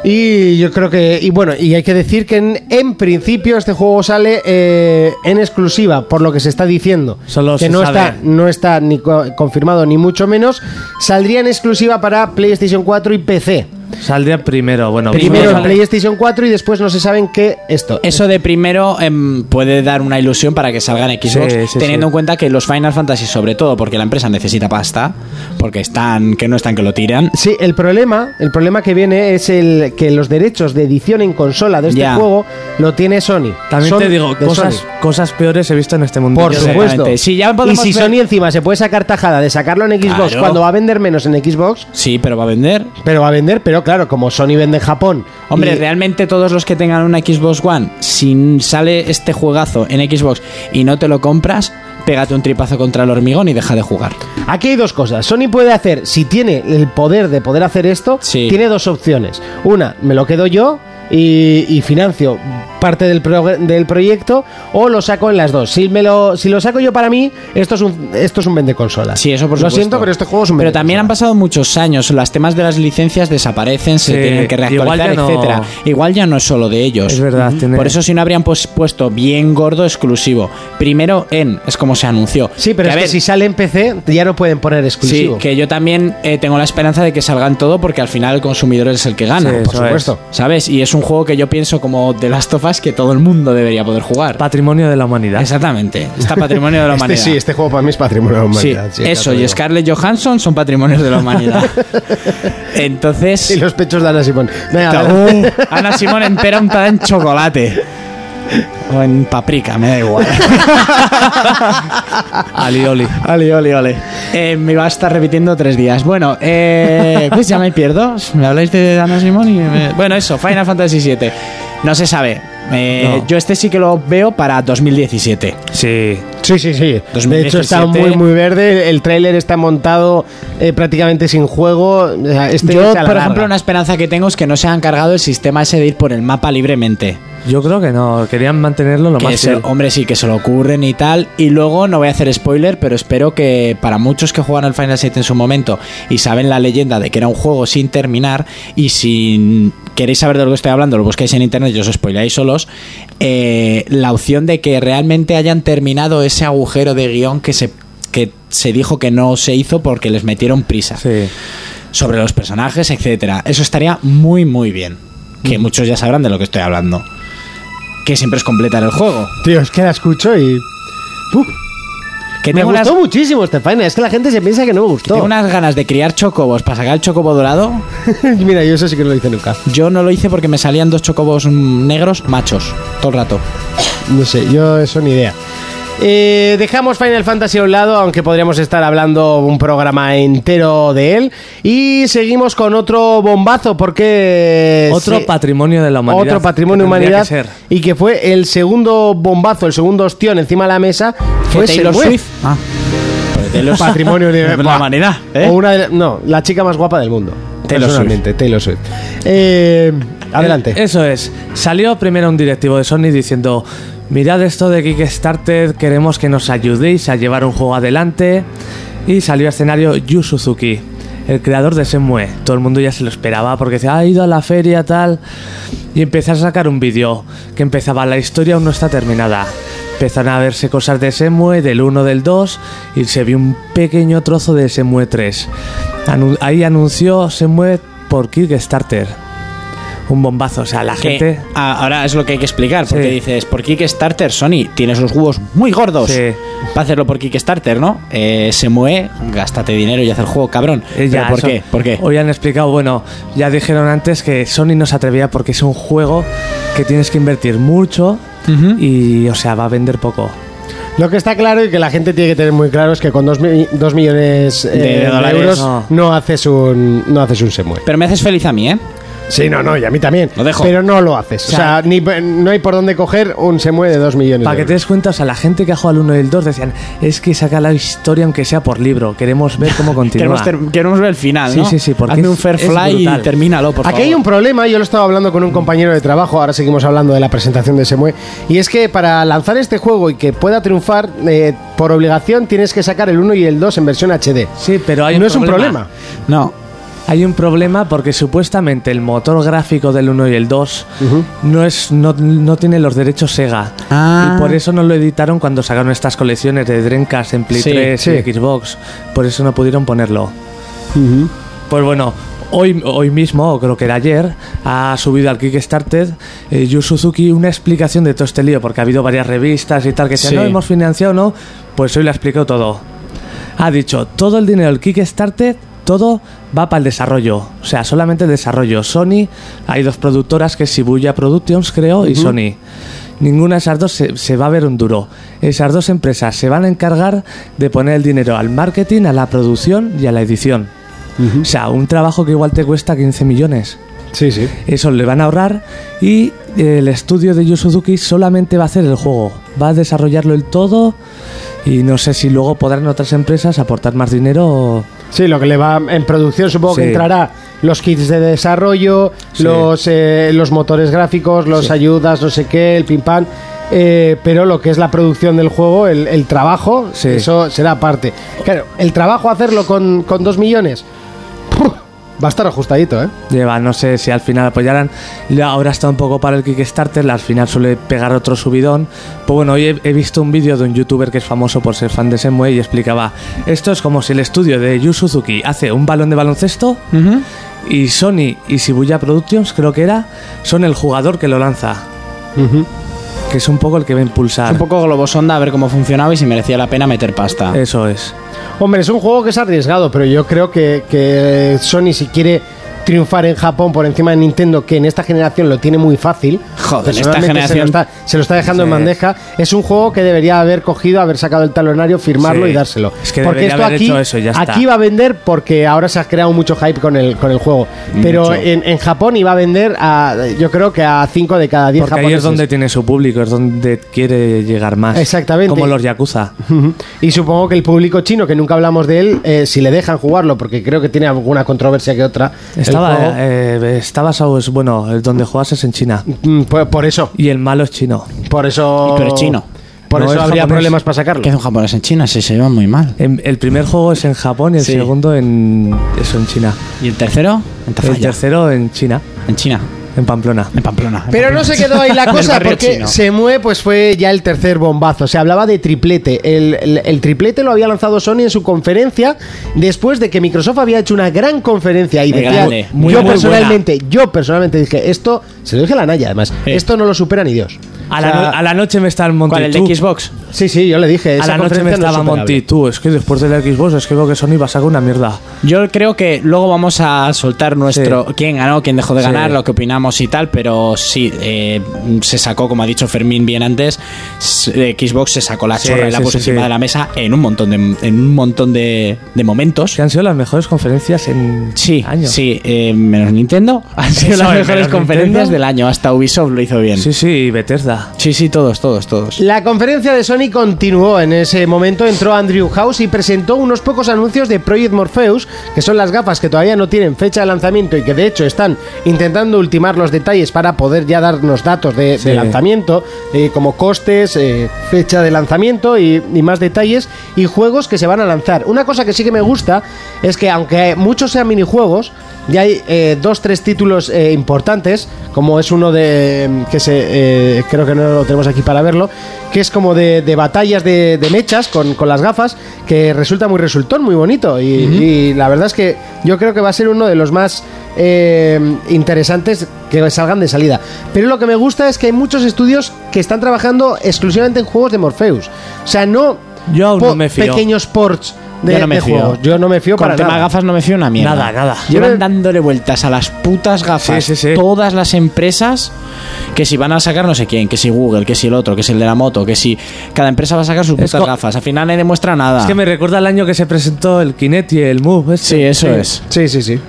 Y yo creo que. Y bueno, y hay que decir que en, en principio este juego sale eh, en exclusiva, por lo que se está diciendo.
Solo
que
se
no
sabe.
está, no está ni co- confirmado ni mucho menos. Saldría en exclusiva para PlayStation 4 y PC.
Saldría primero, bueno.
Primero en
vosotros-
PlayStation 4 y después no se saben qué esto.
Eso de primero em, puede dar una ilusión para que salgan Xbox,
Sí, sí,
teniendo
sí.
en cuenta que los Final Fantasy, sobre todo, porque la empresa necesita pasta, porque están, que no están, que lo tiran.
Sí, el problema, el problema que viene es el que los derechos de edición en consola de este
Ya.
juego lo tiene Sony.
También
Son
te digo,
de
cosas,
Sony.
cosas peores he visto en este mundo.
Por supuesto.
Exactamente. Sí, ya podemos
y si
ver-
Sony encima se puede sacar tajada de sacarlo en Xbox
Claro.
cuando va a vender menos en Xbox,
Sí, pero va a vender.
pero va a vender, pero claro, como Sony vende en Japón.
Hombre,
y-
realmente todos los que tengan una Xbox One, si sale este juegazo en Xbox y no te lo compras, pégate un tripazo contra el hormigón y deja de jugar.
Aquí hay dos cosas. Sony puede hacer, si tiene el poder de poder hacer esto,
Sí.
tiene dos opciones. Una, me lo quedo yo y, y financio parte del, prog- del proyecto o lo saco en las dos. Si, me lo, si lo saco yo para mí, esto es un, esto es un vende consola.
Sí, eso por
Lo
supuesto.
siento, pero este juego es un
Pero
vende
también han
consola.
pasado muchos años, los temas de las licencias desaparecen, se
Sí,
tienen que
igual
reactualizar,
ya no-
etcétera. Igual ya no es solo de ellos.
Es verdad, tiene-
Por eso si no habrían pues, puesto bien gordo exclusivo. Primero en, es como se anunció.
Sí, pero
a
es que
ver,
si sale en PC, ya no pueden poner
Sí,
exclusivo.
que yo también eh, tengo la esperanza de que salgan todo porque al final el consumidor es el que gana.
Sí,
por
eso
supuesto. ¿Sabes? Y es un juego que yo pienso como The Last of Us que todo el mundo debería poder jugar.
Patrimonio de la humanidad.
Exactamente. Está patrimonio de la humanidad.
este juego para mí es patrimonio de la
Sí,
sí, ya
eso
te lo
y
digo.
Scarlett Johansson son patrimonios de la humanidad.
Y
Entonces,
los pechos de Ana Simón. Venga, adelante.
tabú. Ana Simón entera untada en chocolate. O en paprika, me da igual.
Alioli.
Ole, ole, ole. Eh, me va a estar repitiendo tres días. Bueno, eh, pues ya me pierdo. Me habláis de Ana Simón y... me- Bueno, eso, Final Fantasy VII. No se sabe. Eh,
No.
Yo este sí que lo veo para 2017.
Sí.
Sí, sí, sí. De hecho,
2017.
está muy, muy verde. El tráiler está montado eh, prácticamente sin juego. O sea, Este
Yo,
es a la
por ejemplo,
larga.
una esperanza que tengo es que no se han cargado el sistema ese de ir por el mapa libremente.
Yo creo que no. Querían mantenerlo lo
Que
más.
se-
fiel.
hombre, sí, que se lo ocurren y tal. Y luego, no voy a hacer spoiler, pero espero que para muchos que juegan al Final 7 en su momento y saben la leyenda de que era un juego sin terminar, y si queréis saber de lo que estoy hablando, lo buscáis en internet y os spoiláis solos, eh, la opción de que realmente hayan terminado ese agujero de guión que se, que se dijo que no se hizo porque les metieron prisa
Sí.
sobre los personajes, etcétera. Eso estaría muy muy bien. Que
Mm.
muchos ya sabrán de lo que estoy hablando. Que siempre es completar el juego.
Tío, es que la escucho y. Uf,
Que
me
tengo, unas,
gustó muchísimo este final. Es que la gente se piensa que no me
que tengo
gustó.
unas ganas de criar chocobos para sacar el chocobo dorado.
Mira, yo eso sí que no lo hice nunca.
Yo no lo hice porque me salían dos chocobos mm, negros machos todo el rato.
No sé, yo eso ni idea. Eh, dejamos Final Fantasy a un lado, aunque podríamos estar hablando un programa entero de él. Y seguimos con otro bombazo, porque.
Otro
se-
patrimonio de la humanidad.
Eh, Otro patrimonio
que
de
tendría
humanidad.
que ser.
Y que fue el segundo bombazo, el segundo ostión encima de la mesa. Fue
Taylor
Selwyn.
Swift. Ah. Taylor Swift.
Patrimonio universal.
De la humanidad, ¿eh?
O una de la- no, la chica más guapa del mundo.
Taylor
personalmente, Taylor Swift. Eh, adelante.
Eh, Eso es. Salió primero un directivo de Sony diciendo, mirad esto de Kickstarter, queremos que nos ayudéis a llevar un juego adelante. Y salió a escenario Yu Suzuki, el creador de Senmue. Todo el mundo ya se lo esperaba porque decía, ha ido a la feria, tal. Y empezó a sacar un vídeo que empezaba, la historia aún no está terminada. Empezaron a verse cosas de Senmue, del 1, del 2, y se vio un pequeño trozo de Senmue 3. Anu- ahí anunció Senmue por Kickstarter un bombazo. O sea, la
Que
Oh, gente.
a- ahora es lo que hay que explicar, porque
Sí.
dices, por Kickstarter, Sony, tienes los huevos muy gordos
Sí.
para hacerlo por Kickstarter, ¿no? Eh, se mueve, gástate dinero y haz el juego, cabrón.
eh, ya,
Pero ¿Por
eso-
qué? ¿Por qué?
Hoy han explicado, bueno, ya dijeron antes que Sony no se atrevía porque es un juego que tienes que invertir mucho y, o sea, va a vender poco.
Lo que está claro y que la gente tiene que tener muy claro es que con 2 millones eh,
De dólares,
euros
no.
no. haces un no haces un Semue.
Pero me haces feliz a mí, ¿eh?
Sí, no, no, y a mí también.
Lo dejo.
Pero no lo haces. O sea,
O sea,
ni- no hay por dónde coger un Semue de 2 millones.
Para
de
que te
euros.
des cuenta, o sea, la gente que ha jugado al 1 y el 2 decían, es que saca la historia aunque sea por libro, queremos ver cómo
Queremos,
continúa.
ter- queremos ver el final,
Sí,
¿no?
sí, sí, porque
Hazme
es-
un fair
es
fly y
brutal.
termínalo, por
Aquí hay un
favor.
problema, yo lo estaba hablando con un compañero de trabajo, ahora seguimos hablando de la presentación de Semue, y es que para lanzar este juego y que pueda triunfar, eh, por obligación tienes que sacar el 1 y el 2 en versión HD.
Sí, pero hay
no es un problema.
No,
Hay un problema porque supuestamente el motor gráfico del 1 y el 2 no, es, no, no tiene los derechos Sega.
Ah.
Y por eso no lo editaron cuando sacaron estas colecciones de Dreamcast en Play
Sí,
3
sí.
y Xbox. Por eso no pudieron ponerlo. Pues bueno, hoy, hoy mismo, o creo que era ayer, ha subido al Kickstarter eh, Yu Suzuki una explicación de todo este lío, porque ha habido varias revistas y tal que decían,
Sí.
no, hemos financiado no, pues hoy lo ha explicado todo. Ha dicho, todo el dinero del Kickstarter, todo va para el desarrollo, o sea, solamente el desarrollo. Sony, hay dos productoras que es Shibuya Productions, creo, y Sony. Ninguna de esas dos se, se va a ver un duro. Esas dos empresas se van a encargar de poner el dinero al marketing, a la producción y a la edición. O sea, un trabajo que igual te cuesta 15 millones.
Sí, sí.
Eso le van a ahorrar y eh, el estudio de Yu Suzuki solamente va a hacer el juego. Va a desarrollarlo el todo y no sé si luego podrán otras empresas aportar más dinero o...
Sí, lo que le va en producción supongo que
Sí.
entrará los kits de desarrollo,
Sí.
los, eh, los motores gráficos, los ayudas, no sé qué, el pim pam. eh, pero lo que es la producción del juego, el, el trabajo,
Sí.
eso será aparte. Claro, el trabajo hacerlo con, con dos millones ¡puf! va a estar ajustadito, ¿eh?
Lleva, no sé si al final apoyarán. Ya Ahora está un poco para el Kickstarter, al final suele pegar otro subidón. Pues bueno, hoy he, he visto un vídeo de un youtuber que es famoso por ser fan de Semue y explicaba: Esto es como si el estudio de Yu Suzuki hace un balón de baloncesto y Sony y Shibuya Productions, creo que era, son el jugador que lo lanza. Que es un poco el que va a impulsar.
Un poco Ah. globosonda a ver cómo funcionaba y si merecía la pena meter pasta.
Eso es.
Hombre, es un juego que es arriesgado, pero yo creo que, que Sony si quiere triunfar en Japón por encima de Nintendo, que en esta generación lo tiene muy fácil.
Joder, esta
personalmente se lo,
generación-
está, se lo está dejando en
Sí.
bandeja. Es un juego que debería haber cogido, haber sacado el talonario, firmarlo
Sí.
y dárselo.
Es que debería haber hecho eso y ya está.
aquí va a vender porque ahora se ha creado mucho hype con el, con el juego. Pero
Mucho.
en, en Japón iba a vender a, yo creo que a 5 de cada 10
Porque
japoneses.
ahí es donde tiene su público, es donde quiere llegar más.
Exactamente.
Como los Yakuza.
Ujú. Y supongo que el público chino, que nunca hablamos de él, eh, si le dejan jugarlo, porque creo que tiene alguna controversia que otra. el juego,
Estaba, eh, está basado, es bueno, el donde juegas es en China.
mm, pues por eso,
Y el malo es chino.
por eso.
Y pero es chino.
Por
No,
eso
es
habría
japonés.
problemas para sacarlo.
¿Qué hace un japonés en China? Sí, se llevan muy mal.
Eh,
En- el primer juego es en Japón y el
Sí.
segundo en eso en China.
¿Y el tercero? En
El
Tafalla.
tercero en China,
En China.
en Pamplona.
En Pamplona. En
Pero no se quedó ahí la
Del
cosa,
barrio
porque
chino.
se mueve, pues fue ya el tercer bombazo. Se hablaba de triplete. El, el- el triplete lo había lanzado Sony en su conferencia, después de que Microsoft había hecho una gran conferencia. Y
Muy
decía,
grande, muy,
yo
muy
personalmente, yo personalmente dije, esto, se lo dije a la Naya además,
Sí.
esto no lo supera ni Dios. O
A,
sea,
la, no- a la noche me está el Monty
¿Cuál? ¿El de
tú.
Xbox?
Sí, sí, yo le dije.
A
esa
la noche me
conferencia no es
estaba
superable.
Monty tú. Es que después del Xbox es que veo que Sony va a sacar una mierda.
Yo creo que luego vamos a soltar nuestro
Sí.
quién ganó, quién dejó de
Sí.
ganar, lo que opinamos y tal, pero sí, eh, se sacó, como ha dicho Fermín bien antes, s- eh, Xbox se sacó la
Sí,
chorra y la
sí,
puso
sí,
encima
sí.
de la mesa en un montón de, en un montón de, de momentos.
Que han sido las mejores conferencias en
Sí,
años.
sí, eh, menos Nintendo. Han sido
Eso
las
eh,
es,
mejores
menos
conferencias
Nintendo.
del año, hasta Ubisoft lo hizo bien.
sí, sí, y Bethesda.
sí, sí, todos, todos, todos.
La conferencia de Sony continuó. En ese momento entró Andrew House y presentó unos pocos anuncios de Project Morpheus, que son las gafas que todavía no tienen fecha de lanzamiento y que de hecho están intentando ultimar los detalles para poder ya darnos datos de, de lanzamiento, eh, como costes, eh, fecha de lanzamiento y, y más detalles, y juegos que se van a lanzar. Una cosa que sí que me gusta es que aunque muchos sean minijuegos, ya hay eh, dos, tres títulos eh, importantes, como es uno de que se eh, creo que no lo tenemos aquí para verlo, que es como de, de batallas de, de mechas con, con las gafas, que resulta muy resultón, muy bonito. Y, y la verdad es que yo creo que va a ser uno de los más eh, interesantes que salgan de salida. Pero lo que me gusta es que hay muchos estudios que están trabajando exclusivamente en juegos de Morpheus. O sea, no
Yo aún
po-
no me fío.
pequeños ports de,
Yo no me
de
fío.
juegos. Yo no me fío
Con
para
el tema
nada.
gafas no me fío una mierda.
Nada, nada.
Llevan
Yo-
dándole vueltas a las putas gafas
Sí, sí, sí.
todas las empresas que si van a sacar no sé quién, que si Google, que si el otro, que si el de la moto, que si cada empresa va a sacar sus
Es
putas
co-
gafas. Al final nadie demuestra nada.
Es que me recuerda el año que se presentó el Kinect y el Move. este.
Sí, eso es.
Sí, sí, sí.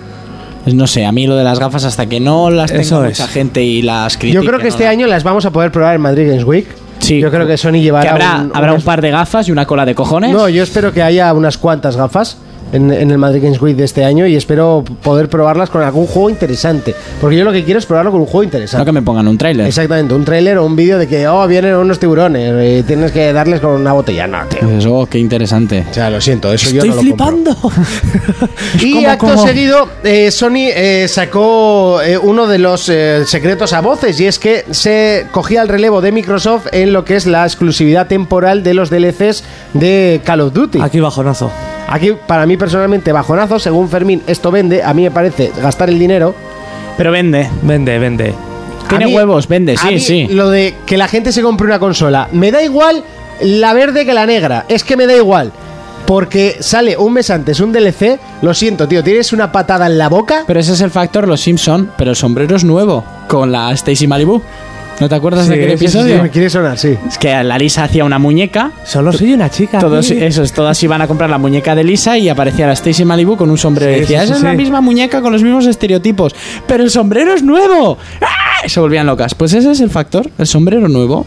No sé, a mí lo de las gafas hasta que no las tenga
Eso
mucha
es.
gente y las critique.
Yo creo que
no
este
las-
año las vamos a poder probar en Madrid Games Week.
Sí.
Yo creo que Sony llevará
Que habrá,
un,
habrá un
unas-
par de gafas y una cola de cojones.
No, yo espero que haya unas cuantas gafas en, en el Madrid Games Week de este año y espero poder probarlas con algún juego interesante. Porque yo lo que quiero es probarlo con un juego
No
interesante.
que me pongan un tráiler.
Exactamente, un tráiler o un vídeo de que, oh, vienen unos tiburones eh, tienes que darles con una botella. No, tío.
Pues, oh, qué interesante.
O sea, lo siento, eso yo
Estoy
no lo compro.
flipando.
Y
¿Cómo,
acto
cómo?
seguido, eh, Sony eh, sacó eh, uno de los eh, secretos a voces, y es que se cogía el relevo de Microsoft en lo que es la exclusividad temporal de los DLCs de Call of Duty.
Aquí bajonazo.
Aquí, para mí personalmente, bajonazo. Según Fermín, esto vende. A mí me parece gastar el dinero.
Pero vende.
Vende, vende.
A
Tiene
mí-
huevos, vende,
a
sí,
mí
sí.
Lo de que la gente se compre una consola. Me da igual la verde que la negra. Es que me da igual. Porque sale un mes antes un DLC. Lo siento, tío. Tienes una patada en la boca.
Pero ese es el factor, los Simpson, pero el sombrero es nuevo, con la Stacy Malibu. ¿No te acuerdas de
Sí,
aquel
sí, sí,
episodio?
Me quiere sonar, sí.
Es que la Lisa hacía una muñeca.
Solo soy una chica.
Todos,
sí.
esos, todas iban a comprar la muñeca de Lisa y aparecía la Stacy Malibu con un sombrero.
Sí,
y decía,
sí, sí,
esa es
sí.
la misma muñeca con los mismos estereotipos, pero el sombrero es nuevo. ¡Ah! Se volvían locas. Pues ese es el factor, el sombrero nuevo.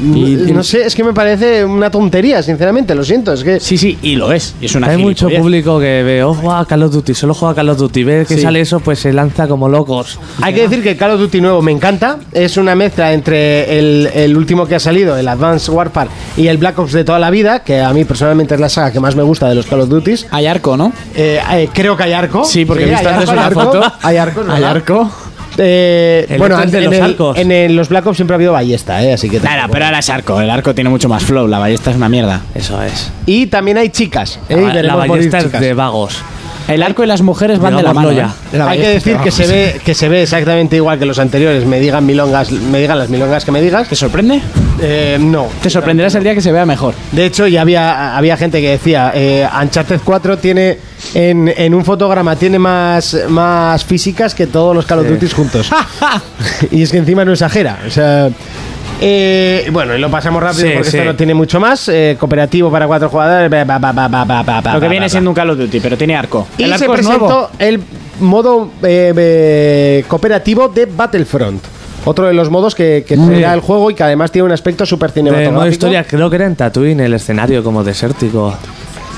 Y-
No- no sé, es que me parece una tontería, sinceramente. Lo siento. Es que.
Sí, sí, y lo es. Y es una
Hay mucho
gilipollez.
público que ve, oh, juega a Call of Duty, solo juega a Call of Duty. Ve que
Sí.
sale eso, pues se lanza como locos.
Hay que decir que el Call of Duty nuevo me encanta. Es una mezcla entre el, el último que ha salido, el Advanced Warfare, y el Black Ops de toda la vida, que a mí personalmente es la saga que más me gusta de los Call of Duty.
Hay arco, ¿no?
Eh, creo que hay arco.
Sí, porque he visto
hay
antes
arco,
una
hay arco,
foto.
Hay arco, ¿no?
Hay arco.
Eh,
El
bueno,
otro es
antes en,
de los
el-
arcos.
en el- los Black Ops siempre ha habido ballesta, ¿eh? Así que
Claro,
tampoco.
pero ahora es arco. El arco tiene mucho más flow. La ballesta es una mierda.
Eso es.
Y también hay chicas. ¿eh? Y
la, la
veremos morir
ballesta es
chicas.
de vagos.
El arco y las mujeres van de la mano.
Digámoslo
¿eh?
ya.
Hay que decir que se ve que se ve exactamente igual que los anteriores. Me digan milongas, me digan las milongas que me digas.
¿Te sorprende?
Eh, no,
Te sorprenderás el día que se vea mejor.
De hecho, ya había, había gente que decía, eh, Uncharted 4 tiene, en, en un fotograma, tiene más, más físicas que todos los Call of Duty juntos. y es que encima no exagera. O sea, eh, bueno, y lo pasamos rápido
Sí,
porque
sí.
esto no tiene mucho más. Eh, cooperativo para cuatro jugadores. ba, ba, ba, ba, ba, ba, ba,
Lo que
ba,
viene
ba,
siendo un Call of Duty, pero tiene arco.
ba.
el
Y se
arco es nuevo.
presentó el modo eh, eh, cooperativo de Battlefront. Otro de los modos que, que traerá el juego y que además tiene un aspecto súper
De
cinematográfico.
modo historia, creo que era en Tatooine el escenario como desértico.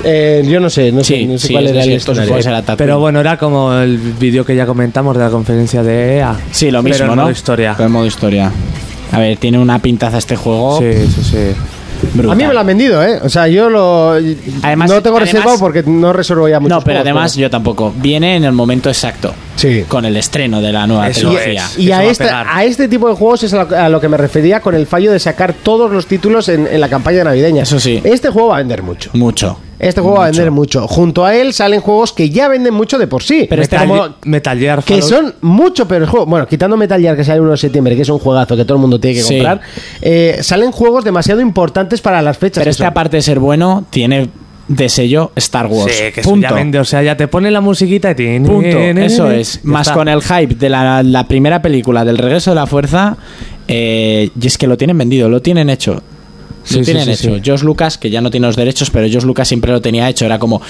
Eh, yo no sé, no sé,
Sí,
no sé
sí,
cuál
es
era el
desierto,
escenario.
supongo que será Tatooine.
Pero bueno, era como el vídeo que ya comentamos de la conferencia de EA.
Sí, lo mismo,
Pero en
¿no?
modo historia.
Pero en modo historia. A ver, tiene una pintaza este juego.
Sí, sí, sí.
brutal.
A mí me lo han vendido, ¿eh? O sea, yo lo.
Además-
no tengo
además-
reservado porque no reservo ya mucho.
No, pero además yo tampoco. Viene en el momento exacto.
Sí.
Con el estreno de la nueva
Eso
trilogía.
es.
Y
Eso
a,
va a
este,
pegar.
a este tipo de juegos es a lo, a lo que me refería con el fallo de sacar todos los títulos en, en la campaña navideña.
Eso sí.
Este juego va a vender mucho.
Mucho.
Este juego va a vender mucho. Junto a él salen juegos que ya venden mucho de por sí.
Pero este
Metal,
como-
Metal Gear
que
Fallout-
son mucho peores juegos. Bueno, quitando Metal Gear que sale el 1 de septiembre, que es un juegazo que todo el mundo tiene que
Sí.
comprar, eh, salen juegos demasiado importantes para las fechas.
Pero
que
este,
son.
aparte de ser bueno, tiene de sello Star Wars.
Sí, que eso
Punto.
ya vende, o sea, ya te pone la musiquita y tiene.
Punto, eso es.
Ya
Más
está.
con el hype de la, la primera película, del regreso de la fuerza, eh, y es que lo tienen vendido, lo tienen hecho.
Sí,
lo
sí,
tienen
sí,
hecho.
sí.
George Lucas, que ya no tiene los derechos, pero George Lucas siempre lo tenía hecho. Era como,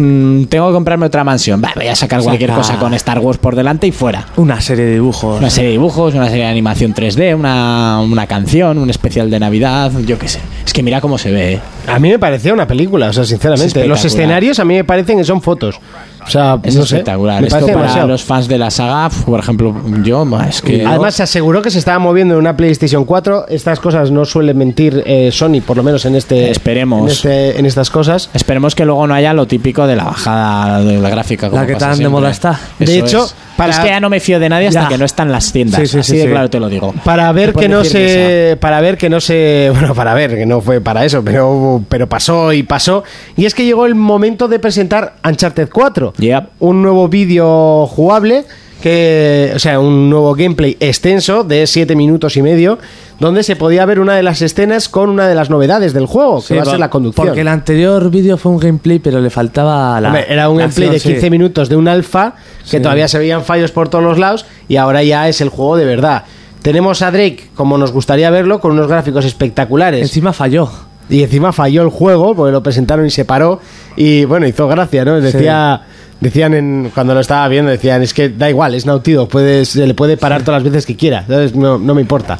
"Mm, tengo que comprarme otra mansión. Bah, voy a sacar cualquier
Saca.
cosa con Star Wars por delante y fuera.
Una serie de dibujos.
Una serie de dibujos, una serie de animación 3D, una, una canción, un especial de Navidad, yo qué sé. Es que mira cómo se ve. eh.
A mí me parecía una película, o sea, sinceramente.
Es
los
espectacular.
escenarios a mí me parecen que son fotos. O sea,
Es
no sé,
espectacular.
me
Esto
parece
para
demasiado.
los fans de la saga, pf, por ejemplo, yo, bah, es que...
Además, se aseguró que se estaba moviendo en una PlayStation 4. Estas cosas no suelen mentir eh, Sony, por lo menos en este.
Esperemos.
En, este- en estas cosas.
Esperemos que luego no haya lo típico de la bajada de la gráfica. como
La que
pasa
tan de
siempre.
moda está.
Eso
De hecho,
es.
para-
es que ya no me fío de nadie hasta
Ya.
que no están las tiendas.
Sí, sí,
Así
sí,
de
sí.
claro te lo digo.
Para ver
Te
que
pueden
no
decir
se. Para ver que no se. Bueno, para ver que no fue para eso, pero, pero pasó y pasó. Y es que llegó el momento de presentar Uncharted 4.
Yep.
Un nuevo vídeo jugable. Que, o sea, un nuevo gameplay extenso de 7 minutos y medio, donde se podía ver una de las escenas con una de las novedades del juego, que
Sí,
va a ser
por-
la conducción.
Porque el anterior vídeo fue un gameplay, pero le faltaba la.
Hombre, era un
la
gameplay de
acción,
15
sí.
minutos de un alfa que
Sí.
todavía se veían fallos por todos los lados y ahora ya es el juego de verdad. Tenemos a Drake como nos gustaría verlo con unos gráficos espectaculares
Encima falló.
y encima falló el juego porque lo presentaron y se paró y bueno, hizo gracia, ¿no? Decía decían en cuando lo estaba viendo decían, es que da igual, es nautido, puedes se le puede parar todas las veces que quiera, ¿sabes? No no me importa.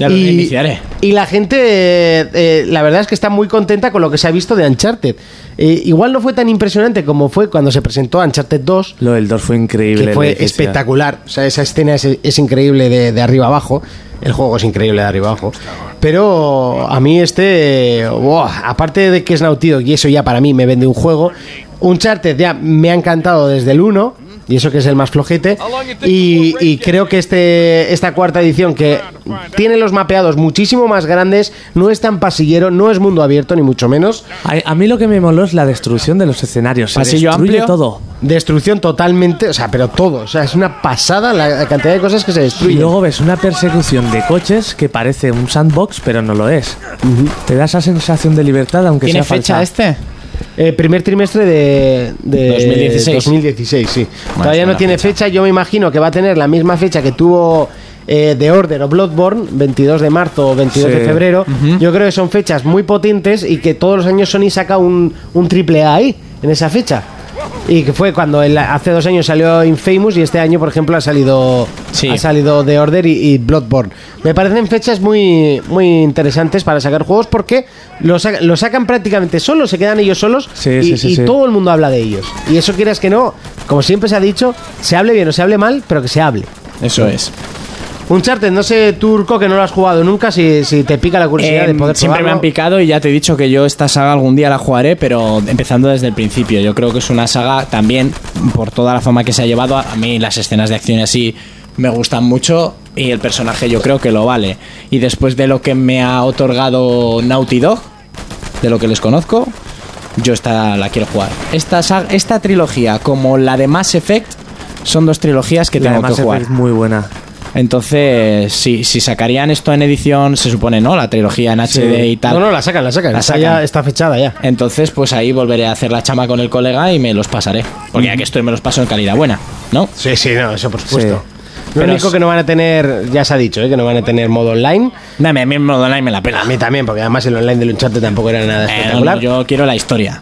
Ya lo reiniciaré.
Y la gente, eh, eh, la verdad es que está muy contenta con lo que se ha visto de Uncharted. Eh, igual no fue tan impresionante como fue cuando se presentó Uncharted 2,
Lo del 2 fue increíble.
que
lo
fue
que hicieron.
espectacular. O sea, esa escena es, es increíble de, de arriba abajo. El juego es increíble de arriba abajo. Pero a mí este, buah, aparte de que es nautido y eso ya para mí me vende un juego, Uncharted ya me ha encantado desde el 1. y eso que es el más flojete. Y, y creo que este, esta cuarta edición, que tiene los mapeados muchísimo más grandes, no es tan pasillero, no es mundo abierto, ni mucho menos.
A, a mí lo que me moló es la destrucción de los escenarios. Se
Pasillo
destruye
amplio.
todo.
Destrucción totalmente, o sea, pero todo. O sea, es una pasada la, la cantidad de cosas que se
Y
destruyen.
luego ves una persecución de coches que parece un sandbox, pero no lo es. Te da esa sensación de libertad, aunque
¿Tiene
sea falsa.
fecha este?
Eh, primer trimestre de, de
2016.
2016, sí. Todavía
es
no
buena
tiene fecha. yo me imagino que va a tener la misma fecha que tuvo eh, The Order o Bloodborne, 22 de marzo o 22
Sí.
de febrero. Yo creo que son fechas muy potentes y que todos los años Sony saca un, un triple A ahí, en esa fecha. Y que fue cuando el- hace dos años salió Infamous y este año, por ejemplo, ha salido,
Sí.
ha salido The Order y, y Bloodborne. Me parecen fechas muy, muy interesantes para sacar juegos porque lo, sa- lo sacan prácticamente solos, se quedan ellos solos
Sí,
y,
sí, sí,
y
sí.
todo el mundo habla de ellos. Y eso quieras que no, como siempre se ha dicho, se hable bien o se hable mal, pero que se hable.
Eso es.
Un charter, no sé, Turco, que no lo has jugado nunca, si, si te pica la curiosidad
Eh,
de poder
siempre me
probarlo.
han picado y ya te he dicho que yo esta saga algún día la jugaré, pero empezando desde el principio. Yo creo que es una saga también, por toda la fama que se ha llevado, a a mí las escenas de acción y así me gustan mucho y el personaje yo creo que lo vale. Y después de lo que me ha otorgado Naughty Dog, de lo que les conozco, yo esta la quiero jugar. Esta, saga- esta trilogía, como la de Mass Effect, son dos trilogías que
La de
tengo
Mass
que jugar.
Effect es muy buena.
Entonces, si, si sacarían esto en edición, se supone, ¿no? La trilogía en HD y tal.
No, no, la sacan, la sacan.
La
está,
sacan.
ya- está fechada ya.
Entonces, pues ahí volveré a hacer la chama con el colega y me los pasaré. Porque ya que estoy, me los paso en calidad buena, ¿no?
Sí, sí, no, eso por supuesto. Lo
Pero
único
es-
que no van a tener, ya se ha dicho, ¿eh? que no van a tener modo online.
Dame, a mí el modo online me la pela.
A mí también, porque además el online del Uncharted tampoco era nada
Eh,
espectacular.
no, Eh, yo quiero la historia.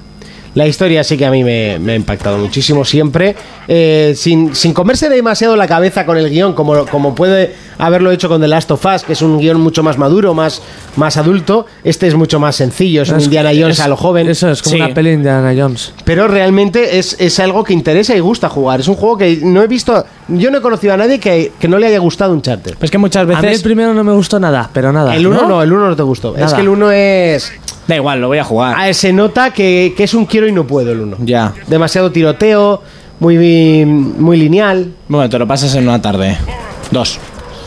La historia sí que a mí me, me ha impactado muchísimo siempre. Eh, sin, sin comerse demasiado la cabeza con el guión, como, como puede haberlo hecho con The Last of Us, que es un guión mucho más maduro, más, más adulto. Este es mucho más sencillo, es un
Es-
Indiana Jones
es-
a lo joven.
Eso es como
Sí.
una peli de Indiana Jones.
Pero realmente es, es algo que interesa y gusta jugar. Es un juego que no he visto. Yo no he conocido a nadie que, que no le haya gustado un charter.
Pues que muchas
A mí el
veces.
primero no me gustó nada, pero nada.
El 1 ¿no? el 1 no te gustó. Es
Nada.
que el 1 es.
Da igual, lo voy a jugar.
ah, Se nota que, que es un quiero y no puedo el 1.
Ya.
Demasiado tiroteo, muy, muy lineal.
Bueno, te lo pasas en una tarde. Dos.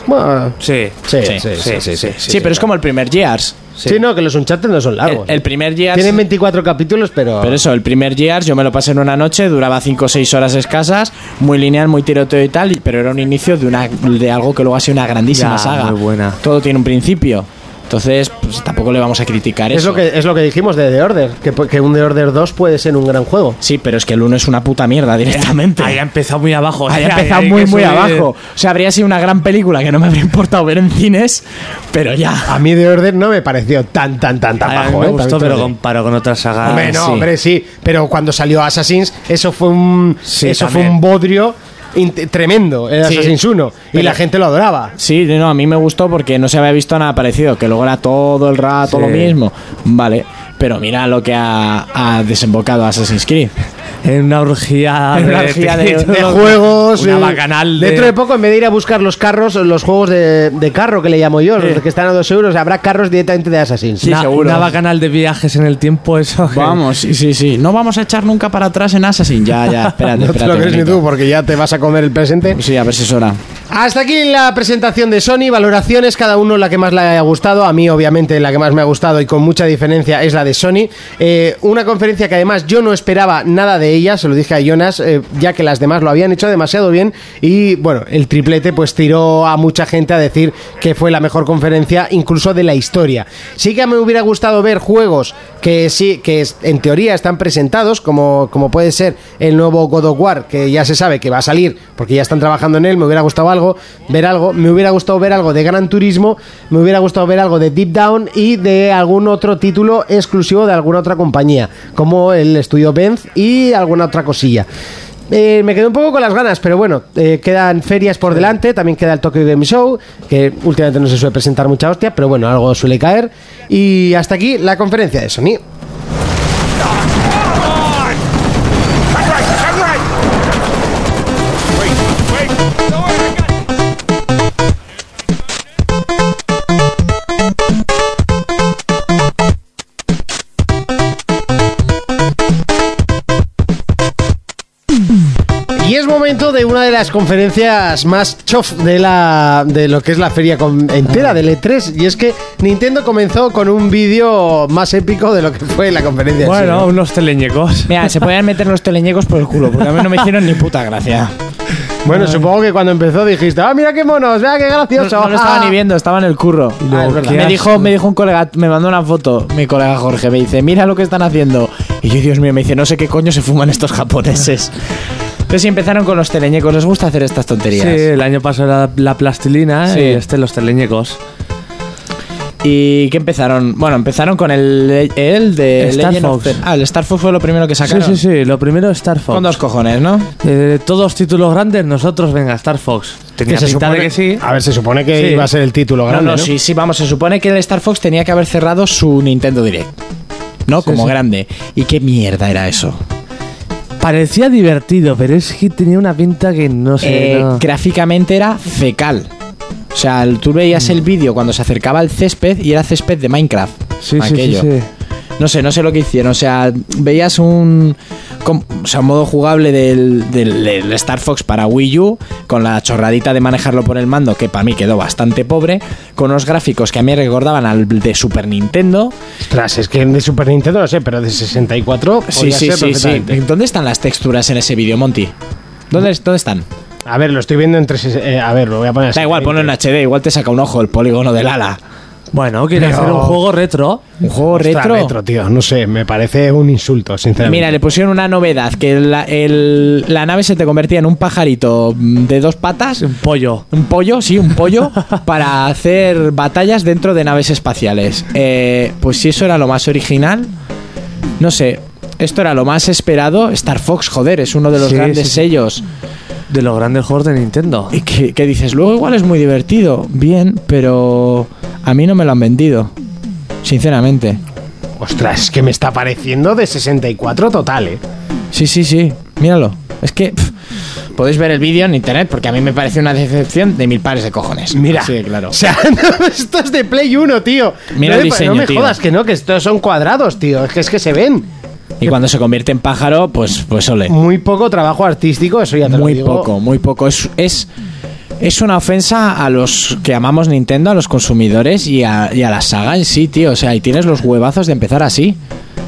Bueno,
Sí.
sí, sí, sí,
Sí,
sí,
sí,
sí, sí, Ah,
Sí, pero es como el primer Gears.
Sí. no, que los Uncharted no son
El,
largos.
el primer Gears.
Tienen 24 capítulos, pero...
Pero eso, el primer Gears yo me lo pasé en una noche, duraba 5 o 6 horas escasas, muy lineal, muy tiroteo y tal, y- pero era un inicio de, una, de algo que luego ha sido una grandísima
Ya,
saga.
muy buena.
Todo tiene un principio. Entonces, pues tampoco le vamos a criticar
es,
eso.
lo que, es lo que dijimos de The Order, que, po- que un The Order 2 puede ser un gran juego.
Sí, pero es que el 1 es una puta mierda directamente.
Ahí ha empezado muy abajo.
Ah,
¿eh?
Había
o sea,
empezado
hay
muy,
que
muy
subir-
abajo. O sea, habría sido una gran película que no me habría importado ver en cines, pero ya.
A mí The Order no me pareció tan, tan, tan, tan
Ay, a mí
bajo.
me
¿eh?
gustó,
También te
pero
lo digo.
comparo con otras sagas.
Hombre, no,
sí.
hombre, sí. Pero cuando salió Assassins, eso fue un,
Sí,
eso fue
también.
un bodrio int- tremendo, el
Sí.
Assassins 1. Y
Pero-
la gente lo adoraba.
Sí, no, a mí me gustó porque no se había visto nada parecido, que luego era todo el rato
Sí.
lo mismo. Vale, pero mira lo que ha, ha desembocado Assassin's Creed.
En una orgía
En una orgía de-
de
una
juegos. eh,
bacanal de-
Dentro de poco, en vez de ir a buscar los carros, los juegos de, de carro que le llamo yo, los que están a dos euros, habrá carros directamente de Assassin's.
una-
seguro.
Una bacanal de viajes en el tiempo, eso. que-
Vamos, sí, sí, sí. No vamos a echar nunca para atrás en Assassin. Ya, ya, espérate,
No te
espérate.
lo crees ni
bonito.
tú, porque ya te vas a comer el presente.
Sí, a ver si es hora.
Hasta aquí la presentación de Sony, valoraciones, cada uno la que más le haya gustado, a mí obviamente la que más me ha gustado y con mucha diferencia es la de Sony. Eh, una conferencia que además yo no esperaba nada de ella, se lo dije a Jonas, eh, ya que las demás lo habían hecho demasiado bien y bueno, el triplete pues tiró a mucha gente a decir que fue la mejor conferencia incluso de la historia. Sí que me hubiera gustado ver juegos que sí, que es- en teoría están presentados, como, como puede ser el nuevo God of War, que ya se sabe que va a salir, porque ya están trabajando en él, me hubiera gustado algo, ver algo, me hubiera gustado ver algo de Gran Turismo, me hubiera gustado ver algo de Deep Down y de algún otro título exclusivo de alguna otra compañía, como el estudio Benz y alguna otra cosilla. Eh, me quedé un poco con las ganas, pero bueno, eh, quedan ferias por delante, también queda el Tokyo Game Show, que últimamente no se suele presentar mucha hostia, pero bueno, algo suele caer. Y hasta aquí la conferencia de Sony. Y es momento de las conferencias más chof de, la, de lo que es la feria con- entera del E3. Y es que Nintendo comenzó con un vídeo más épico de lo que fue la conferencia. en sí,
Bueno,
¿no?
unos teleñecos.
Mira, se podían meter los teleñecos por el culo, porque a mí no me hicieron ni puta gracia.
bueno supongo que cuando empezó dijiste, ah, mira qué monos, vea qué
No,
gracioso.
no lo estaba ni viendo, estaba en el curro.
luego,
Ah, es verdad.
¿qué
me,
asco?
dijo, me dijo un colega, me mandó una foto, mi colega Jorge, me dice, mira lo que están haciendo. Y yo, Dios mío, me dice, no sé qué coño se fuman estos japoneses. Entonces sí, empezaron con los teleñecos, les gusta hacer estas
Sí,
tonterías.
el año pasado era la plastilina
Sí.
y este los teleñecos.
¿Y qué empezaron? Bueno, empezaron con el, el de
Star
Legend of
Fox.
Zelda. Ah, el Star Fox fue lo primero que
Sí,
sacaron.
sí, sí. Lo primero es Star Fox.
Con dos cojones, ¿no?
Eh, todos títulos grandes, nosotros, venga, Star Fox. Tenía pinta de que sí.
A ver, se Ah. supone que
Sí.
iba a ser el título
No,
grande.
no,
¿no?
sí, sí, vamos, se supone que el Star Fox tenía que haber cerrado su Nintendo Direct. ¿No? Como grande. ¿Y qué mierda era eso?
Parecía divertido, pero es que tenía una pinta que no sé.
Eh,
no.
Gráficamente era fecal. O sea, el- tú veías el vídeo cuando se acercaba al césped y era césped de Minecraft.
Sí, sí, sí,
aquello.
sí.
No sé, no sé lo que hicieron. O sea, veías un, com- o sea, un modo jugable del, del- del Star Fox para Wii U, con la chorradita de manejarlo por el mando, que para mí quedó bastante pobre, con unos gráficos que a mí recordaban al de Super Nintendo.
Ostras, es que de Super Nintendo no sé, pero de 64
Sí,
podía
sí,
ser
sí, sí.
perfectamente.
¿Dónde están las texturas en ese vídeo, Monty? ¿Dónde, ¿Dónde están?
A ver, lo estoy viendo entre... ses- eh, a ver, lo voy a poner así.
Da igual, ponlo en HD, igual te saca un ojo el polígono del ala.
Bueno, quiere
Pero-
hacer un juego retro.
Un juego
Ostras,
retro.
retro, tío. No sé, me parece un insulto, sinceramente.
Mira, le pusieron una novedad, que la, el- la nave se te convertía en un pajarito mm, de dos patas,
Un pollo.
un pollo, sí, un pollo, para hacer batallas dentro de naves espaciales. Eh, pues si eso era lo más original, no sé, esto era lo más esperado. Star Fox, joder, es uno de los
Sí,
grandes
sí, sí.
sellos.
De los grandes juegos de Nintendo.
Y que, que dices, luego igual es muy divertido, bien, pero a mí no me lo han vendido, sinceramente.
Ostras, es que me está pareciendo de 64 total, eh.
Sí, sí, sí, míralo. Es que pff, podéis ver el vídeo en internet porque a mí me parece una decepción de mil pares de cojones.
Mira.
Sí, claro.
O sea, no, esto es de Play 1, tío.
Mira
no,
el
me-
diseño,
no me
tío.
jodas que no, que estos son cuadrados, tío. Es que es que se ven.
Y cuando se convierte en pájaro, pues, pues ole.
Muy poco trabajo artístico, eso ya te
Muy
lo digo.
poco, muy poco. Es, es, es una ofensa a los que amamos Nintendo, a los consumidores y a, y a la saga en sí, tío. O sea, y tienes los huevazos de empezar así,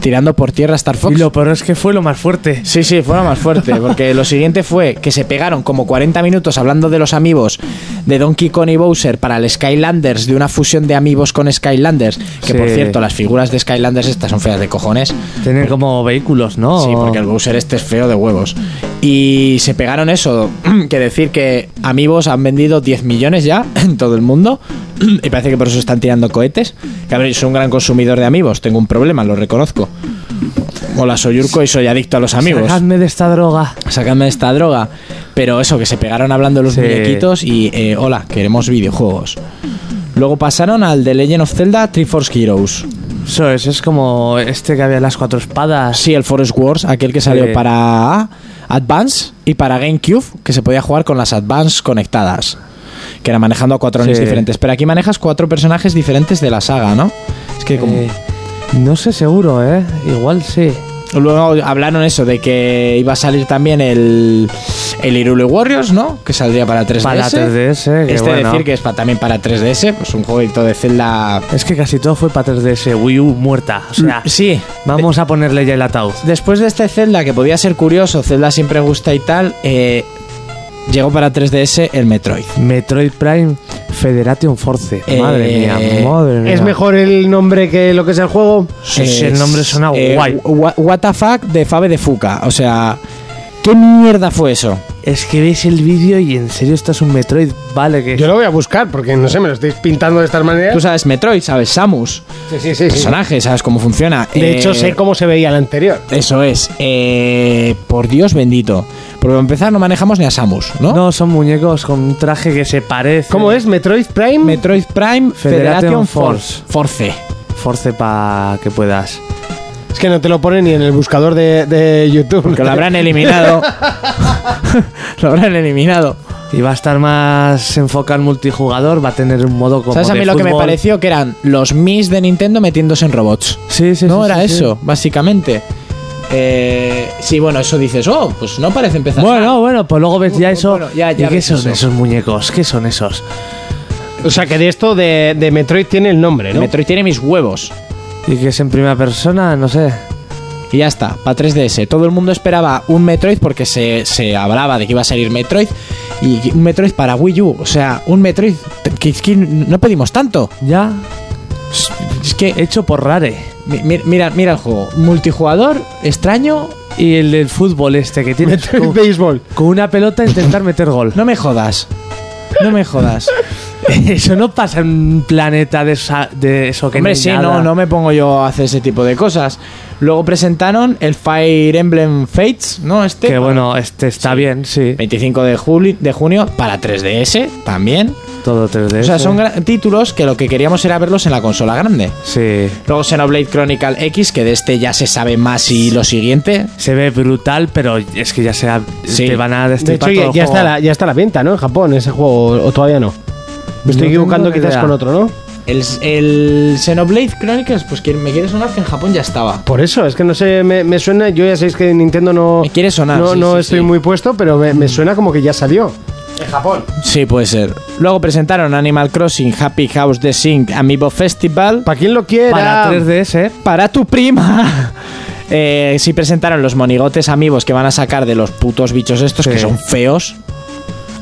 tirando por tierra a Star Fox.
Y lo peor es que fue lo más fuerte.
Sí, sí, fue lo más fuerte, porque lo siguiente fue que se pegaron como 40 minutos hablando de los amigos de Donkey Kong y Bowser para el Skylanders, de una fusión de amigos con Skylanders, que por
Sí.
cierto, las figuras de Skylanders estas son feas de cojones.
Tienen como vehículos, ¿no?
Sí, porque el Bowser este es feo de huevos. Y se pegaron eso, que decir que amigos han vendido 10 millones ya en todo el mundo, y parece que por eso están tirando cohetes. Que a ver, yo soy un gran consumidor de amigos, tengo un problema, lo reconozco. Hola, soy Urco y soy adicto a los amigos.
Sacadme de esta droga.
Sácame esta droga. Pero eso, que se pegaron hablando los
Sí.
muñequitos y eh, hola, queremos videojuegos. Luego pasaron al de Legend of Zelda Triforce Heroes.
Eso es, es como este que había las cuatro espadas.
Sí, el Forest Wars, aquel que salió
Sí.
para Advance y para GameCube, que se podía jugar con las Advance conectadas. Que era manejando a cuatro niños
Sí.
diferentes. Pero aquí manejas cuatro personajes diferentes de la saga, ¿no? Es que como...
Eh, no sé seguro, ¿eh? Igual sí.
Luego hablaron eso de que iba a salir también el, el Irule Warriors, ¿no? Que saldría para 3DS.
Para 3DS, que
este
bueno.
decir que es pa- también para 3DS, pues un jueguito de Zelda.
Es que casi todo fue para 3DS, Wii U muerta. O sea,
Sí,
vamos a ponerle ya el ataúd.
después de este Zelda que podía ser curioso, Zelda siempre gusta y tal, eh, llegó para 3DS el Metroid.
Metroid Prime Federation Force.
Eh,
madre mía, madre mía.
¿Es mejor el nombre que lo que es el juego?
Sí, sí,
Eh,
el nombre suena
eh,
guay.
wha- What the fuck de Fabe de Fuca. O sea, ¿qué mierda fue eso?
Es que ves el vídeo y en serio esto es un Metroid. Vale, que.
Yo lo voy a buscar porque no sé, me lo estáis pintando de estas
Tú
maneras.
sabes Metroid, sabes Samus,
¿Eh? Sí, sí, sí, sí.
personaje, sabes cómo funciona.
De hecho,
Eh,
sé cómo se veía el anterior.
Eso es. Eh, por Dios bendito. Por empezar, no manejamos ni a Samus, ¿no?
No, son muñecos con un traje que se parece.
¿Cómo es? ¿Metroid Prime?
Metroid Prime Federation,
Federation
Force. Force.
Force para que puedas.
Es que no te lo pone ni en el buscador de, de YouTube.
Que lo habrán eliminado. lo habrán eliminado.
Y va a estar más enfocado en multijugador, va a tener un modo como.
¿Sabes a
de
mí lo que me
fútbol.
pareció? Que eran los Mis de Nintendo metiéndose en robots.
Sí, sí,
no
sí,
era
sí, sí.
eso, básicamente.
Eh, sí, bueno, eso dices, oh, pues no parece empezar.
Bueno, bueno, pues luego ves ya
Bueno,
eso.
bueno, ya- ya
¿Y qué
ves
son
eso.
esos muñecos? ¿Qué son esos?
O sea, que de esto de, de Metroid tiene el nombre, ¿no?
Metroid tiene mis huevos.
¿Y que es en primera persona? No sé.
Y ya está, para 3DS. Todo el mundo esperaba un Metroid porque se, se hablaba de que iba a salir Metroid. Y un Metroid para Wii U. O sea, un Metroid que, que no pedimos tanto.
Ya,
Es que, eh,
hecho por Rare.
mi- mi- mira, mira el juego. Multijugador, extraño.
Y el del fútbol este que tiene
Metroid Baseball.
con una pelota e intentar meter gol.
No me jodas. No me jodas.
Eso no pasa en un planeta de, esa- de eso que
Hombre,
hay
sí,
nada.
no, no me pongo yo a hacer ese tipo de cosas. Luego presentaron el Fire Emblem Fates, ¿no? Este.
Que bueno, este está bien, sí.
25 de, julio, de junio para 3DS también.
Todo 3D.
O sea, son gra- títulos que lo que queríamos era verlos en la consola grande.
Sí.
Luego Xenoblade Chronicle X, que de este ya se sabe más y lo siguiente.
Se ve brutal, pero es que ya sea.
Sí.
Te van a
De hecho,
destripar
ya,
todo el
ya está
juego.
la, ya está a la venta, ¿no? En Japón, ese juego, o todavía no. Me estoy
No
equivocando
tengo ni
quizás
idea.
con otro, ¿no?
El, el Xenoblade Chronicles, pues que me quiere sonar que en Japón ya estaba.
Por eso, es que no sé, me, me suena, yo ya sabéis que Nintendo no...
Me quiere sonar,
No,
sí,
no
sí,
estoy
sí.
muy puesto, pero me, me suena como que ya salió.
Sí, puede ser. Luego presentaron Animal Crossing, Happy House The Sync, Amiibo Festival.
Para quien lo quiera...
Para 3DS,
para tu prima. Eh, sí presentaron los monigotes amigos que van a sacar de los putos bichos estos
Sí.
que son feos.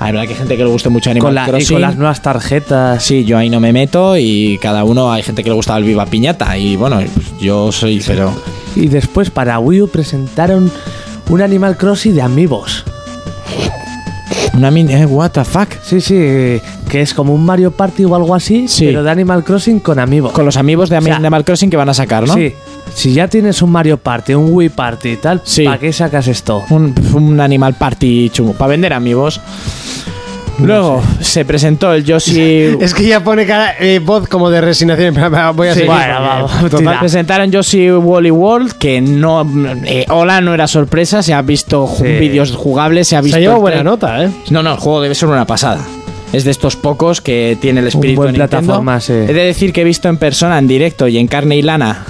Hay verdad que hay gente que le gusta mucho Animal
con, la- y
Crossing.
con las nuevas tarjetas.
Sí, yo ahí no me meto y cada uno hay gente que le gusta el Viva Piñata y bueno, pues yo soy pero
Y después para Wii U presentaron un Animal Crossing de amigos.
una mini eh, what the fuck
Sí, sí, que es como un Mario Party o algo así,
Sí.
pero de Animal Crossing con amigos.
con los amigos de Ami-
O sea,
Animal Crossing que van a sacar, ¿no?
Sí, si ya tienes un Mario Party, un Wii Party y tal,
Sí.
¿para qué sacas esto?
Un, un Animal Party chungo para vender amigos. Luego se presentó el Yoshi
Es que ya pone cara, eh, voz como de resignación. en plan, Voy a
Sí,
seguir.
bueno,
porque-
vamos,
total,
tira.
Presentaron Yoshi Wally World, que no. eh, hola, no era sorpresa, se ha visto ju-
Sí.
vídeos jugables, se ha
Se
visto.
ha llevado
el
buena
tra-
nota, ¿eh?
No, no, el juego debe ser una pasada. Es de estos pocos que tiene el espíritu
buen
de Nintendo.
plataforma, sí.
He de decir que he visto en persona, en directo y en carne y lana,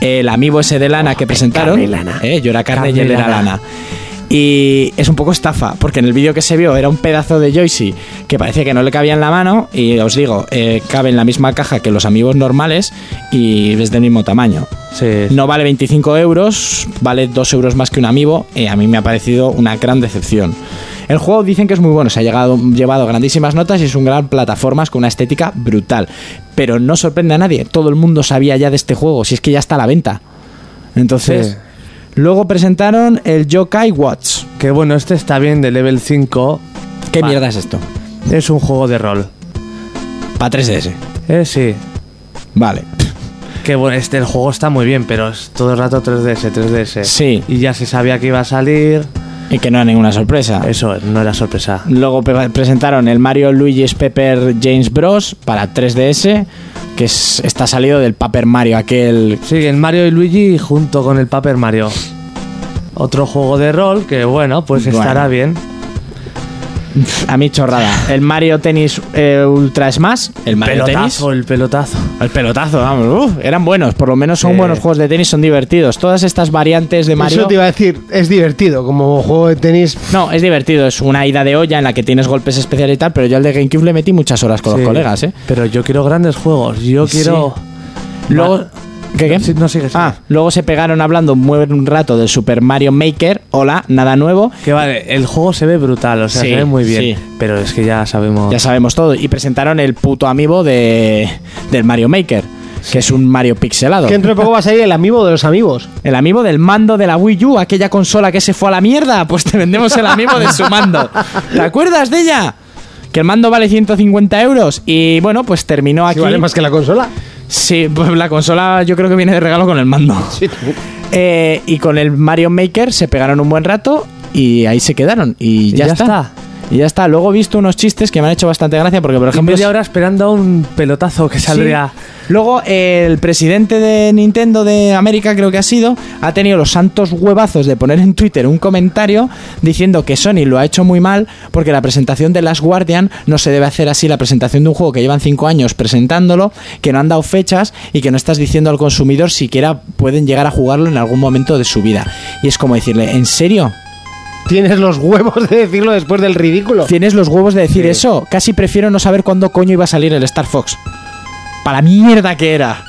el amigo ese de lana que presentaron.
Oh, carne y lana.
Eh, yo era carne,
Carne
y él
y
era
lana.
lana. Y es un poco estafa, porque en el vídeo que se vio era un pedazo de Joycey que parecía que no le cabía en la mano. Y os digo, eh, cabe en la misma caja que los amigos normales y es del mismo tamaño.
Sí.
No vale 25 euros, vale 2 euros más que un amiibo. eh, a mí me ha parecido una gran decepción. El juego dicen que es muy bueno, se ha llegado, llevado grandísimas notas y es un gran plataformas con una estética brutal. Pero no sorprende a nadie, todo el mundo sabía ya de este juego, si es que ya está a la venta. Entonces,
Sí.
luego presentaron el Yokai Watch.
Que bueno, este está bien de level 5.
¿Qué
Pa-
mierda es esto?
Es un juego de rol.
Para 3DS.
Eh, sí.
Vale.
Que bueno, este el juego está muy bien, pero es todo el rato 3DS, 3DS.
Sí.
Y ya se sabía que iba a salir.
Y que no era ninguna sorpresa.
Eso no era sorpresa.
Luego pre- presentaron el Mario Luigi's Pepper James Bros para 3DS, que es- está salido del Paper Mario, aquel...
Sí, el Mario y Luigi junto con el Paper Mario. Otro juego de rol que bueno, pues
Bueno.
estará bien.
A mí chorrada. El Mario Tennis eh, Ultra Smash. El Mario Tennis.
Pelotazo, el pelotazo.
El pelotazo, vamos. uf, eran buenos, por lo menos son
Sí.
buenos juegos de tenis, son divertidos. Todas estas variantes de Mario...
Eso te iba a decir, es divertido, como juego de tenis.
No, es divertido, es una ida de olla en la que tienes golpes especiales y tal, pero yo al de GameCube le metí muchas horas con
Sí.
los colegas, ¿eh?
Pero yo quiero grandes juegos. Yo
Sí.
quiero.
Luego... ¿Qué, qué?
Sí, No sigues.
Ah, luego se pegaron hablando un buen rato del Super Mario Maker. Hola, nada nuevo.
Que vale, el juego se ve brutal, o sea,
Sí,
se ve muy bien.
sí.
Pero es que ya sabemos.
Ya sabemos todo. Y presentaron el puto amiibo de, del Mario Maker, que es un Mario pixelado.
Que dentro de poco va a salir el amigo de los amigos.
El amiibo del mando de la Wii U, aquella consola que se fue a la mierda. Pues te vendemos el amiibo de su mando. ¿Te acuerdas de ella? Que el mando vale 150 euros. Y bueno, pues terminó aquí.
Que vale más que la consola.
Sí, pues la consola yo creo que viene de regalo con el mando. Eh, y con el Mario Maker se pegaron un buen rato y ahí se quedaron. Y ya,
ya
está.
está.
Y ya está. Luego he visto unos chistes que me han hecho bastante gracia porque, por
Y
ejemplo...
media hora esperando un pelotazo que saldría.
Sí. Luego, eh, el presidente de Nintendo de América, creo que ha sido, ha tenido los santos huevazos de poner en Twitter un comentario diciendo que Sony lo ha hecho muy mal porque la presentación de Last Guardian no se debe hacer así. La presentación de un juego que llevan cinco años presentándolo, que no han dado fechas y que no estás diciendo al consumidor siquiera pueden llegar a jugarlo en algún momento de su vida. Y es como decirle, ¿en serio?
Tienes los huevos de decirlo después del ridículo.
Tienes los huevos de decir eso. Casi prefiero no saber cuándo coño iba a salir el Star Fox. Para la mierda que era.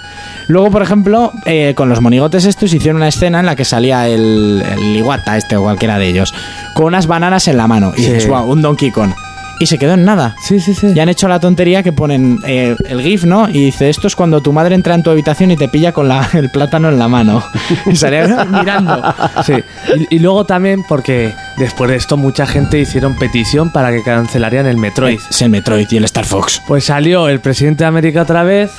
Luego, por ejemplo, eh, con los monigotes estos hicieron una escena en la que salía el, el Iwata este o cualquiera de ellos, con unas bananas en la mano. Y dices, "Guau, un Donkey Kong. Y se quedó en nada.
Sí, sí, sí.
Ya han hecho la tontería que ponen eh, el GIF, ¿no? Y dice, esto es cuando tu madre entra en tu habitación y te pilla con la- el plátano en la mano. Y salía mirando.
Sí. Y, y luego también porque después de esto mucha gente hicieron petición para que cancelarían el Metroid.
Es el Metroid y el Star Fox.
Pues salió el presidente de América otra vez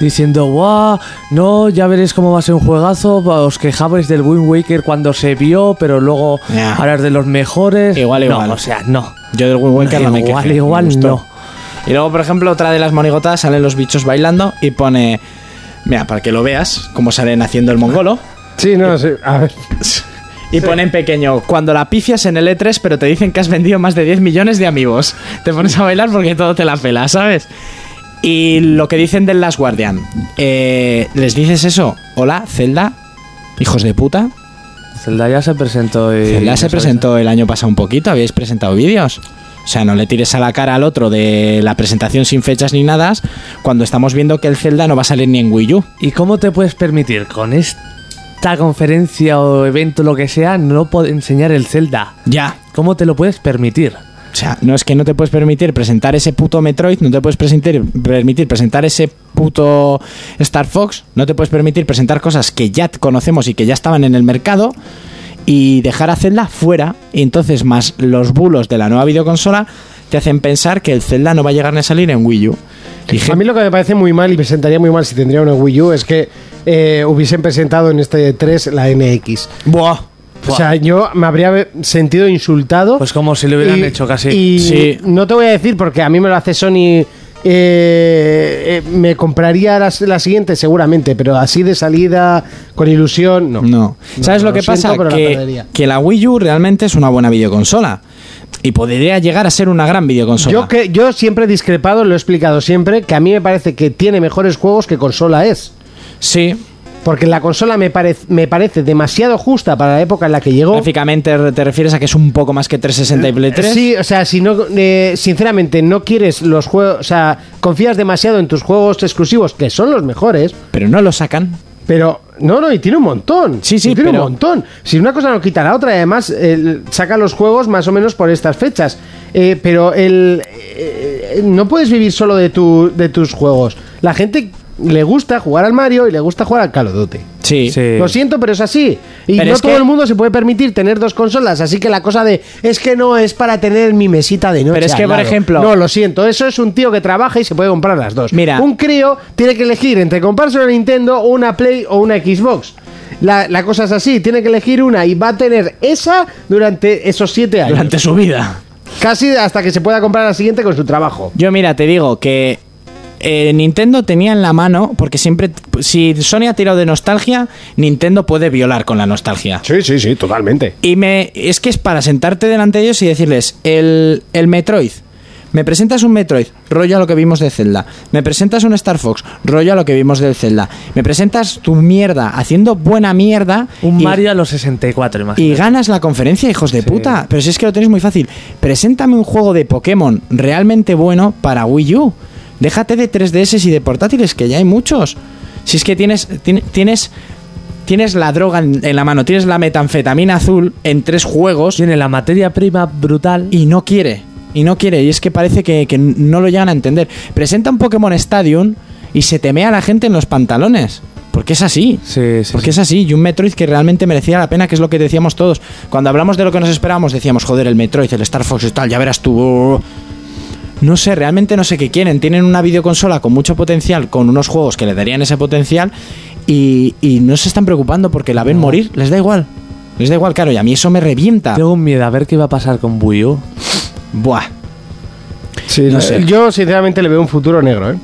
diciendo, guau, no, ya veréis cómo va a ser un juegazo, os quejabais del Wind Waker cuando se vio, pero luego
Ya.
hablar de los mejores.
Igual,
No,
igual.
o sea, no.
Yo del Wind Waker no me
igual,
quejé, me
igual
gustó.
no.
Y luego, por ejemplo, otra de las monigotadas salen los bichos bailando y pone. Mira, para que lo veas, cómo salen haciendo el mongolo.
Sí, no, sí. A ver.
Y pone en pequeño, cuando la pifias en el E3, pero te dicen que has vendido más de 10 millones de amigos. Te pones a bailar porque todo te la pela, ¿sabes? Y lo que dicen del Last Guardian. eh, ¿Les dices eso? Hola, Zelda. Hijos de puta.
Zelda ya se presentó y...
Zelda se
nos
presentó el año pasado un poquito, habíais presentado vídeos. O sea, no le tires a la cara al otro de la presentación sin fechas ni nada cuando estamos viendo que el Zelda no va a salir ni en Wii U.
avisa. ¿Y cómo te puedes permitir con esta conferencia o evento, lo que sea, no po- enseñar el Zelda?
Ya.
¿Cómo te lo puedes permitir?
O sea, no es que no te puedes permitir presentar ese puto Metroid, no te puedes presentir- permitir presentar ese puto Star Fox, no te puedes permitir presentar cosas que ya conocemos y que ya estaban en el mercado y dejar a Zelda fuera. Y entonces, más los bulos de la nueva videoconsola, te hacen pensar que el Zelda no va a llegar ni a salir en Wii U. Y
A mí lo que me parece muy mal y me sentaría muy mal si tendría una Wii U es que eh, hubiesen presentado en este 3 la NX.
Buah.
O sea, yo me habría sentido insultado.
Pues como si le hubieran hecho casi.
Y
Sí.
no te voy a decir porque a mí me lo hace Sony. eh, eh, me compraría la, la siguiente seguramente, pero así de salida, con ilusión, no.
No.
No,
¿Sabes lo
lo
que
siento,
pasa?
pero la
que,
perdería.
que la Wii U realmente es una buena videoconsola. Y podría llegar a ser una gran videoconsola.
Yo, que, yo siempre he discrepado, lo he explicado siempre, que a mí me parece que tiene mejores juegos que consola es.
Sí.
Porque la consola me, pare- me parece demasiado justa para la época en la que llegó.
Gráficamente re- te refieres a que es un poco más que 360 y Play 3.
Sí, o sea, si no, eh, sinceramente, no quieres los juegos, o sea, confías demasiado en tus juegos exclusivos, que son los mejores,
Pero no lo sacan.
Pero, no, no, y tiene un montón.
Sí, sí,
Y tiene
pero-
un montón. Si una cosa no quita la otra, y además el- saca los juegos más o menos por estas fechas. Eh, pero el eh, no puedes vivir solo de, tu, de tus juegos. La gente le gusta jugar al Mario y le gusta jugar al Call of Duty.
Sí.
Sí.
Lo siento, pero es así. Y
Eh, Pero
no
es
todo
que-
el mundo se puede permitir tener dos consolas. Así que la cosa de es que no es para tener mi mesita de noche.
Pero es que,
al
por
lado".
ejemplo-
No, lo siento. Eso es un tío que trabaja y se puede comprar las dos.
Mira.
Un crío tiene que elegir entre comprarse una Nintendo, una Play o una Xbox. La, la cosa es así, tiene que elegir una y va a tener esa durante esos siete años.
Durante su vida.
Casi hasta que se pueda comprar la siguiente con su trabajo.
Yo mira, te digo que eh, Nintendo tenía en la mano, porque siempre, si Sony ha tirado de nostalgia, Nintendo puede violar con la nostalgia.
Sí, sí, sí, totalmente.
Y me, es que es para sentarte delante de ellos y decirles, el, el Metroid. Me presentas un Metroid, rollo a lo que vimos de Zelda. Me presentas un Star Fox, rollo a lo que vimos del Zelda. Me presentas tu mierda, haciendo buena mierda.
Un
y-
Mario a los 64, imagínate.
Y ganas la conferencia, hijos de
Sí.
puta. Pero si es que lo tenéis muy fácil. Preséntame un juego de Pokémon realmente bueno para Wii U. Déjate de 3DS y de portátiles, que ya hay muchos. Si es que tienes. tien- Tienes. Tienes la droga en, en la mano, tienes la metanfetamina azul en tres juegos
Tiene la materia prima brutal.
y no quiere. Y no quiere. Y es que parece que, que no lo llegan a entender. Presenta un Pokémon Stadium y se temea a la gente en los pantalones. Porque es así.
Sí, sí,
Porque
sí.
es así, y un Metroid que realmente merecía la pena, que es lo que decíamos todos. Cuando hablamos de lo que nos esperábamos, decíamos, joder, el Metroid, el Star Fox y tal, ya verás tú. oh, No sé, realmente no sé qué quieren. Tienen una videoconsola con mucho potencial, con unos juegos que le darían ese potencial, y, y no se están preocupando porque la ven morir, les da igual. Les da igual, claro, y a mí eso me revienta.
Tengo un miedo a ver qué va a pasar con Wii U.
Buah.
Sí,
no sé.
Yo sinceramente le veo un futuro negro, ¿eh?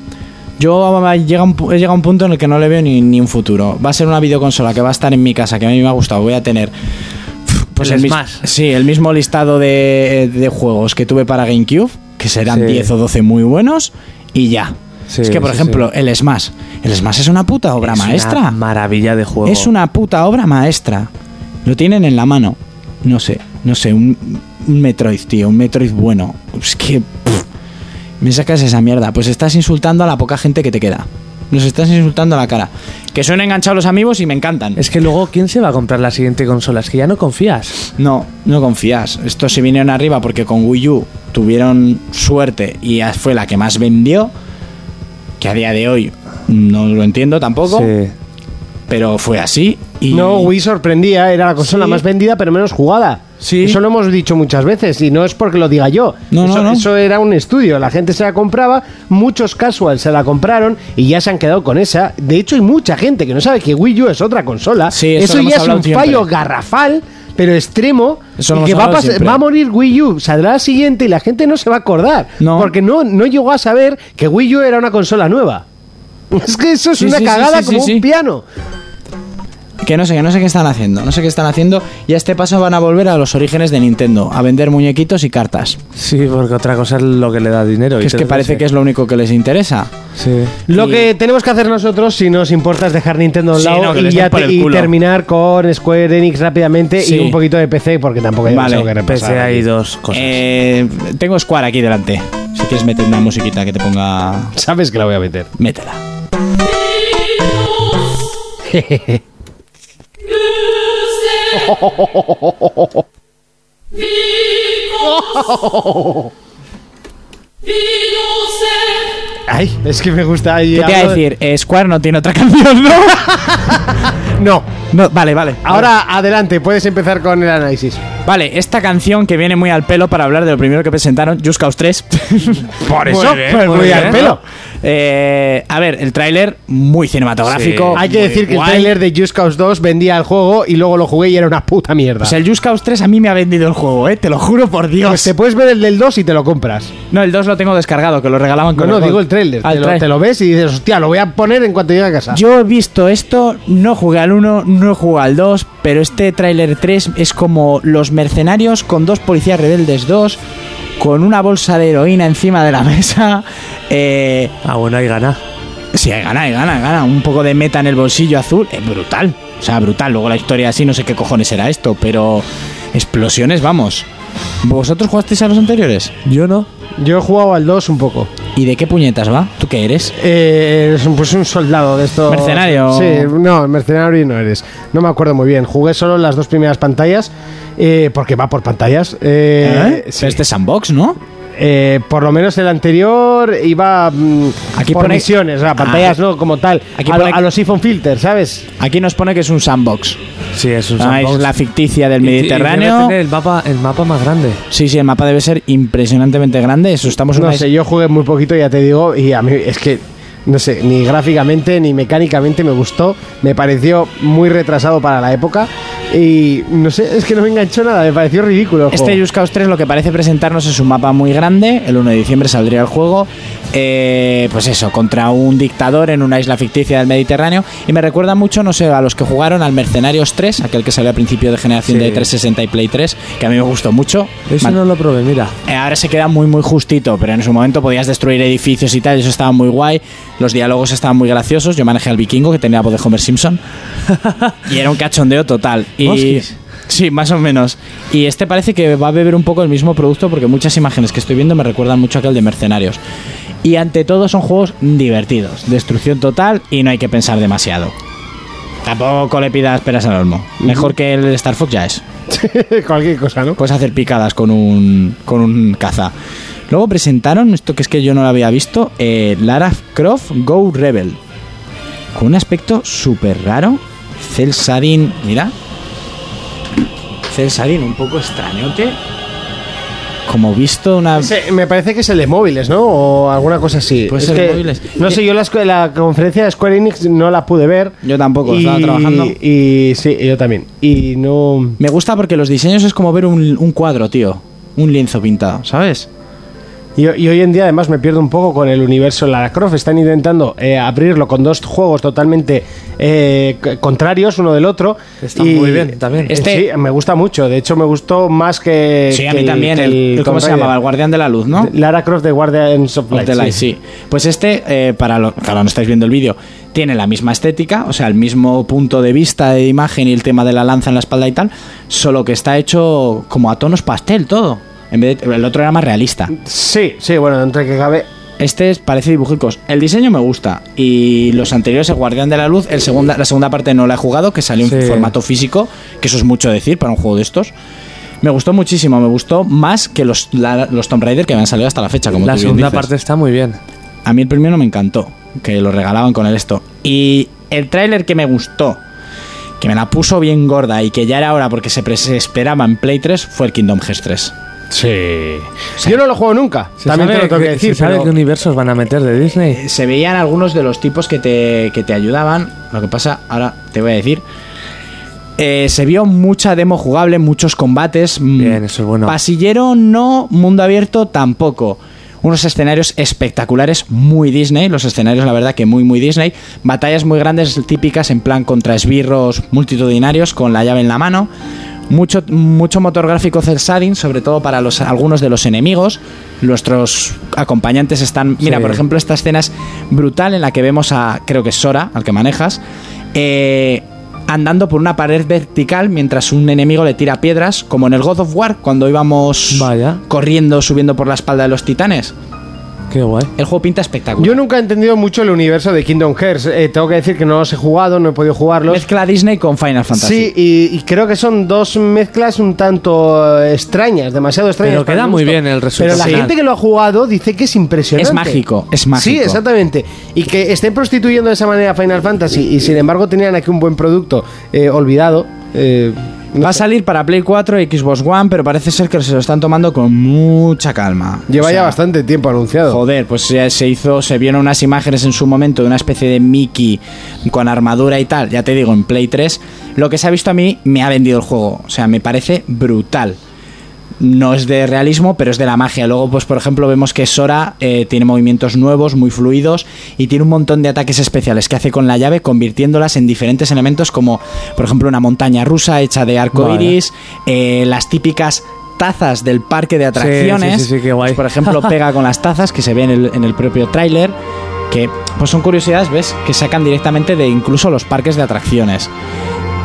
Yo ah, llega un pu- he llegado a un punto en el que no le veo ni, ni un futuro. Va a ser una videoconsola que va a estar en mi casa, que a mí me ha gustado. Voy a tener. pf,
El
mis-
Smash.
Sí, el mismo listado de, de juegos que tuve para GameCube, que serán
Sí.
10 o 12 muy buenos, y ya.
Sí,
es que, por
sí,
ejemplo, el Smash. El Smash es una puta obra
Es una
maestra.
maravilla de juego.
Es una puta obra maestra. Lo tienen en la mano. No sé, no sé, un, un Metroid, tío, un Metroid bueno. Es que. pff, me sacas esa mierda. Pues estás insultando a la poca gente que te queda. Nos estás insultando a la cara. Que son enganchados los amigos y me encantan.
Es que luego, ¿quién se va a comprar la siguiente consola? Es que ya no confías.
No, no confías. Estos se vinieron arriba porque con Wii U tuvieron suerte y fue la que más vendió. Que a día de hoy no lo entiendo tampoco.
Sí.
Pero fue así. Y
No, Wii sorprendía, era la consola
Sí.
más vendida pero menos jugada.
Sí.
Eso lo hemos dicho muchas veces y no es porque lo diga yo.
No, no,
eso,
no.
eso era un estudio, la gente se la compraba, muchos casual se la compraron y ya se han quedado con esa. De hecho hay mucha gente que no sabe que Wii U es otra consola.
Sí, eso lo hemos
ya es
hablado
un
siempre.
fallo garrafal. Pero extremo,
Eso
y
lo
que
hemos
va a,
hablado
pas-
siempre.
va a morir Wii U, saldrá la siguiente y la gente no se va a acordar.
No.
Porque no, no llegó a saber que Wii U era una consola nueva. Es que eso es
Sí,
una
sí, sí,
cagada
sí,
como
sí,
un
sí.
piano.
Que no sé, que no sé qué están haciendo, no sé qué están haciendo. Y a este paso van a volver a los orígenes de Nintendo, a vender muñequitos y cartas.
Sí, porque otra cosa es lo que le da dinero.
Que
y
es que
entonces,
parece
sí.
que es lo único que les interesa.
Sí.
Lo
Y-
que tenemos que hacer nosotros, si nos importa, es dejar Nintendo a un
Sí,
lado
no, que
y,
les den
ya
por
te-
el
y
culo.
terminar con Square Enix rápidamente
Sí.
y un poquito de PC, porque tampoco hay
Vale,
demasiado que repasar.
PC hay dos cosas.
Eh, tengo Square aquí delante. Si quieres meter una musiquita que te ponga.
Sabes que la voy a meter.
Métela.
Ay, es que me gusta. ahí
¿Qué te iba a
hablo de-
decir? Eh, Square no tiene otra canción, ¿no?
No.
No, vale, vale. Ah,
Ahora adelante, puedes empezar con el análisis.
Vale, esta canción que viene muy al pelo para hablar de lo primero que presentaron, Just Cause 3. Por
eso, bien, pues muy muy al bien. pelo.
Eh, a ver, el tráiler muy cinematográfico.
Hay que
muy
decir que
guay.
el tráiler de Just Cause 2 vendía el juego y luego lo jugué y era una puta mierda.
O sea, Pues el Just Cause 3 a mí me ha vendido el juego, eh, te lo juro por Dios.
pues te puedes ver el del 2 y te lo compras.
No, el 2 lo tengo descargado, que lo regalaban
No,
con
no,
el
digo
Gold.
el tráiler.
Al
Te, lo-
tráiler.
te lo ves y dices, hostia, lo voy a poner en cuanto llegue a casa.
Yo he visto esto, no jugué al 1, no jugué al 2, pero este tráiler 3 es como los mercenarios con dos policías rebeldes 2, con una bolsa de heroína encima de la mesa. Eh,
Ah, bueno, ahí gana.
Sí, gana, eh, gana, gana. Un poco de meta en el bolsillo azul. Es brutal. O sea, brutal. Luego la historia así, no sé qué cojones era esto, pero. Explosiones, vamos. ¿Vosotros jugasteis a los anteriores?
Yo no.
Yo he jugado al 2 un poco.
¿Y de qué puñetas va? ¿Tú qué eres?
Eh, eres un- pues un soldado de estos.
Mercenario.
Sí, no, mercenario no eres. No me acuerdo muy bien. Jugué solo las dos primeras pantallas. eh, porque va por pantallas. eh,
Pero
sí.
este es sandbox, ¿no?
Eh, por lo menos el anterior iba mm,
Aquí
por
pone-
misiones, o sea, pantallas
Ah.
no como tal.
Aquí
a,
pone-
a los iPhone Filter, ¿sabes?
Aquí nos pone que es un sandbox.
Sí, es un
Ah,
sandbox.
es la ficticia del
Y- y debe
Mediterráneo.
tener el mapa, el mapa más grande.
Sí, sí, el mapa debe ser impresionantemente grande. Eso estamos en
No
una
sé,
is-
yo jugué muy poquito, ya te digo, y a mí es que, no sé, ni gráficamente ni mecánicamente me gustó, me pareció muy retrasado para la época y no sé, es que no me enganchó nada, me pareció ridículo. el
Este
juego.
Just Cause 3 lo que parece presentarnos es un mapa muy grande. El 1 de diciembre saldría el juego. Eh, pues eso, contra un dictador en una isla ficticia del Mediterráneo. Y me recuerda mucho, no sé, a los que jugaron al Mercenarios 3, aquel que salió a principio de generación
Sí.
de 360 y Play 3, que a mí me gustó mucho.
Eso
Vale.
no lo probé, mira.
Eh, Ahora se queda muy muy justito, pero en su momento podías destruir edificios y tal, y eso estaba muy guay. Los diálogos estaban muy graciosos. Yo manejé al vikingo que tenía voz de Homer Simpson. y era un cachondeo total. Y,
Mosquis.
sí, más o menos. Y este parece que va a beber un poco el mismo producto porque muchas imágenes que estoy viendo me recuerdan mucho a aquel de Mercenarios. Y ante todo son juegos divertidos. Destrucción total y no hay que pensar demasiado. Tampoco le pidas peras al olmo. Mejor que el Star Fox ya es.
Cualquier cosa, ¿no?
Puedes hacer picadas con un, con un caza. Luego presentaron, esto que es que yo no lo había visto, eh, Lara Croft Go Rebel. Con un aspecto súper raro. Cel Shading, mira. Cel Shading un poco extrañote. Como visto una...
Ese, me parece que es el de móviles, ¿no? O alguna cosa así.
Puede
Es
ser Pues de
que,
móviles.
No sé, yo la, escu- la conferencia de Square Enix no la pude ver.
Yo tampoco, estaba trabajando.
Y sí, yo también. Y no...
Me gusta porque los diseños es como ver un, un cuadro, tío. un lienzo pintado, ¿sabes?
Y, y hoy en día además me pierdo un poco con el universo Lara Croft. Están intentando eh, abrirlo con dos juegos totalmente eh, c- contrarios uno del otro.
Está
Y-
muy bien también.
Eh,
Este-
Sí, me gusta mucho. De hecho, me gustó más que.
Sí, a
que
mí
el-
también.
que
El, el- ¿Cómo
Tomb
se
Raider.
llamaba? El Guardián de la Luz, ¿no?
Lara Croft de Guardians of
Of
Light.
the Light, sí. Pues este, eh, para lo que ahora no estáis viendo el vídeo, tiene la misma estética, o sea, el mismo punto de vista de imagen y el tema de la lanza en la espalda y tal, solo que está hecho como a tonos pastel todo. En vez de- el otro era más realista.
Sí, sí, bueno, entre que cabe.
Este es- parece dibujicos. El diseño me gusta. Y los anteriores, el Guardián de la Luz, el segunda, la segunda parte no la he jugado, que salió en
Sí.
formato físico, que eso es mucho decir para un juego de estos. Me gustó muchísimo, me gustó más que los, la- los Tomb Raider que habían salido hasta la fecha. Como
la
tú bien
segunda
dices.
parte está muy bien.
A mí el primero me encantó, que lo regalaban con el esto. Y el tráiler que me gustó, que me la puso bien gorda y que ya era hora porque se, pre- se esperaba en Play 3, fue el Kingdom Hearts 3.
Sí. Yo no lo juego nunca.
¿Se
también te
sabe
lo tengo que
qué-
decir.
¿Se sabe
pero-
qué universos van a meter de Disney?
Se veían algunos de los tipos que te, que te ayudaban. Lo que pasa, ahora te voy a decir. Eh, se vio mucha demo jugable, muchos combates. mm,
Bien, eso es bueno.
Pasillero no, mundo abierto tampoco. Unos escenarios espectaculares, muy Disney. Los escenarios, la verdad, que muy, muy Disney. Batallas muy grandes, típicas, en plan contra esbirros multitudinarios, con la llave en la mano. Mucho, mucho motor gráfico cel shading, sobre todo para los, algunos de los enemigos. Nuestros acompañantes están. Mira,
Sí.
por ejemplo, esta escena es brutal en la que vemos a, creo que es Sora, al que manejas. eh, andando por una pared vertical mientras un enemigo le tira piedras, como en el God of War, cuando íbamos
Vaya.
corriendo, subiendo por la espalda de los titanes.
Qué guay.
El juego pinta espectacular.
Yo nunca he entendido mucho el universo de Kingdom Hearts. Eh, tengo que decir que no los he jugado, no he podido jugarlos.
Mezcla Disney con Final Fantasy.
Sí, y, y creo que son dos mezclas un tanto eh, extrañas, demasiado extrañas.
Pero
para
queda
mi
muy
gusto.
bien el resultado
Pero la
final.
gente que lo ha jugado dice que es impresionante.
Es mágico, es mágico.
Sí, exactamente. Y que estén prostituyendo de esa manera Final Fantasy y sin embargo tenían aquí un buen producto eh, olvidado. eh, no
Va a
sé.
salir para Play 4 y Xbox One, pero parece ser que se lo están tomando con mucha calma.
Lleva
O sea,
ya bastante tiempo anunciado.
Joder, pues ya se hizo, se vieron unas imágenes en su momento de una especie de Mickey con armadura y tal, ya te digo, en Play 3. Lo que se ha visto a mí me ha vendido el juego, o sea, me parece brutal. No es de realismo, pero es de la magia. Luego, pues por ejemplo, vemos que Sora eh, tiene movimientos nuevos, muy fluidos, y tiene un montón de ataques especiales que hace con la llave, convirtiéndolas en diferentes elementos, como por ejemplo una montaña rusa hecha de arco iris, eh, las típicas tazas del parque de atracciones.
sí, sí, qué guay.
Pues, por ejemplo, pega con las tazas que se ve en el, en el propio tráiler. Que pues son curiosidades, ¿ves? Que sacan directamente de incluso los parques de atracciones.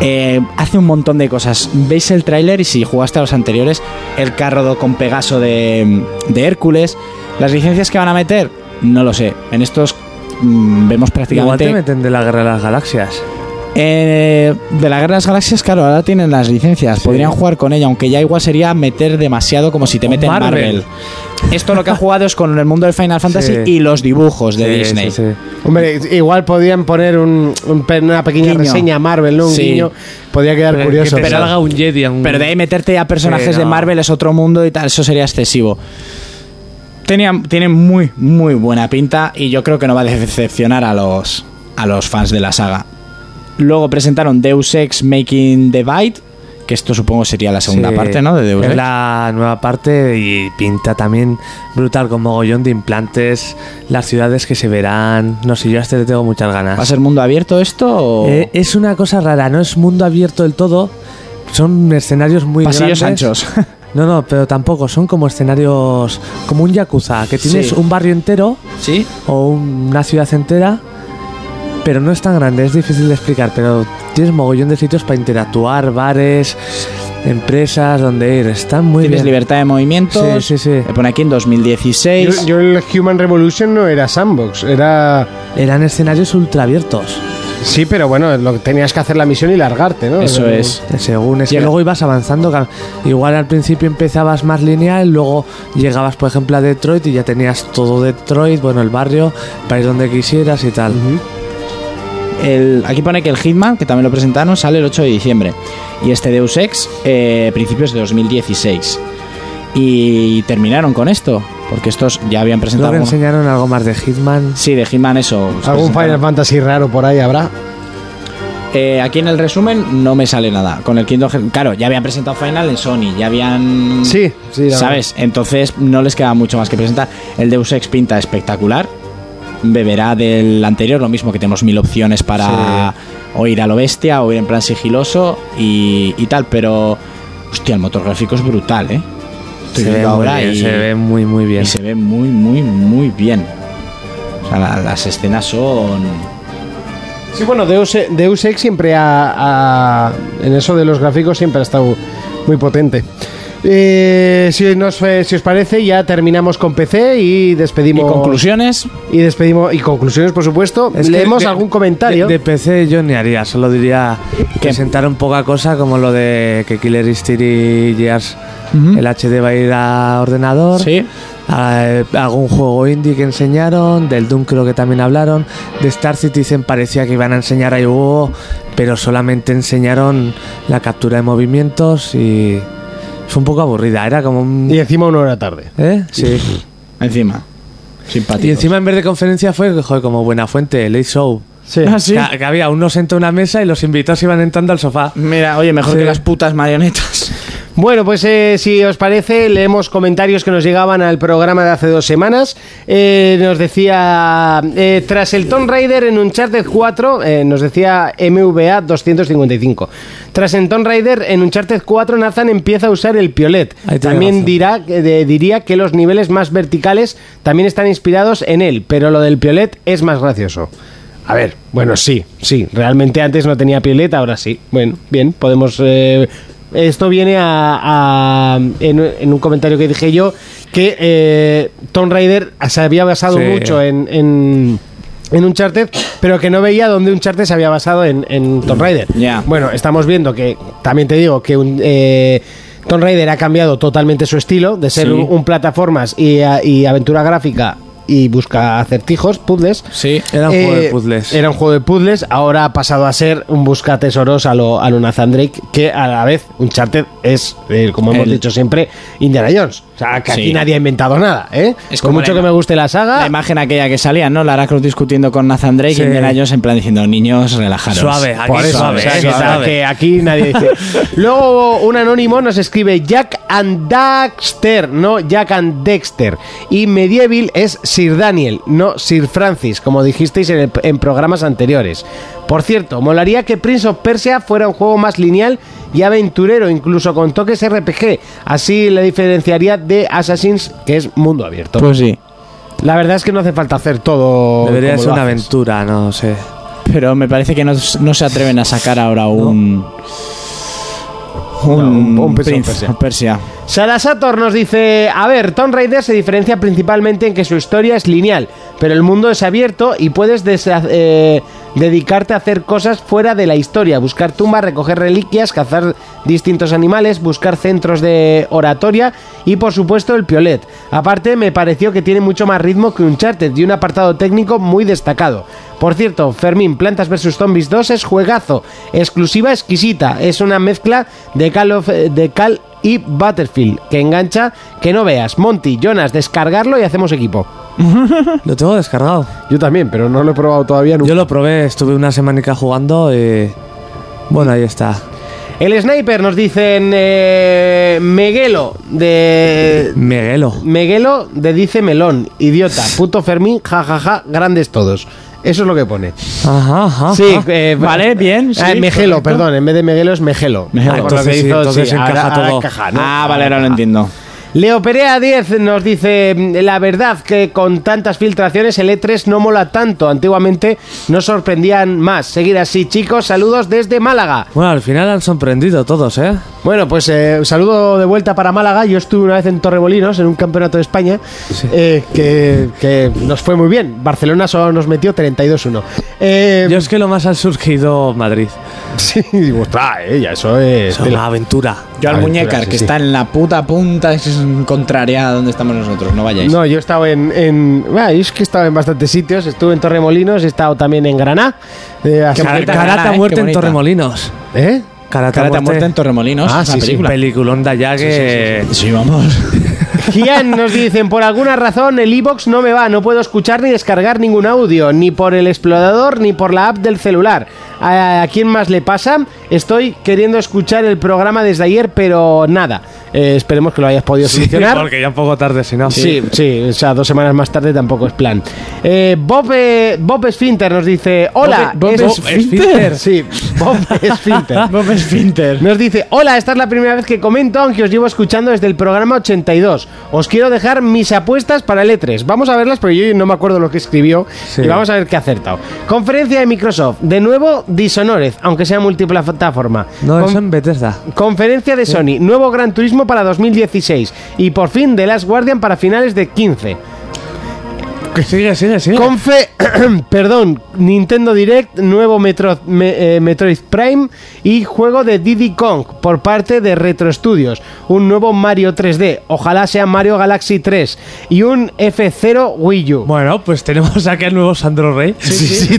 Eh, hace un montón de cosas. Veis el tráiler y si jugaste a los anteriores, el carro do- con Pegaso de, de Hércules. Las licencias que van a meter, no lo sé. En estos mm,
Igual
vemos
te
prácticamente...
meten de la Guerra de las Galaxias.
Eh, de la Guerra de las Galaxias, claro, ahora tienen las licencias. Podrían jugar con ella, aunque ya igual sería meter demasiado como si te
Con
meten Marvel.
Marvel.
Esto lo que ha jugado es con el mundo de Final Fantasy
Sí.
y los dibujos de
Sí,
Disney.
sí, sí.
Hombre, igual podían poner un- un pe- una pequeña
Guiño.
reseña a Marvel, ¿no? Un
Sí. Eh,
guiño. Podría quedar
Pero
curioso.
que te salga un Jedi. un-
Pero de ahí meterte a personajes
Sí,
de
no.
Marvel es otro mundo y tal, eso sería excesivo. Tenía, tiene muy, muy buena pinta y yo creo que no va a decepcionar a los, a los fans de la saga. Luego presentaron Deus Ex Making the Bite, que esto supongo sería la segunda
Sí.
parte, ¿no? De Deus
Es
Ex.
la nueva parte y pinta también brutal con mogollón de implantes, las ciudades que se verán. No sé, yo a este le tengo muchas ganas.
¿Va a ser mundo abierto esto o
Eh, es una cosa rara, no es mundo abierto del todo. Son escenarios muy
pasillos
grandes.
anchos?
No, no, pero tampoco. Son como escenarios. Como un yakuza, que tienes
Sí.
un barrio entero
sí.
o un- una ciudad entera. Pero no es tan grande, es difícil de explicar. Pero tienes mogollón de sitios para interactuar: bares, empresas, donde ir. Están muy
Tienes
bien.
libertad de movimiento.
Sí, sí, sí.
Me pone aquí en 2016.
Yo, yo el Human Revolution no era sandbox, era...
Eran escenarios ultra abiertos.
Sí, pero bueno, lo que tenías que hacer la misión y largarte, ¿no?
Eso
Eh,
es.
Según es que
Llega-
luego ibas avanzando. ca- Igual al principio empezabas más lineal, luego llegabas, por ejemplo, a Detroit y ya tenías todo Detroit, bueno, el barrio, para ir donde quisieras y tal.
El- aquí pone que el Hitman, que también lo presentaron, sale el 8 de diciembre. Y este Deus Ex, eh, principios de 2016. Y terminaron con esto, porque estos ya habían
Creo
presentado.
que
alguno.
enseñaron algo más de Hitman.
Sí, de Hitman eso.
Algún
Presentaron-
Final Fantasy raro por ahí habrá.
Eh, aquí en el resumen no me sale nada. Con el Kingdom Hearts, claro, ya habían presentado Final en Sony, ya habían...
Sí, sí, la
¿Sabes? Entonces no les queda mucho más que presentar. El Deus Ex pinta espectacular. Beberá del anterior, lo mismo que tenemos mil opciones para o ir a lo bestia o ir en plan sigiloso y, y tal, pero... Hostia, el motor gráfico es brutal, ¿eh? Estoy
se, ve
viendo
muy
ahora
bien,
y-
se ve muy, muy bien.
y se ve muy, muy, muy bien. O sea, la- las escenas son.
Sí, bueno, Deus, E, Deus Ex siempre ha, ha- En eso de los gráficos siempre ha estado muy potente. Eh, si, nos, eh, si os parece, ya terminamos con PC y
¿Y
despedimos.
conclusiones?
Y despedimos. Y conclusiones, por supuesto.
Es que
Leemos
de-
algún comentario.
De, de PC yo ni haría, solo diría presentar un poca cosa como lo de que Killer Instinct y Gears el HD va a ir a ordenador.
Sí.
A- eh, algún juego indie que enseñaron, del Doom creo que también hablaron, de Star Citizen parecía que iban a enseñar ahí hubo, pero solamente enseñaron la captura de movimientos y fue un poco aburrida, era como un...
Y encima una hora tarde.
¿Eh? Sí.
Encima. Simpático.
Y encima en vez de conferencia fue, joder, como buena fuente, late show.
Sí.
Ah, sí.
Que, que había uno sentado en una mesa y los invitados iban entrando al sofá.
Mm.
Mira, oye, mejor
Sí.
que las putas marionetas.
Bueno, pues eh, si os parece, leemos comentarios que nos llegaban al programa de hace dos semanas. Eh, nos decía, eh, tras el Tomb Raider en Uncharted 4, eh, nos decía MVA 255. Tras el Tomb Raider en Uncharted 4, Nathan empieza a usar el piolet.
Ahí tiene
También
razón.
dirá, que- de- diría que los niveles más verticales también están inspirados en él, pero lo del piolet es más gracioso. A ver, bueno, sí, sí, realmente antes no tenía pioleta, ahora sí. Bueno, bien, podemos... eh, esto viene a, a- en, en un comentario que dije yo, que eh, Tomb Raider se había basado
Sí.
mucho en, en, en Uncharted, pero que no veía dónde Uncharted se había basado en, en Tomb Raider.
Ya.
Bueno, estamos viendo que, también te digo, que un... eh, Tomb Raider ha cambiado totalmente su estilo de ser
Sí.
un, un plataformas y, a- y aventura gráfica y busca acertijos, puzzles.
Sí.
Era un juego de
Eh,
puzzles.
Era un juego de puzzles, ahora ha pasado a ser un busca tesoros a lo, a lo Nathan Drake, que a la vez Uncharted es, eh, como hemos
El-
dicho siempre, Indiana Jones. O sea, que aquí
Sí.
nadie ha inventado nada, ¿eh?
Es
Por
como
mucho
la-
que me guste la
La
saga,
imagen aquella que salía, ¿no? Lara Cruz discutiendo con Nathan Drake
Ah. Sí.
y Indiana Jones en plan diciendo, niños, relajaros.
Suave, aquí
Por eso,
suave.
o sea,
eh,
que,
suave.
que aquí nadie dice. Luego un anónimo nos escribe Jack and Daxter, no Jack and Dexter. Y Medieval es Sir Daniel, no Sir Francis, como dijisteis en, el- en programas anteriores. Por cierto, molaría que Prince of Persia fuera un juego más lineal y aventurero, incluso con toques RPG. Así le diferenciaría de Assassin's, que es mundo abierto.
Pues sí.
la verdad es que no hace falta hacer todo.
Debería
como
ser
lo
una
haces.
aventura, no sé.
Pero me parece que no, no se atreven a sacar ahora un.
un- un Prince of
Prince
Persia.
of Persia.
Sara Sator nos dice, a ver, Tomb Raider se diferencia principalmente en que su historia es lineal, pero el mundo es abierto y puedes desha- eh, dedicarte a hacer cosas fuera de la historia, buscar tumbas, recoger reliquias, cazar distintos animales, buscar centros de oratoria y por supuesto el piolet. Aparte me pareció que tiene mucho más ritmo que Uncharted y un apartado técnico muy destacado. Por cierto, Fermín, Plantas vs Zombies 2 es juegazo, exclusiva exquisita, es una mezcla de Call of, eh, de Call y Battlefield, que engancha, que no veas. Monty, Jonas, descargarlo y hacemos equipo.
Lo tengo descargado.
Yo también, pero no lo he probado todavía
Yo lo probé, estuve una semanica jugando y. Bueno, ahí está.
El sniper nos dicen eh, Meguelo de
Miguelo.
Meguelo de dice melón, idiota, puto Fermín, jajaja, grandes todos. Eso es lo que pone.
Ajá, ajá.
Sí,
ajá.
eh,
Ah, Vale, bien,
ah,
sí,
Megelo,
correcto.
perdón, en vez de Megelo es Megelo.
Megelo.
Ah, por lo
Entonces
que
sí,
hizo,
entonces
sí, ahora-
encaja
ahora
todo.
encaja, ¿no?
Ah, vale, ahora lo entiendo.
Leo Perea 10 nos dice la verdad que con tantas filtraciones el E3 no mola tanto, antiguamente nos sorprendían más. Seguir así, chicos, saludos desde Málaga.
Bueno, al final han sorprendido todos, ¿eh?
Bueno, pues eh, un saludo de vuelta para Málaga. Yo estuve una vez en Torremolinos, en un campeonato de España, eh, que, que nos fue muy bien. Barcelona solo nos metió 32-1. Eh,
Yo es que lo más han surgido Madrid.
Sí, ostras, eh, ya eso es...
Es una aventura.
Yo al
Aventuras,
muñecar,
sí,
que
sí.
está en la puta punta, es contraria a donde estamos nosotros, no vayáis.
No, yo he estado en. en bueno, es que he estado en bastantes sitios. Estuve en Torremolinos, he estado también en Granada. eh, así
Qué
que-
bonita.
Karata
Granada, ¿eh?
muerte
Qué
en
bonita.
Torremolinos.
¿Eh?
Karata,
Karate a muerte en Torremolinos,
Ah,
esa
sí, sí,
película.
Peliculón de allá que.
Sí, vamos.
Gian nos dicen, por alguna razón el iBox no me va, no puedo escuchar ni descargar ningún audio, ni por el explorador, ni por la app del celular. ¿A, a quién más le pasa? Estoy queriendo escuchar el programa desde ayer, pero nada. Eh, esperemos que lo hayas podido solucionar.
porque ya un poco tarde, si no.
Sí, sí, o sea, dos semanas más tarde tampoco es plan. Eh, Bob, eh, Bob Sfinter nos dice: Hola,
Bob- Bob
es-
Esfinter.
Sí, Bob Sfinter.
Ah.
Bob Sfinter.
Nos dice: Hola, esta es la primera vez que comento, aunque os llevo escuchando desde el programa 82. Os quiero dejar mis apuestas para el E3. Vamos a verlas, pero yo no me acuerdo lo que escribió
Sí.
y vamos a ver qué ha acertado. Conferencia de Microsoft. De nuevo, Dishonored, aunque sea multiplataforma.
No,
Con-
eso en Bethesda.
Conferencia de Sony, nuevo Gran Turismo para 2016 y por fin The Last Guardian para finales de 15.
Sigue, sigue, sigue.
Confe, perdón, Nintendo Direct, nuevo Metro- me- eh, Metroid Prime y juego de Diddy Kong por parte de Retro Studios. Un nuevo Mario 3D, ojalá sea Mario Galaxy 3 y un F0 Wii U.
Bueno, pues tenemos aquí al nuevo Sandro Rey. Sí,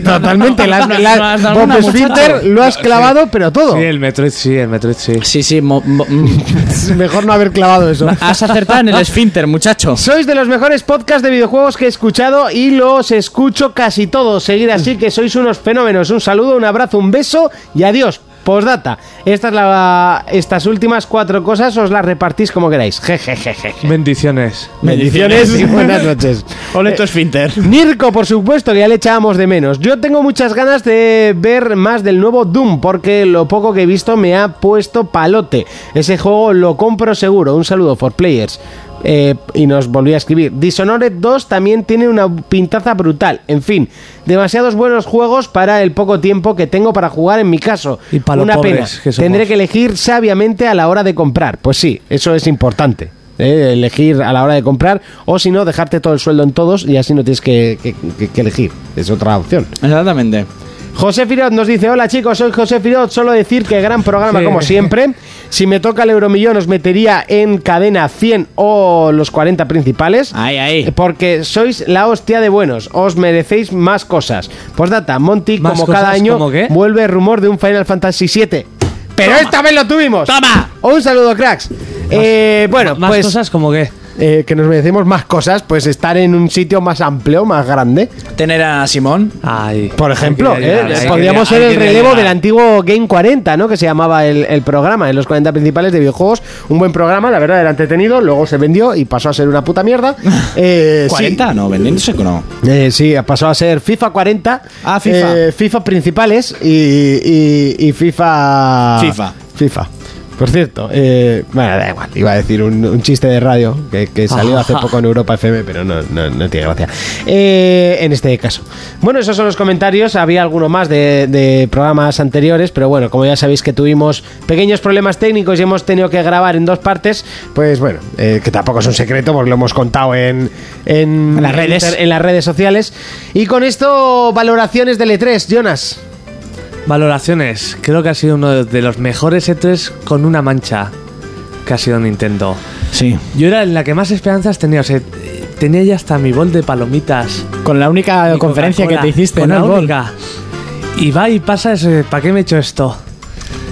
totalmente. la- la-
no has dado
Bob
una,
Sfinter
muchacho.
lo has clavado, pero todo.
el Metroid sí, el Metroid sí.
Sí, sí, mo- mo- mm.
Mejor no haber clavado eso.
has acertado en el esfínter, muchacho.
Sois de los mejores podcasts de videojuegos que he escuchado y los escucho casi todos. Seguid así que sois unos fenómenos. Un saludo, un abrazo, un beso y adiós. Postdata. Esta es la- estas últimas cuatro cosas os las repartís como queráis. Jejejeje.
Bendiciones.
Bendiciones y buenas noches.
Ole tu esfínter.
Nirko, por supuesto, que ya le echábamos de menos. Yo tengo muchas ganas de ver más del nuevo Doom, porque lo poco que he visto me ha puesto palote. Ese juego lo compro seguro. Un saludo for players. Eh, y nos volvió a escribir. Dishonored 2 también tiene una pintaza brutal. En fin, demasiados buenos juegos para el poco tiempo que tengo para jugar en mi caso.
Y pa lo
una pena.
pobres que somos.
Tendré que elegir sabiamente a la hora de comprar. Pues sí, eso es importante. ¿eh? Elegir a la hora de comprar o si no, dejarte todo el sueldo en todos y así no tienes que, que- que- que elegir. Es otra opción.
Exactamente.
José Firot nos dice, hola chicos, soy José Firot, solo decir que gran programa
Sí.
como siempre. Si me toca el euromillón os metería en cadena 100 o los 40 principales.
Ahí, ahí.
Porque sois la hostia de buenos, os merecéis más cosas. Postdata, Monty,
¿Más
como
cosas
cada año,
como qué?
vuelve el rumor de un Final Fantasy VII. Pero esta vez lo tuvimos.
Toma.
Un saludo, cracks. Eh, bueno,
Más
pues
cosas como que.
eh, que nos merecemos más cosas, pues estar en un sitio más amplio, más grande.
Tener a Simón.
Ay.
Por ejemplo,
Hay que llegar,
¿eh?
hay que
podríamos ser
llegar, hay
el
que
relevo
llegar.
del antiguo Game 40, ¿no? Que se llamaba el, el programa en los 40 principales de videojuegos. Un buen programa, la verdad, era entretenido. Luego se vendió y pasó a ser una puta mierda. Eh, sí.
40, no, vendiéndose no.
Eh, sí, ha pasado a ser FIFA 40,
Ah, FIFA.
eh, FIFA principales y, y- y FIFA...
FIFA.
FIFA. Por cierto, eh, bueno, da igual, iba a decir un, un chiste de radio que, que salió hace poco en Europa FM, pero no, no- no tiene gracia. Eh, en este caso. Bueno, esos son los comentarios, había alguno más de, de programas anteriores, pero bueno, como ya sabéis que tuvimos pequeños problemas técnicos y hemos tenido que grabar en dos partes, pues bueno, eh, que tampoco es un secreto, porque lo hemos contado en, en,
En las redes.
inter- en las redes sociales. Y con esto, valoraciones del E3, Jonas. eh,
Valoraciones. Creo que ha sido uno de los mejores E3 con una mancha que ha sido Nintendo.
Sí.
Yo era la que más esperanzas tenía. O sea, tenía ya hasta mi bol de palomitas.
Con la única
y
conferencia que
Coca-Cola.
te hiciste,
Con
¿no?
la
El bol.
única. Y va y pasa eso. ¿Para qué me he hecho esto?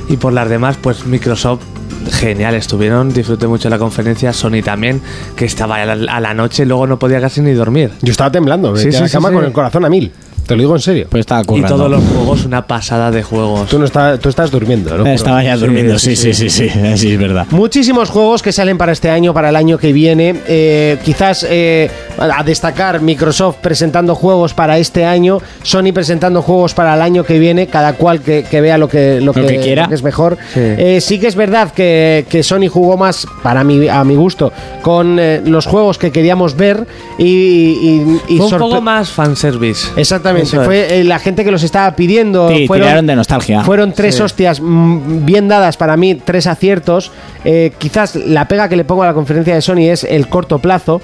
Y por las demás, pues Microsoft, genial, estuvieron. Disfruté mucho la conferencia. Sony también, que estaba a la, a la noche, luego no podía casi ni dormir.
Yo estaba temblando, me
Sí,
metí a
sí,
la
sí,
cama
sí.
con el corazón a mil. Te lo digo en serio.
Pues estaba
Y
currando.
todos los juegos, una pasada de juegos.
Tú, no estás, tú estás durmiendo, ¿no?
Estaba ya durmiendo, sí, sí, sí, sí, sí, es verdad.
Muchísimos juegos que salen para este año, para el año que viene. Eh, quizás eh, a destacar Microsoft presentando juegos para este año, Sony presentando juegos para el año que viene, cada cual que, que vea lo que, lo
que quiera.
lo es mejor.
Sí.
Eh, sí que es verdad que, que Sony jugó más, para mi, a mi gusto, con eh, los juegos que queríamos ver y, y- y
Fue un
sorpre-
poco más fanservice.
Exactamente,
Eso es.
fue eh, la gente que los estaba pidiendo.
Sí,
fueron-
tiraron de nostalgia.
Fueron tres hostias mm, bien dadas para mí, tres aciertos. Eh, quizás la pega que le pongo a la conferencia de Sony es el corto plazo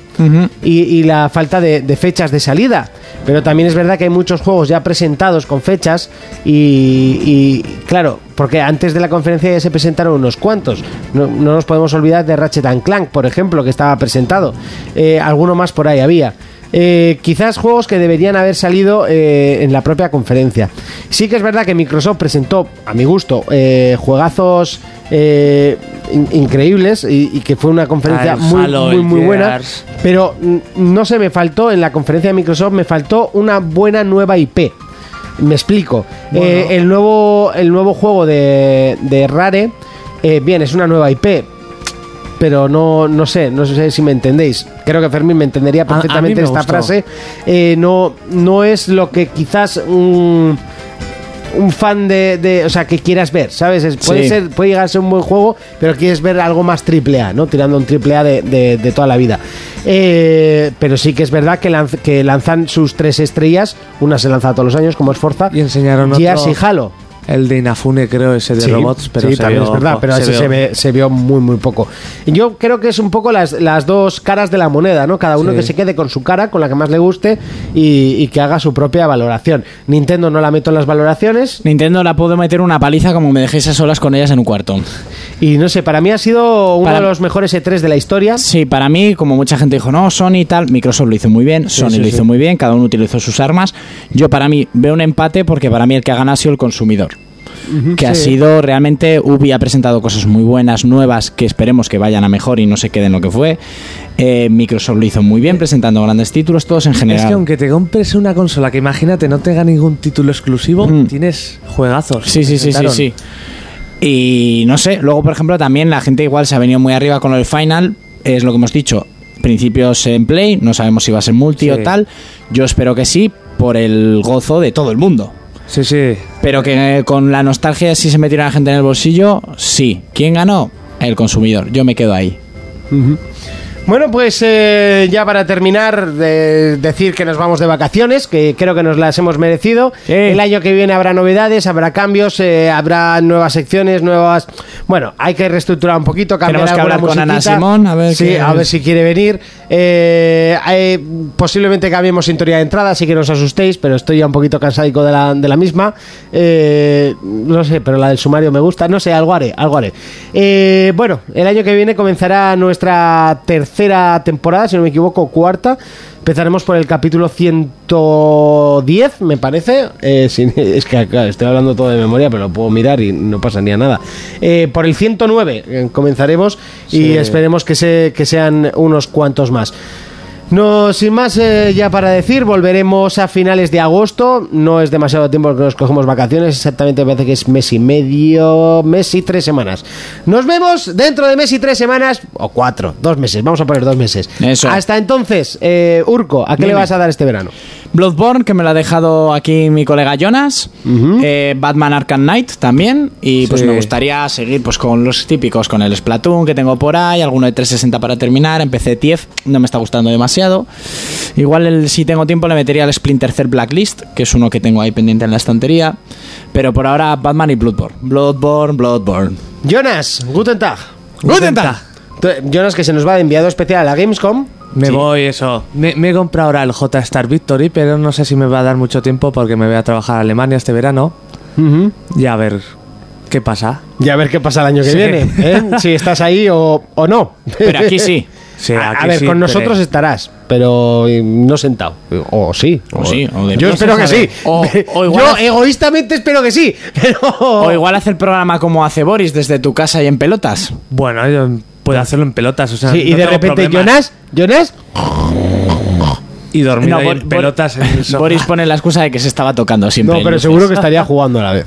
y, y la falta de, de fechas de salida. Pero también es verdad que hay muchos juegos ya presentados con fechas y, y, claro, porque antes de la conferencia ya se presentaron unos cuantos. No, no nos podemos olvidar de Ratchet and Clank, por ejemplo, que estaba presentado. Eh, alguno más por ahí había. Eh, quizás juegos que deberían haber salido eh, en la propia conferencia. Sí que es verdad que Microsoft presentó, a mi gusto, eh, juegazos eh, in- increíbles y, y que fue una conferencia
Ah, el
muy,
Halo,
muy,
el
muy buena.
Gears.
Pero mm, no sé, me faltó en la conferencia de Microsoft, me faltó una buena nueva IP. Me explico. Eh, el, nuevo, el nuevo juego de, de Rare, eh, bien, es una nueva IP. Pero no, no sé, no sé si me entendéis. Creo que Fermín me entendería
mí
perfectamente
me
esta
gustó.
frase. Eh, no, no es lo que quizás un, un fan de, de- O sea, que quieras ver, ¿sabes? Es- puede,
Sí.
ser, puede llegar a ser un buen juego, pero quieres ver algo más triple A, ¿no? Tirando un triple A de, de- de toda la vida. Eh, pero sí que es verdad que, lanz- que lanzan sus tres estrellas. Una se lanza todos los años, como es Forza.
Y enseñaron otro-
Gears y Halo.
El de Inafune, creo, ese de
Sí,
robots, pero
sí,
se
también
vio
es verdad,
po-
pero ese
vio-
se, ve- se vio muy, muy poco. Yo creo que es un poco las, las dos caras de la moneda, ¿no? Cada uno
Sí.
que se quede con su cara, con la que más le guste y, y que haga su propia valoración. Nintendo no la meto en las valoraciones
Nintendo la puedo meter una paliza como me dejéis a solas con ellas en un cuarto.
y no sé, para mí ha sido uno
Para-
de los mejores E3 de la historia.
Sí, para mí, como mucha gente dijo, no, Sony y tal, Microsoft lo hizo muy bien, Sony
sí,
lo
sí.
hizo muy bien, cada uno utilizó sus armas. Yo para mí veo un empate porque para mí el que ha ganado ha sido el consumidor. Que ha sido realmente Ubi ha presentado cosas muy buenas, nuevas, que esperemos que vayan a mejor y no se queden lo que fue. Eh, Microsoft lo hizo muy bien, presentando grandes títulos, todos en general.
Es que aunque te compres una consola que imagínate no tenga ningún título exclusivo,
Mm.
tienes juegazos.
Sí, sí, sí, sí,
Presentaron.
sí. Y no sé, luego por ejemplo también la gente igual se ha venido muy arriba con lo del final, es lo que hemos dicho, principios en play, no sabemos si va a ser multi
Sí.
o tal, yo espero que sí, por el gozo de todo el mundo.
Sí, sí.
Pero que eh, con la nostalgia si se metiera la gente en el bolsillo, sí. ¿Quién ganó? El consumidor, yo me quedo ahí.
Bueno, pues eh, ya para terminar, de decir que nos vamos de vacaciones, que creo que nos las hemos merecido. El año que viene habrá novedades, habrá cambios, eh, habrá nuevas secciones, nuevas. Bueno, hay que reestructurar un poquito, cambiar
Tenemos que
alguna
hablar con Ana
musiquita.
Simón, a ver
Sí,
qué-
a ver si quiere venir. Eh, eh, posiblemente cambiemos sintonía de entrada, así que no os asustéis, pero estoy ya un poquito cansadico de la, de la misma. Eh, no sé, pero la del sumario me gusta. No sé, algo haré, algo haré. Eh, bueno, el año que viene comenzará nuestra tercera temporada, si no me equivoco, cuarta. Empezaremos por el capítulo 110, me parece. Eh, sin- es que claro, estoy hablando todo de memoria, pero lo puedo mirar y no pasaría nada. Eh, por el 109 eh, comenzaremos y esperemos que, se, que sean unos cuantos más. No, sin más eh, ya para decir, volveremos a finales de agosto. No es demasiado tiempo que nos cogemos vacaciones, exactamente me parece que es mes y medio, mes y tres semanas. Nos vemos dentro de mes y tres semanas, o cuatro, dos meses, vamos a poner dos meses.
Eso.
Hasta entonces, eh, Urco, ¿a qué le
Dime.
vas a dar este verano?
Bloodborne, que me lo ha dejado aquí mi colega Jonas. Eh, Batman Arkham Knight también. Y pues
Sí.
me gustaría seguir pues con los típicos, con el Splatoon que tengo por ahí, alguno de 360 para terminar. Empecé TF, no me está gustando demasiado. Igual el- si tengo tiempo le metería el Splinter Cell Blacklist, que es uno que tengo ahí pendiente en la estantería. Pero por ahora Batman y Bloodborne. Bloodborne, Bloodborne.
Jonas, Guten Tag.
Guten Tag.
Tú- Jonas, que se nos va de enviado especial a la Gamescom.
Me voy, eso. Me, me he comprado ahora el J-Star Victory, pero no sé si me va a dar mucho tiempo porque me voy a trabajar a Alemania este verano. Y a ver qué pasa.
Y a ver qué pasa el año que
Sí.
viene, ¿eh? si estás ahí o, o no.
Pero aquí sí.
Sí,
a, a
aquí
ver,
sí,
con
pero-
nosotros estarás, pero eh, no sentado. O sí.
O sí, o de-
Yo
no
espero
se
que
sabe.
sí.
O- o igual
Yo
hace-
egoístamente espero que sí, pero...
O igual hacer programa como hace Boris desde tu casa y en pelotas.
Bueno, yo puedo hacerlo en pelotas, o sea,
Sí, y
no
de
tengo
repente,
problemas.
Jonas, Jonas,
Y dormir
No,
ahí
Bor-
en
Bor-
pelotas en el sofá.
Boris pone la excusa de que se estaba tocando siempre.
No,
en
pero
luces.
seguro que estaría jugando a la vez.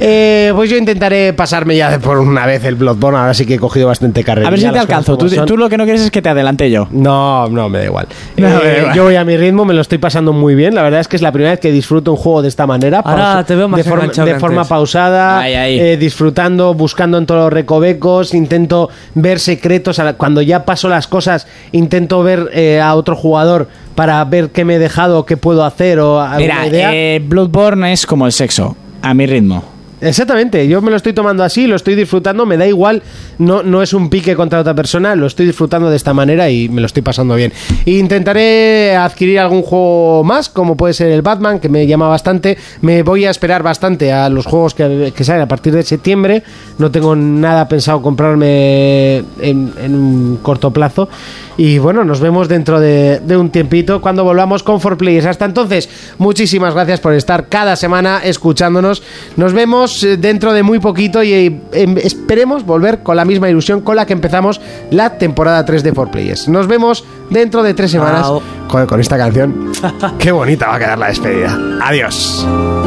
Eh, pues yo intentaré pasarme ya de por una vez el Bloodborne. Ahora sí que he cogido bastante carrera.
A ver si
Ya
te
las
alcanzo. Tú,
cosas como
tú
son.
lo que no quieres es que te adelante yo.
No, no, me da igual.
No,
Eh,
me da igual.
Yo voy a mi ritmo, me lo estoy pasando muy bien. La verdad es que es la primera vez que disfruto un juego de esta manera.
Ahora te veo más
de forma,
enganchado
de
que
forma
antes.
pausada,
Ahí, ahí.
eh, disfrutando, buscando en todos los recovecos. Intento ver secretos. a la- Cuando ya paso las cosas, intento ver eh, a otro jugador para ver qué me he dejado, qué puedo hacer o alguna
Mira,
idea.
eh, Bloodborne es como el sexo, a mi ritmo.
Exactamente, yo me lo estoy tomando así, lo estoy disfrutando, me da igual, no, no es un pique contra otra persona, lo estoy disfrutando de esta manera y me lo estoy pasando bien. Intentaré adquirir algún juego más, como puede ser el Batman, que me llama bastante, me voy a esperar bastante a los juegos que, que salen a partir de septiembre, no tengo nada pensado comprarme eh, en, en un corto plazo y bueno, nos vemos dentro de, de un tiempito cuando volvamos con 4Players. Hasta entonces, muchísimas gracias por estar cada semana escuchándonos, nos vemos volveremos eh, dentro de muy poquito y eh, em- esperemos volver con la misma ilusión con la que empezamos la temporada 3 de 4Players. Nos vemos dentro de tres semanas.
Ao.
Joder, con esta canción. Qué bonita va a quedar la despedida. Adiós.